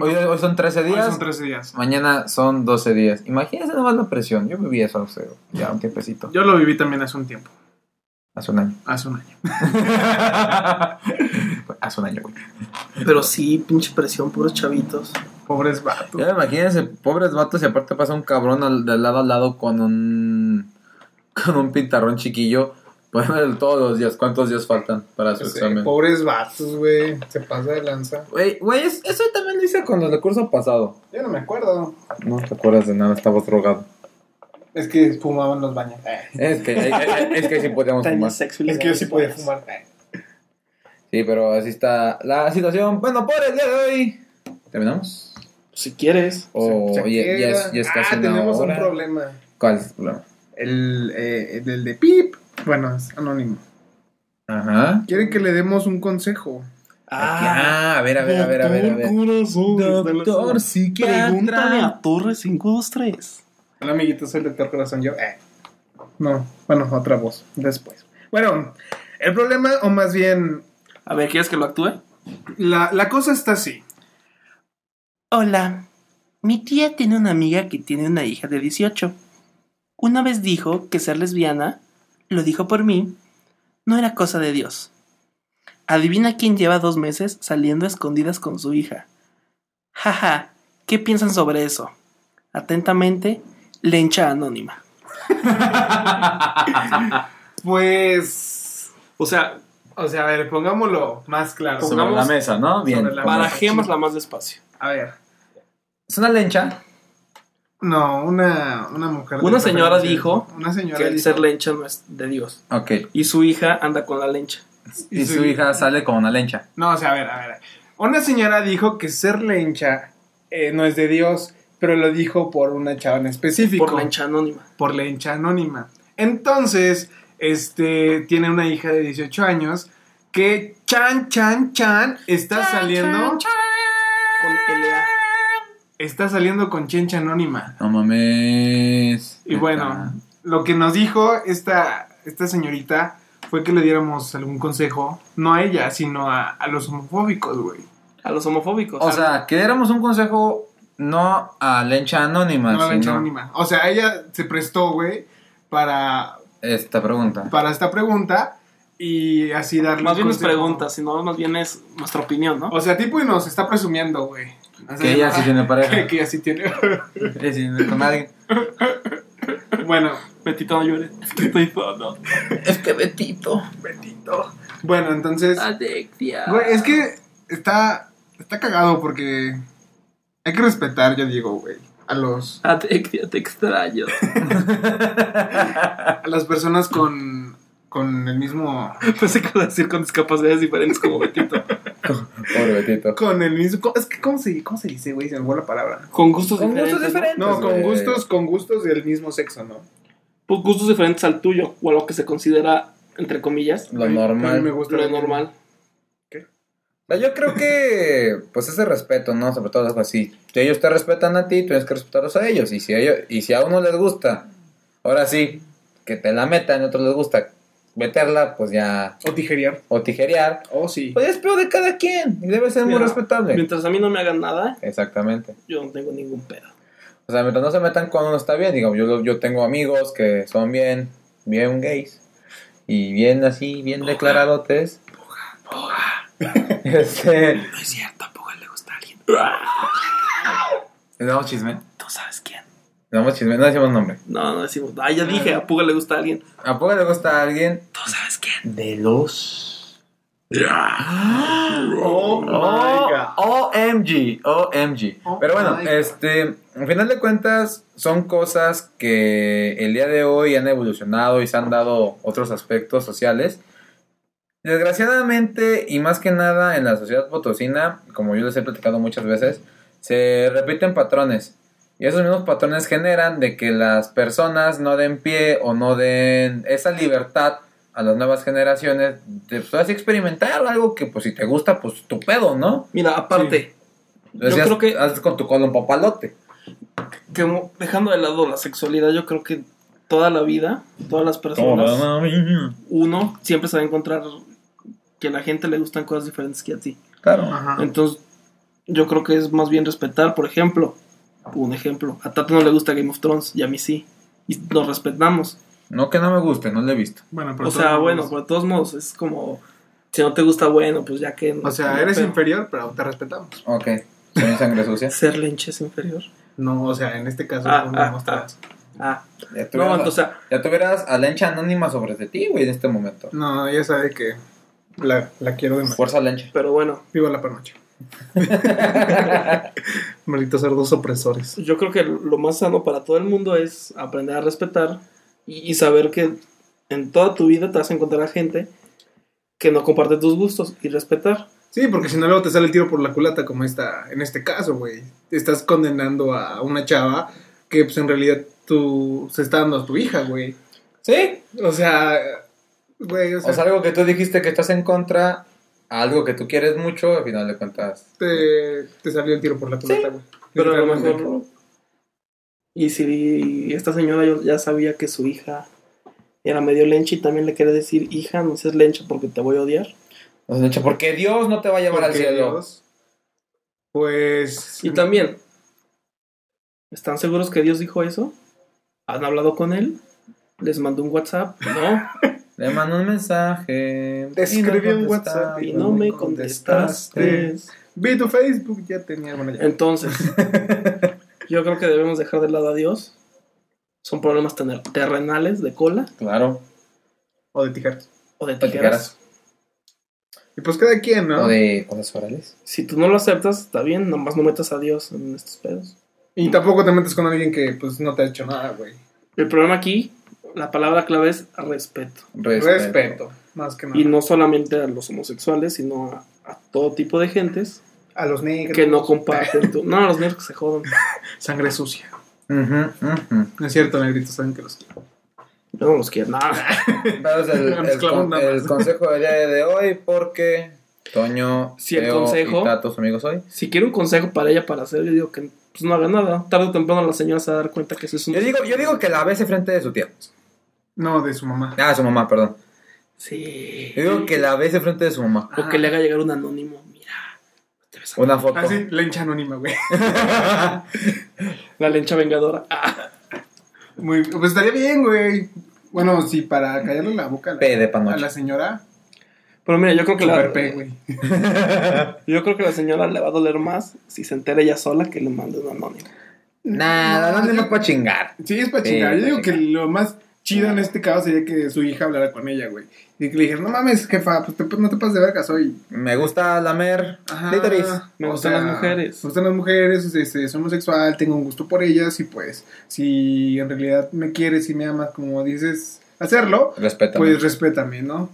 [SPEAKER 1] Hoy, hoy son 13
[SPEAKER 3] hoy
[SPEAKER 1] días.
[SPEAKER 3] son trece días.
[SPEAKER 1] Mañana son 12 días. Imagínense nomás la presión. Yo viví eso hace ya un tiempecito.
[SPEAKER 3] Yo lo viví también hace un tiempo.
[SPEAKER 1] Hace un año.
[SPEAKER 3] Hace un año.
[SPEAKER 1] hace un año, güey.
[SPEAKER 2] Pero sí, pinche presión, puros chavitos.
[SPEAKER 3] Pobres vatos.
[SPEAKER 1] Ya imagínense, pobres vatos, y aparte pasa un cabrón al- de lado al lado con un con un pintarrón chiquillo. Pues todos los días, ¿cuántos días faltan para su
[SPEAKER 7] Sí,
[SPEAKER 1] examen?
[SPEAKER 7] pobres vatos, güey. Se pasa de lanza.
[SPEAKER 1] Güey, güey, es- eso también lo hice con los recursos pasado.
[SPEAKER 7] Yo no me acuerdo.
[SPEAKER 1] No te acuerdas de nada, estabas drogado.
[SPEAKER 7] Es que fumaban los baños. Eh,
[SPEAKER 1] Es que, es que sí podíamos fumar.
[SPEAKER 7] Es que yo sí podía fumar. Eh.
[SPEAKER 1] Sí, pero así está la situación. Bueno, por el día de hoy. ¿Terminamos?
[SPEAKER 2] Si quieres.
[SPEAKER 1] O
[SPEAKER 7] Se- se
[SPEAKER 1] ya, ya es,
[SPEAKER 7] queda.
[SPEAKER 1] ya es casi
[SPEAKER 7] ah,
[SPEAKER 1] una
[SPEAKER 7] tenemos
[SPEAKER 1] hora.
[SPEAKER 7] un problema.
[SPEAKER 1] ¿Cuál es el problema?
[SPEAKER 7] El, eh, el de Pip. Bueno, es anónimo.
[SPEAKER 1] Ajá.
[SPEAKER 7] Quieren que le demos un consejo.
[SPEAKER 1] Ah, a ver, a ver, a ver, a ver, a ver.
[SPEAKER 6] Doctor,
[SPEAKER 1] psiquiatra.
[SPEAKER 6] Pregúntale a Torre 523.
[SPEAKER 7] Hola, amiguitos, soy el doctor Corazón. Yo, eh. No, bueno, otra voz. Después. Bueno, el problema, o más bien,
[SPEAKER 2] A ver, ¿quieres que lo actúe?
[SPEAKER 3] La, la cosa está así.
[SPEAKER 9] Hola, mi tía tiene una amiga que tiene una hija de 18. Una vez dijo que ser lesbiana, lo dijo por mí, no era cosa de Dios. Adivina quién lleva dos meses saliendo a escondidas con su hija. Jaja, ¿qué piensan sobre eso? Atentamente, lencha anónima.
[SPEAKER 3] Pues. O sea, o sea, a ver, pongámoslo más claro.
[SPEAKER 1] Sobre la mesa, ¿no? Bien.
[SPEAKER 3] sobre la
[SPEAKER 1] Para-
[SPEAKER 3] mesa.
[SPEAKER 2] Barajémosla más despacio.
[SPEAKER 3] A ver.
[SPEAKER 1] Es una lencha.
[SPEAKER 3] No, una, una mujer. de
[SPEAKER 2] Una señora
[SPEAKER 3] preferencia.
[SPEAKER 2] dijo
[SPEAKER 3] Una señora
[SPEAKER 2] Que el
[SPEAKER 3] dijo-
[SPEAKER 2] ser lencha no es de Dios.
[SPEAKER 1] Ok.
[SPEAKER 2] Y su hija anda con la lencha.
[SPEAKER 1] Y, su hija sale con una lencha.
[SPEAKER 3] No, o sea, a ver, a ver.
[SPEAKER 7] Una señora dijo que ser lencha eh, no es de Dios, pero lo dijo por una chava en específico.
[SPEAKER 2] Por lencha anónima.
[SPEAKER 3] Por lencha anónima. Entonces, este, tiene una hija de 18 años que Chan Chan Chan está saliendo.
[SPEAKER 2] Con LA.
[SPEAKER 3] Está saliendo con Chencha Anónima.
[SPEAKER 1] No mames.
[SPEAKER 3] Y bueno, lo que nos dijo esta, esta señorita fue que le diéramos algún consejo, no a ella, sino a, a los homofóbicos, güey.
[SPEAKER 2] A los homofóbicos. Ah,
[SPEAKER 1] O sea, que diéramos un consejo no a lencha anónima,
[SPEAKER 3] No a la
[SPEAKER 1] sino
[SPEAKER 3] Chencha Anónima. O sea, ella se prestó, güey, para,
[SPEAKER 1] esta pregunta.
[SPEAKER 3] para esta pregunta y así darle.
[SPEAKER 2] más
[SPEAKER 3] un
[SPEAKER 2] bien es
[SPEAKER 3] consejo.
[SPEAKER 2] pregunta, sino más bien es nuestra opinión, ¿no?
[SPEAKER 3] O sea, tipo y nos está presumiendo, güey. O sea, ah,
[SPEAKER 1] Que ella sí tiene pareja.
[SPEAKER 3] Que, que ella sí tiene.
[SPEAKER 1] Que si no con alguien.
[SPEAKER 3] bueno,
[SPEAKER 2] Betito, no llores. Es que estoy todo. Es que Betito.
[SPEAKER 3] bueno, entonces.
[SPEAKER 2] Adictia.
[SPEAKER 3] Güey, es que está, está cagado porque hay que respetar, yo digo, güey, a los
[SPEAKER 2] Adictia, te extraño.
[SPEAKER 3] a las personas con, con el mismo
[SPEAKER 2] Pensé que iba a decir con discapacidades diferentes como Betito.
[SPEAKER 1] Pobre Betito.
[SPEAKER 3] con el mismo co- es que cómo se cómo se dice, güey, se me fue la palabra.
[SPEAKER 2] Con gustos diferentes.
[SPEAKER 1] No,
[SPEAKER 7] No, con
[SPEAKER 1] güey.
[SPEAKER 7] gustos, con gustos del mismo sexo, ¿no?
[SPEAKER 2] ¿no? Pues gustos diferentes al tuyo o a lo que se considera, entre comillas,
[SPEAKER 1] Lo
[SPEAKER 7] A mí me
[SPEAKER 1] normal.
[SPEAKER 7] gusta
[SPEAKER 2] lo normal.
[SPEAKER 1] O sea, Pues Yo creo que, pues ese respeto, ¿no? Sobre todo algo así. Si ellos te respetan a ti, tú tienes que respetarlos a ellos. Y si a, ellos, y si a uno les gusta, ahora sí, que te la metan, a otros les gusta meterla, pues ya,
[SPEAKER 7] O tijerear.
[SPEAKER 1] o tijerear.
[SPEAKER 7] Oh, sí.
[SPEAKER 1] Pues es peor de cada quien y debe ser muy
[SPEAKER 2] Mira,
[SPEAKER 1] respetable.
[SPEAKER 2] Mientras a mí no me hagan nada,
[SPEAKER 1] Exactamente.
[SPEAKER 2] yo no tengo ningún pedo.
[SPEAKER 1] O sea, mientras no se metan cuando uno está bien, digamos, yo, yo tengo amigos que son bien, bien gays y bien así, bien declaradotes. Este,
[SPEAKER 10] No es cierto, a Puga le gusta a alguien.
[SPEAKER 1] le damos chisme.
[SPEAKER 10] Tú sabes quién.
[SPEAKER 1] Le damos chisme, no decimos nombre.
[SPEAKER 2] No, no decimos. Ah, ya dije, a Puga le gusta a alguien.
[SPEAKER 1] ¿A poco le gusta a alguien?
[SPEAKER 10] Tú sabes quién.
[SPEAKER 1] De los.
[SPEAKER 3] ¡Ah!
[SPEAKER 4] Oh, my God.
[SPEAKER 1] OMG, OMG.
[SPEAKER 4] Oh
[SPEAKER 1] Pero bueno,
[SPEAKER 4] my God.
[SPEAKER 1] este, al final de cuentas, son cosas que el día de hoy han evolucionado y se han dado otros aspectos sociales. Desgraciadamente, y más que nada en la sociedad potosina, como yo les he platicado muchas veces, se repiten patrones. Y esos mismos patrones generan de que las personas no den pie o no den esa libertad a las nuevas generaciones de pues, así experimentar algo que pues si te gusta, pues tu pedo, ¿no?
[SPEAKER 2] Mira, aparte,
[SPEAKER 1] Entonces,
[SPEAKER 2] Yo
[SPEAKER 1] haz-
[SPEAKER 2] creo que-
[SPEAKER 1] haz con tu cola un papalote.
[SPEAKER 2] que mo- dejando de lado la sexualidad, yo creo que toda la vida, todas las personas, uno siempre se va a encontrar que a la gente le gustan cosas diferentes que a ti.
[SPEAKER 1] Claro.
[SPEAKER 4] Ajá.
[SPEAKER 2] Entonces, yo creo que es más bien respetar, por ejemplo, un ejemplo, a Tato no le gusta Game of Thrones y a mí sí. Y nos respetamos.
[SPEAKER 1] No que no me guste, no lo he visto.
[SPEAKER 4] Bueno, pero
[SPEAKER 2] O
[SPEAKER 4] todo
[SPEAKER 2] sea,
[SPEAKER 4] lo
[SPEAKER 2] bueno, pues,
[SPEAKER 4] demás.
[SPEAKER 2] por de todos modos, es como, si no te gusta, bueno, pues ya que...
[SPEAKER 3] O sea, eres
[SPEAKER 2] pero-
[SPEAKER 3] inferior, pero te respetamos.
[SPEAKER 1] Ok. Soy un sangre sucia.
[SPEAKER 2] Ser lenche es inferior.
[SPEAKER 3] No, o sea, en este caso
[SPEAKER 2] Ah,
[SPEAKER 3] no
[SPEAKER 2] ah,
[SPEAKER 3] no
[SPEAKER 2] ah. Ah,
[SPEAKER 1] Ya tuvieras,
[SPEAKER 2] no, entonces, o sea,
[SPEAKER 1] ya tuvieras a la Lencha Anónima sobre de ti, güey, en este momento.
[SPEAKER 3] No, ella sabe que la, la quiero demasiado.
[SPEAKER 1] Fuerza Lencha.
[SPEAKER 2] pero bueno,
[SPEAKER 3] Viva la pernoche. Malditos cerdos opresores.
[SPEAKER 2] Pues yo creo que lo más sano para todo el mundo es aprender a respetar y, y saber que en toda tu vida te vas a encontrar a gente que no comparte tus gustos y respetar.
[SPEAKER 3] Sí, porque si no luego te sale el tiro por la culata, como esta, en este caso, güey. Estás condenando a una chava que, pues, en realidad tú se está dando a tu hija, güey.
[SPEAKER 1] Sí.
[SPEAKER 3] O sea, güey, o sea,
[SPEAKER 1] O sea, algo que tú dijiste que estás en contra, algo que tú quieres mucho, al final de cuentas.
[SPEAKER 3] te, te salió el tiro por la culata, güey.
[SPEAKER 2] Pero a lo
[SPEAKER 3] Literalmente.
[SPEAKER 2] mejor. Y si esta señora yo- ya sabía que su hija era medio lencha y también le quería decir, hija, no seas lencha porque te voy a odiar.
[SPEAKER 1] O sea, Lencha, porque Dios no te va a llevar al
[SPEAKER 3] Porque
[SPEAKER 1] cielo.
[SPEAKER 3] Dios, Pues.
[SPEAKER 2] Y también, ¿están seguros que Dios dijo eso? ¿Han hablado con él? ¿Les mandó un WhatsApp? No.
[SPEAKER 1] Le mando un mensaje.
[SPEAKER 3] Te escribí un WhatsApp
[SPEAKER 2] Y no me contestaste.
[SPEAKER 3] Vi tu Facebook, ya tenía. Bueno, ya.
[SPEAKER 2] Entonces, yo creo que debemos dejar de lado a Dios. Son problemas tener- terrenales de cola
[SPEAKER 1] Claro.
[SPEAKER 3] O de tijeras.
[SPEAKER 2] o de
[SPEAKER 1] O tijeras.
[SPEAKER 2] tijeras.
[SPEAKER 3] Y pues cada quien, ¿no?
[SPEAKER 1] O de cosas orales.
[SPEAKER 2] Si tú no lo aceptas, está bien, nomás no metas a Dios en estos pedos.
[SPEAKER 3] Y tampoco te metes con alguien que pues no te ha hecho nada, güey.
[SPEAKER 2] El problema aquí, la palabra clave es respeto.
[SPEAKER 1] Respeto.
[SPEAKER 3] Respeto, más que nada.
[SPEAKER 2] Y no solamente a los homosexuales, sino a, a todo tipo de gentes
[SPEAKER 3] A los negros.
[SPEAKER 2] que no comparten. tu- No, a los negros que se jodan.
[SPEAKER 3] Sangre sucia.
[SPEAKER 1] Ujú, ujú.
[SPEAKER 3] No es cierto, negritos, saben que los quiero.
[SPEAKER 2] Yo no los quiero nada.
[SPEAKER 1] Entonces, el, el
[SPEAKER 3] Mezclamos
[SPEAKER 1] con-
[SPEAKER 3] nada más.
[SPEAKER 1] el consejo del día de hoy, porque Toño,
[SPEAKER 2] Si el
[SPEAKER 1] Teo
[SPEAKER 2] consejo-
[SPEAKER 1] y Tato, sus amigos hoy.
[SPEAKER 2] Si quiero un consejo para ella para hacer, yo digo que pues, no haga nada. Tarde o temprano la señora se va a dar cuenta que eso es un...
[SPEAKER 1] Yo digo, yo digo que la bese frente de su tía.
[SPEAKER 3] No, de su mamá.
[SPEAKER 1] Ah, su mamá, perdón.
[SPEAKER 2] Sí.
[SPEAKER 1] Yo digo que la bese frente de su mamá.
[SPEAKER 2] O
[SPEAKER 11] Ah.
[SPEAKER 2] que le haga llegar un anónimo. Mira, no te ves a-
[SPEAKER 1] Una foto.
[SPEAKER 3] Ah, sí, lencha anónima, güey.
[SPEAKER 2] la lencha vengadora. Ah,
[SPEAKER 3] Muy, pues estaría bien, güey. Bueno, sí, para callarle la boca a
[SPEAKER 1] P
[SPEAKER 3] la,
[SPEAKER 1] de
[SPEAKER 3] a la
[SPEAKER 1] panoche.
[SPEAKER 3] señora.
[SPEAKER 2] Pero mira, yo creo que
[SPEAKER 3] Super
[SPEAKER 2] la,
[SPEAKER 3] P, güey.
[SPEAKER 2] yo creo que la señora le va a doler más si se entera ella sola que le mande un anónimo.
[SPEAKER 1] Nada,
[SPEAKER 3] No,
[SPEAKER 1] ¿dónde
[SPEAKER 3] yo-
[SPEAKER 1] no puedo chingar?
[SPEAKER 3] Sí, es para
[SPEAKER 1] Sí,
[SPEAKER 3] chingar.
[SPEAKER 1] es
[SPEAKER 3] Yo
[SPEAKER 1] Eh, pa'
[SPEAKER 3] digo que lo más chido en este caso sería que su hija hablara con ella, güey. Y que le dijera, no mames, jefa, pues te- no te pases de vergas hoy.
[SPEAKER 1] Me gusta lamer
[SPEAKER 3] Ajá,
[SPEAKER 1] clítoris.
[SPEAKER 2] Me
[SPEAKER 3] o
[SPEAKER 2] gustan las mujeres.
[SPEAKER 3] Me gustan las mujeres, este, soy homosexual, tengo un gusto por ellas y pues si en realidad me quieres y me amas como dices hacerlo,
[SPEAKER 1] Respeta.
[SPEAKER 3] pues respétame, ¿no?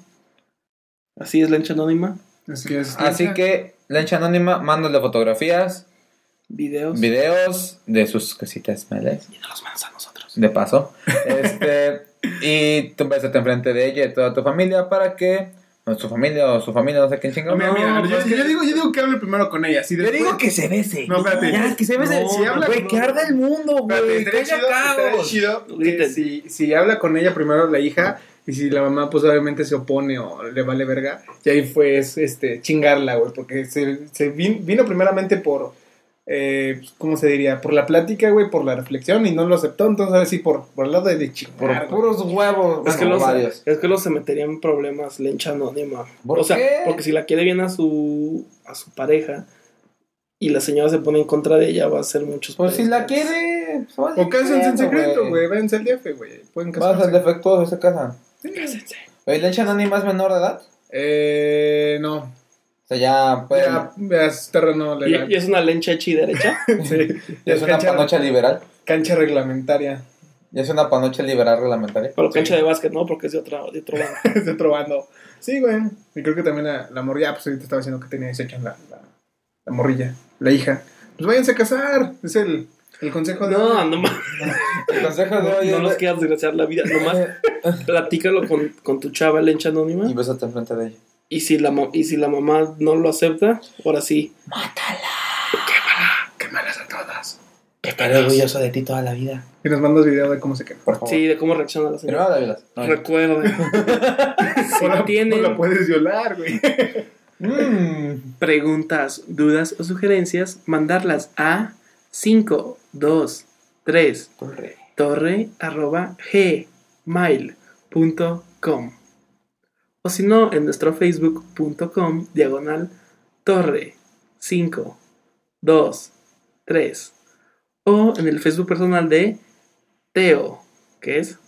[SPEAKER 2] Así es lencha anónima.
[SPEAKER 3] Así que... es-
[SPEAKER 1] Así que, Lencha Anónima, mándale fotografías,
[SPEAKER 2] Videos.
[SPEAKER 1] videos de sus cositas malas.
[SPEAKER 2] y nos los mandas a nosotros.
[SPEAKER 1] de paso. Este, y tú besate enfrente de ella y toda tu familia para que no, su familia o su familia, no sé quién
[SPEAKER 3] No,
[SPEAKER 1] chingón.
[SPEAKER 3] mira, mira,
[SPEAKER 2] No,
[SPEAKER 3] yo,
[SPEAKER 2] pues es
[SPEAKER 3] yo
[SPEAKER 2] que-
[SPEAKER 3] digo, yo digo que hable primero con ella. Si
[SPEAKER 1] Yo
[SPEAKER 3] después-
[SPEAKER 1] digo que se bese.
[SPEAKER 3] No, espérate.
[SPEAKER 1] Ya, que se bese.
[SPEAKER 3] No, si habla
[SPEAKER 1] Güey,
[SPEAKER 3] con-
[SPEAKER 1] que arda el mundo,
[SPEAKER 3] Espérate,
[SPEAKER 1] güey. Que
[SPEAKER 3] estaría
[SPEAKER 1] haya
[SPEAKER 3] chido, estaría
[SPEAKER 1] caos.
[SPEAKER 3] chido que
[SPEAKER 2] Griten.
[SPEAKER 3] si, si habla con ella primero la hija y si la mamá pues obviamente se opone o le vale verga, y ahí fue es, este, chingarla, güey, porque se, se vin- vino primeramente por eh, pues, ¿cómo se diría? Por la plática, güey, por la reflexión y no lo aceptó. Entonces, ahora sí, por, por el lado de, de chingar,
[SPEAKER 1] Por
[SPEAKER 3] güey.
[SPEAKER 1] puros huevos.
[SPEAKER 11] Es que,
[SPEAKER 1] bueno,
[SPEAKER 11] los,
[SPEAKER 1] varios.
[SPEAKER 11] es que los se metería en problemas lencha anónima.
[SPEAKER 1] ¿Por
[SPEAKER 11] o sea,
[SPEAKER 1] qué?
[SPEAKER 11] porque si la quiere bien a su a su pareja y la señora se pone en contra de ella, va a hacer muchos
[SPEAKER 1] Pues si la
[SPEAKER 11] problemas.
[SPEAKER 1] quiere. pues, vaya
[SPEAKER 3] O cásense en
[SPEAKER 1] creyendo,
[SPEAKER 3] secreto, güey. Váyanse al DF, güey. Pueden
[SPEAKER 1] Vas al
[SPEAKER 3] casarse.
[SPEAKER 1] defectuoso esa casa.
[SPEAKER 11] Cásense.
[SPEAKER 1] Oye, ¿Lencha Anónima es menor de edad?
[SPEAKER 3] Eh, no.
[SPEAKER 1] O sea, ya, pues,
[SPEAKER 3] Ya, ya es terreno legal.
[SPEAKER 11] Y, y es una lencha hecha y derecha.
[SPEAKER 3] Sí.
[SPEAKER 1] ya
[SPEAKER 3] Ya
[SPEAKER 1] es una
[SPEAKER 3] cancha-
[SPEAKER 1] panocha liberal.
[SPEAKER 3] cancha reglamentaria.
[SPEAKER 1] Ya es una panocha liberal reglamentaria.
[SPEAKER 11] Pero cancha de básquet, ¿no? Porque es de, otra, de otro lado.
[SPEAKER 3] Estoy probando. Sí, güey. Y creo que también la, la morrilla, ah, pues ahorita estaba diciendo que tenía 18 años la, la, la morrilla, la hija. Pues váyanse a casar. Es el, el consejo de.
[SPEAKER 11] No, no más.
[SPEAKER 1] El consejo de hoy
[SPEAKER 11] No
[SPEAKER 1] es-
[SPEAKER 11] nos quieras desgraciar la vida. Nomás platícalo con, con tu chava lencha anónima.
[SPEAKER 1] Y bésate enfrente de ella.
[SPEAKER 11] Y si, la, ma- y si la mamá no lo acepta, ahora sí.
[SPEAKER 2] Estaré orgulloso de ti toda la vida.
[SPEAKER 3] Y nos mandas video de cómo se quema.
[SPEAKER 1] Por favor.
[SPEAKER 11] Sí, de cómo reacciona la
[SPEAKER 1] Primero
[SPEAKER 11] señora.
[SPEAKER 1] la violas.
[SPEAKER 11] Recuerden. si
[SPEAKER 3] No la-
[SPEAKER 11] tienen
[SPEAKER 3] no la puedes violar, güey.
[SPEAKER 1] Mm.
[SPEAKER 2] Preguntas, dudas o sugerencias, mandarlas a 5, 2, 3, torre, arroba, gmail.com. O si no, en nuestro facebook.com, diagonal, torre, 5, 2, 3. O en el Facebook personal de Teo, que es,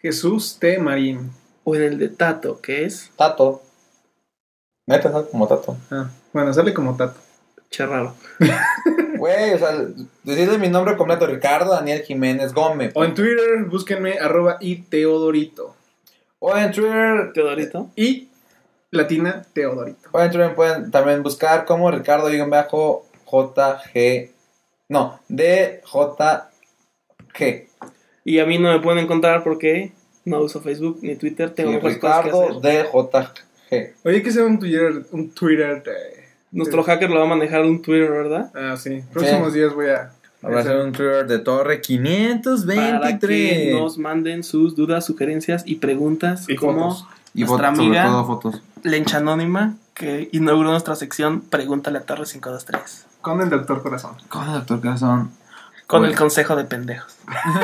[SPEAKER 3] Jesús T. Marín.
[SPEAKER 2] o en el de Tato, que es,
[SPEAKER 1] Tato. Neta, sale como tato.
[SPEAKER 3] Ah, bueno, sale como tato.
[SPEAKER 2] charraro.
[SPEAKER 1] Güey, o sea, decirle mi nombre completo: Ricardo Daniel Jiménez Gómez.
[SPEAKER 3] O en Twitter, búsquenme arroba y Teodorito.
[SPEAKER 1] O en Twitter.
[SPEAKER 11] Teodorito.
[SPEAKER 3] Y Latina Teodorito.
[SPEAKER 1] O en Twitter pueden también buscar como Ricardo guión bajo JG. No, DJG.
[SPEAKER 11] Y a mí no me pueden encontrar porque no uso Facebook ni Twitter. Tengo
[SPEAKER 1] Y
[SPEAKER 11] mejores cosas que
[SPEAKER 1] Ricardo
[SPEAKER 11] hacer.
[SPEAKER 1] DJG.
[SPEAKER 3] Oye, que sea un Twitter. Un Twitter eh,
[SPEAKER 11] Nuestro hacker lo va a manejar un Twitter, ¿verdad?
[SPEAKER 3] Ah, sí. Próximos días voy a.
[SPEAKER 1] Habrá sido un Twitter de Torre
[SPEAKER 11] Para que
[SPEAKER 1] 523.
[SPEAKER 11] nos manden sus dudas, sugerencias y preguntas.
[SPEAKER 3] Y
[SPEAKER 11] como
[SPEAKER 3] fotos.
[SPEAKER 1] Y
[SPEAKER 2] Nuestra
[SPEAKER 1] fotos, sobre
[SPEAKER 2] amiga.
[SPEAKER 1] todo fotos.
[SPEAKER 2] Lencha Anónima, que inauguró nuestra sección Pregúntale a Torre 523.
[SPEAKER 3] Con el doctor corazón.
[SPEAKER 1] Con el doctor Corazón.
[SPEAKER 2] Con
[SPEAKER 1] Oye.
[SPEAKER 2] el consejo de pendejos.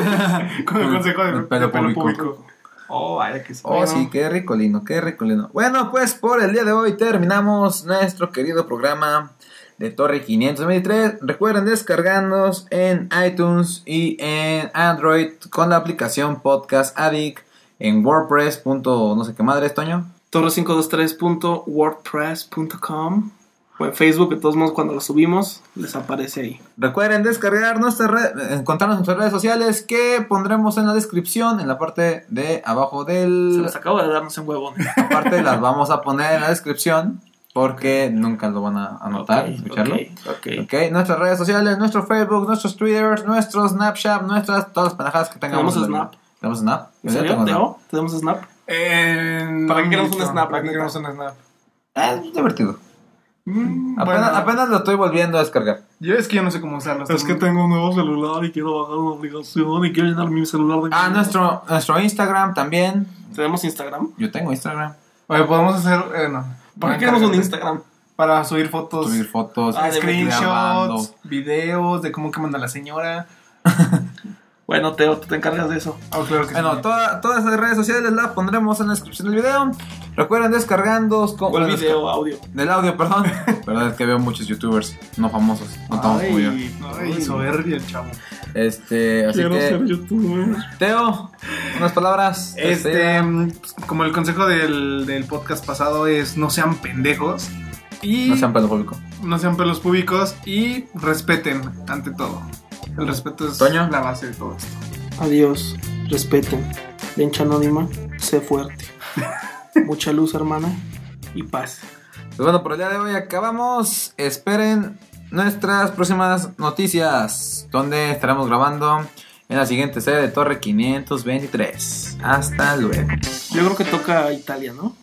[SPEAKER 3] Con el
[SPEAKER 1] Con
[SPEAKER 3] consejo
[SPEAKER 1] el
[SPEAKER 3] del
[SPEAKER 1] pelo
[SPEAKER 3] pelo,
[SPEAKER 1] público.
[SPEAKER 3] público. Oh, vaya que sí.
[SPEAKER 1] Oh, sí, qué rico, Lino, qué rico, Lino. Bueno, pues por el día de hoy terminamos nuestro querido programa de Torre 523. Recuerden descargarnos en iTunes y en Android con la aplicación Podcast Addict en WordPress. punto no sé qué madre, Toño.
[SPEAKER 2] Torre523.wordpress.com o en Facebook, de todos modos, cuando lo subimos, les aparece ahí.
[SPEAKER 1] Recuerden descargar nuestras redes, encontrarnos en nuestras redes sociales que pondremos en la descripción, en la parte de abajo
[SPEAKER 2] Se
[SPEAKER 1] del...
[SPEAKER 2] les acaba de darnos un huevón.
[SPEAKER 1] Aparte las vamos a poner en la descripción porque nunca lo van a anotar, escucharlo.
[SPEAKER 2] ok.
[SPEAKER 1] Ok, nuestras redes sociales, nuestro Facebook, nuestros Twitter, nuestros Snapchat, nuestras todas las pendejadas que tengamos.
[SPEAKER 2] Tenemos Snap.
[SPEAKER 1] Tenemos Snap.
[SPEAKER 2] ¿En
[SPEAKER 1] Yo
[SPEAKER 2] serio,
[SPEAKER 1] tengo Snap.
[SPEAKER 2] Teo? ¿Tenemos Snap? ¿Para qué queremos un snap,
[SPEAKER 3] ¿Para qué
[SPEAKER 2] neta?
[SPEAKER 3] queremos un snap?
[SPEAKER 1] Eh, es divertido.
[SPEAKER 3] Mm,
[SPEAKER 1] Apenas,
[SPEAKER 3] bueno,
[SPEAKER 1] apenas lo estoy volviendo a descargar.
[SPEAKER 3] Yo es que yo no sé cómo usarlo.
[SPEAKER 12] Es que tengo un nuevo celular y quiero bajar una aplicación y quiero llenar mi celular de
[SPEAKER 1] Ah,
[SPEAKER 12] mierda.
[SPEAKER 1] nuestro, nuestro Instagram también.
[SPEAKER 2] ¿Tenemos Instagram?
[SPEAKER 1] Yo tengo Instagram.
[SPEAKER 3] Oye, podemos hacer. Eh, no.
[SPEAKER 2] ¿Para qué queremos un Instagram?
[SPEAKER 3] Para subir fotos.
[SPEAKER 1] Subir fotos.
[SPEAKER 2] Ah, de
[SPEAKER 3] screenshots,
[SPEAKER 1] grabando.
[SPEAKER 3] videos de cómo que manda la señora.
[SPEAKER 2] Bueno, Teo, tú te encargas de eso.
[SPEAKER 3] Oh, claro que
[SPEAKER 1] Bueno,
[SPEAKER 3] sí.
[SPEAKER 1] toda- todas esas redes sociales las pondremos en la descripción del video. Recuerden descargando con-
[SPEAKER 2] O el video, audio.
[SPEAKER 1] del audio, perdón. Perdón, es que veo muchos youtubers no famosos, no tan como yo.
[SPEAKER 3] Ay, ay, soberbio el chavo.
[SPEAKER 1] Este, así
[SPEAKER 12] Quiero ser
[SPEAKER 1] que
[SPEAKER 12] youtuber.
[SPEAKER 1] Teo, unas palabras.
[SPEAKER 3] Este, pues, como el consejo del, del podcast pasado es no sean pendejos y
[SPEAKER 1] no sean pedofóbicos.
[SPEAKER 3] no sean pelos públicos y respeten ante todo. El respeto es
[SPEAKER 1] Toño.
[SPEAKER 3] la base de todo esto.
[SPEAKER 2] Adiós, respeten. Lencha Anónima, sé fuerte. Mucha luz, hermana, y paz.
[SPEAKER 1] Pues bueno, por el día de hoy acabamos. Esperen nuestras próximas noticias, donde estaremos grabando en la siguiente sede de Torre 523. Hasta luego.
[SPEAKER 2] Yo creo que toca Italia, ¿no?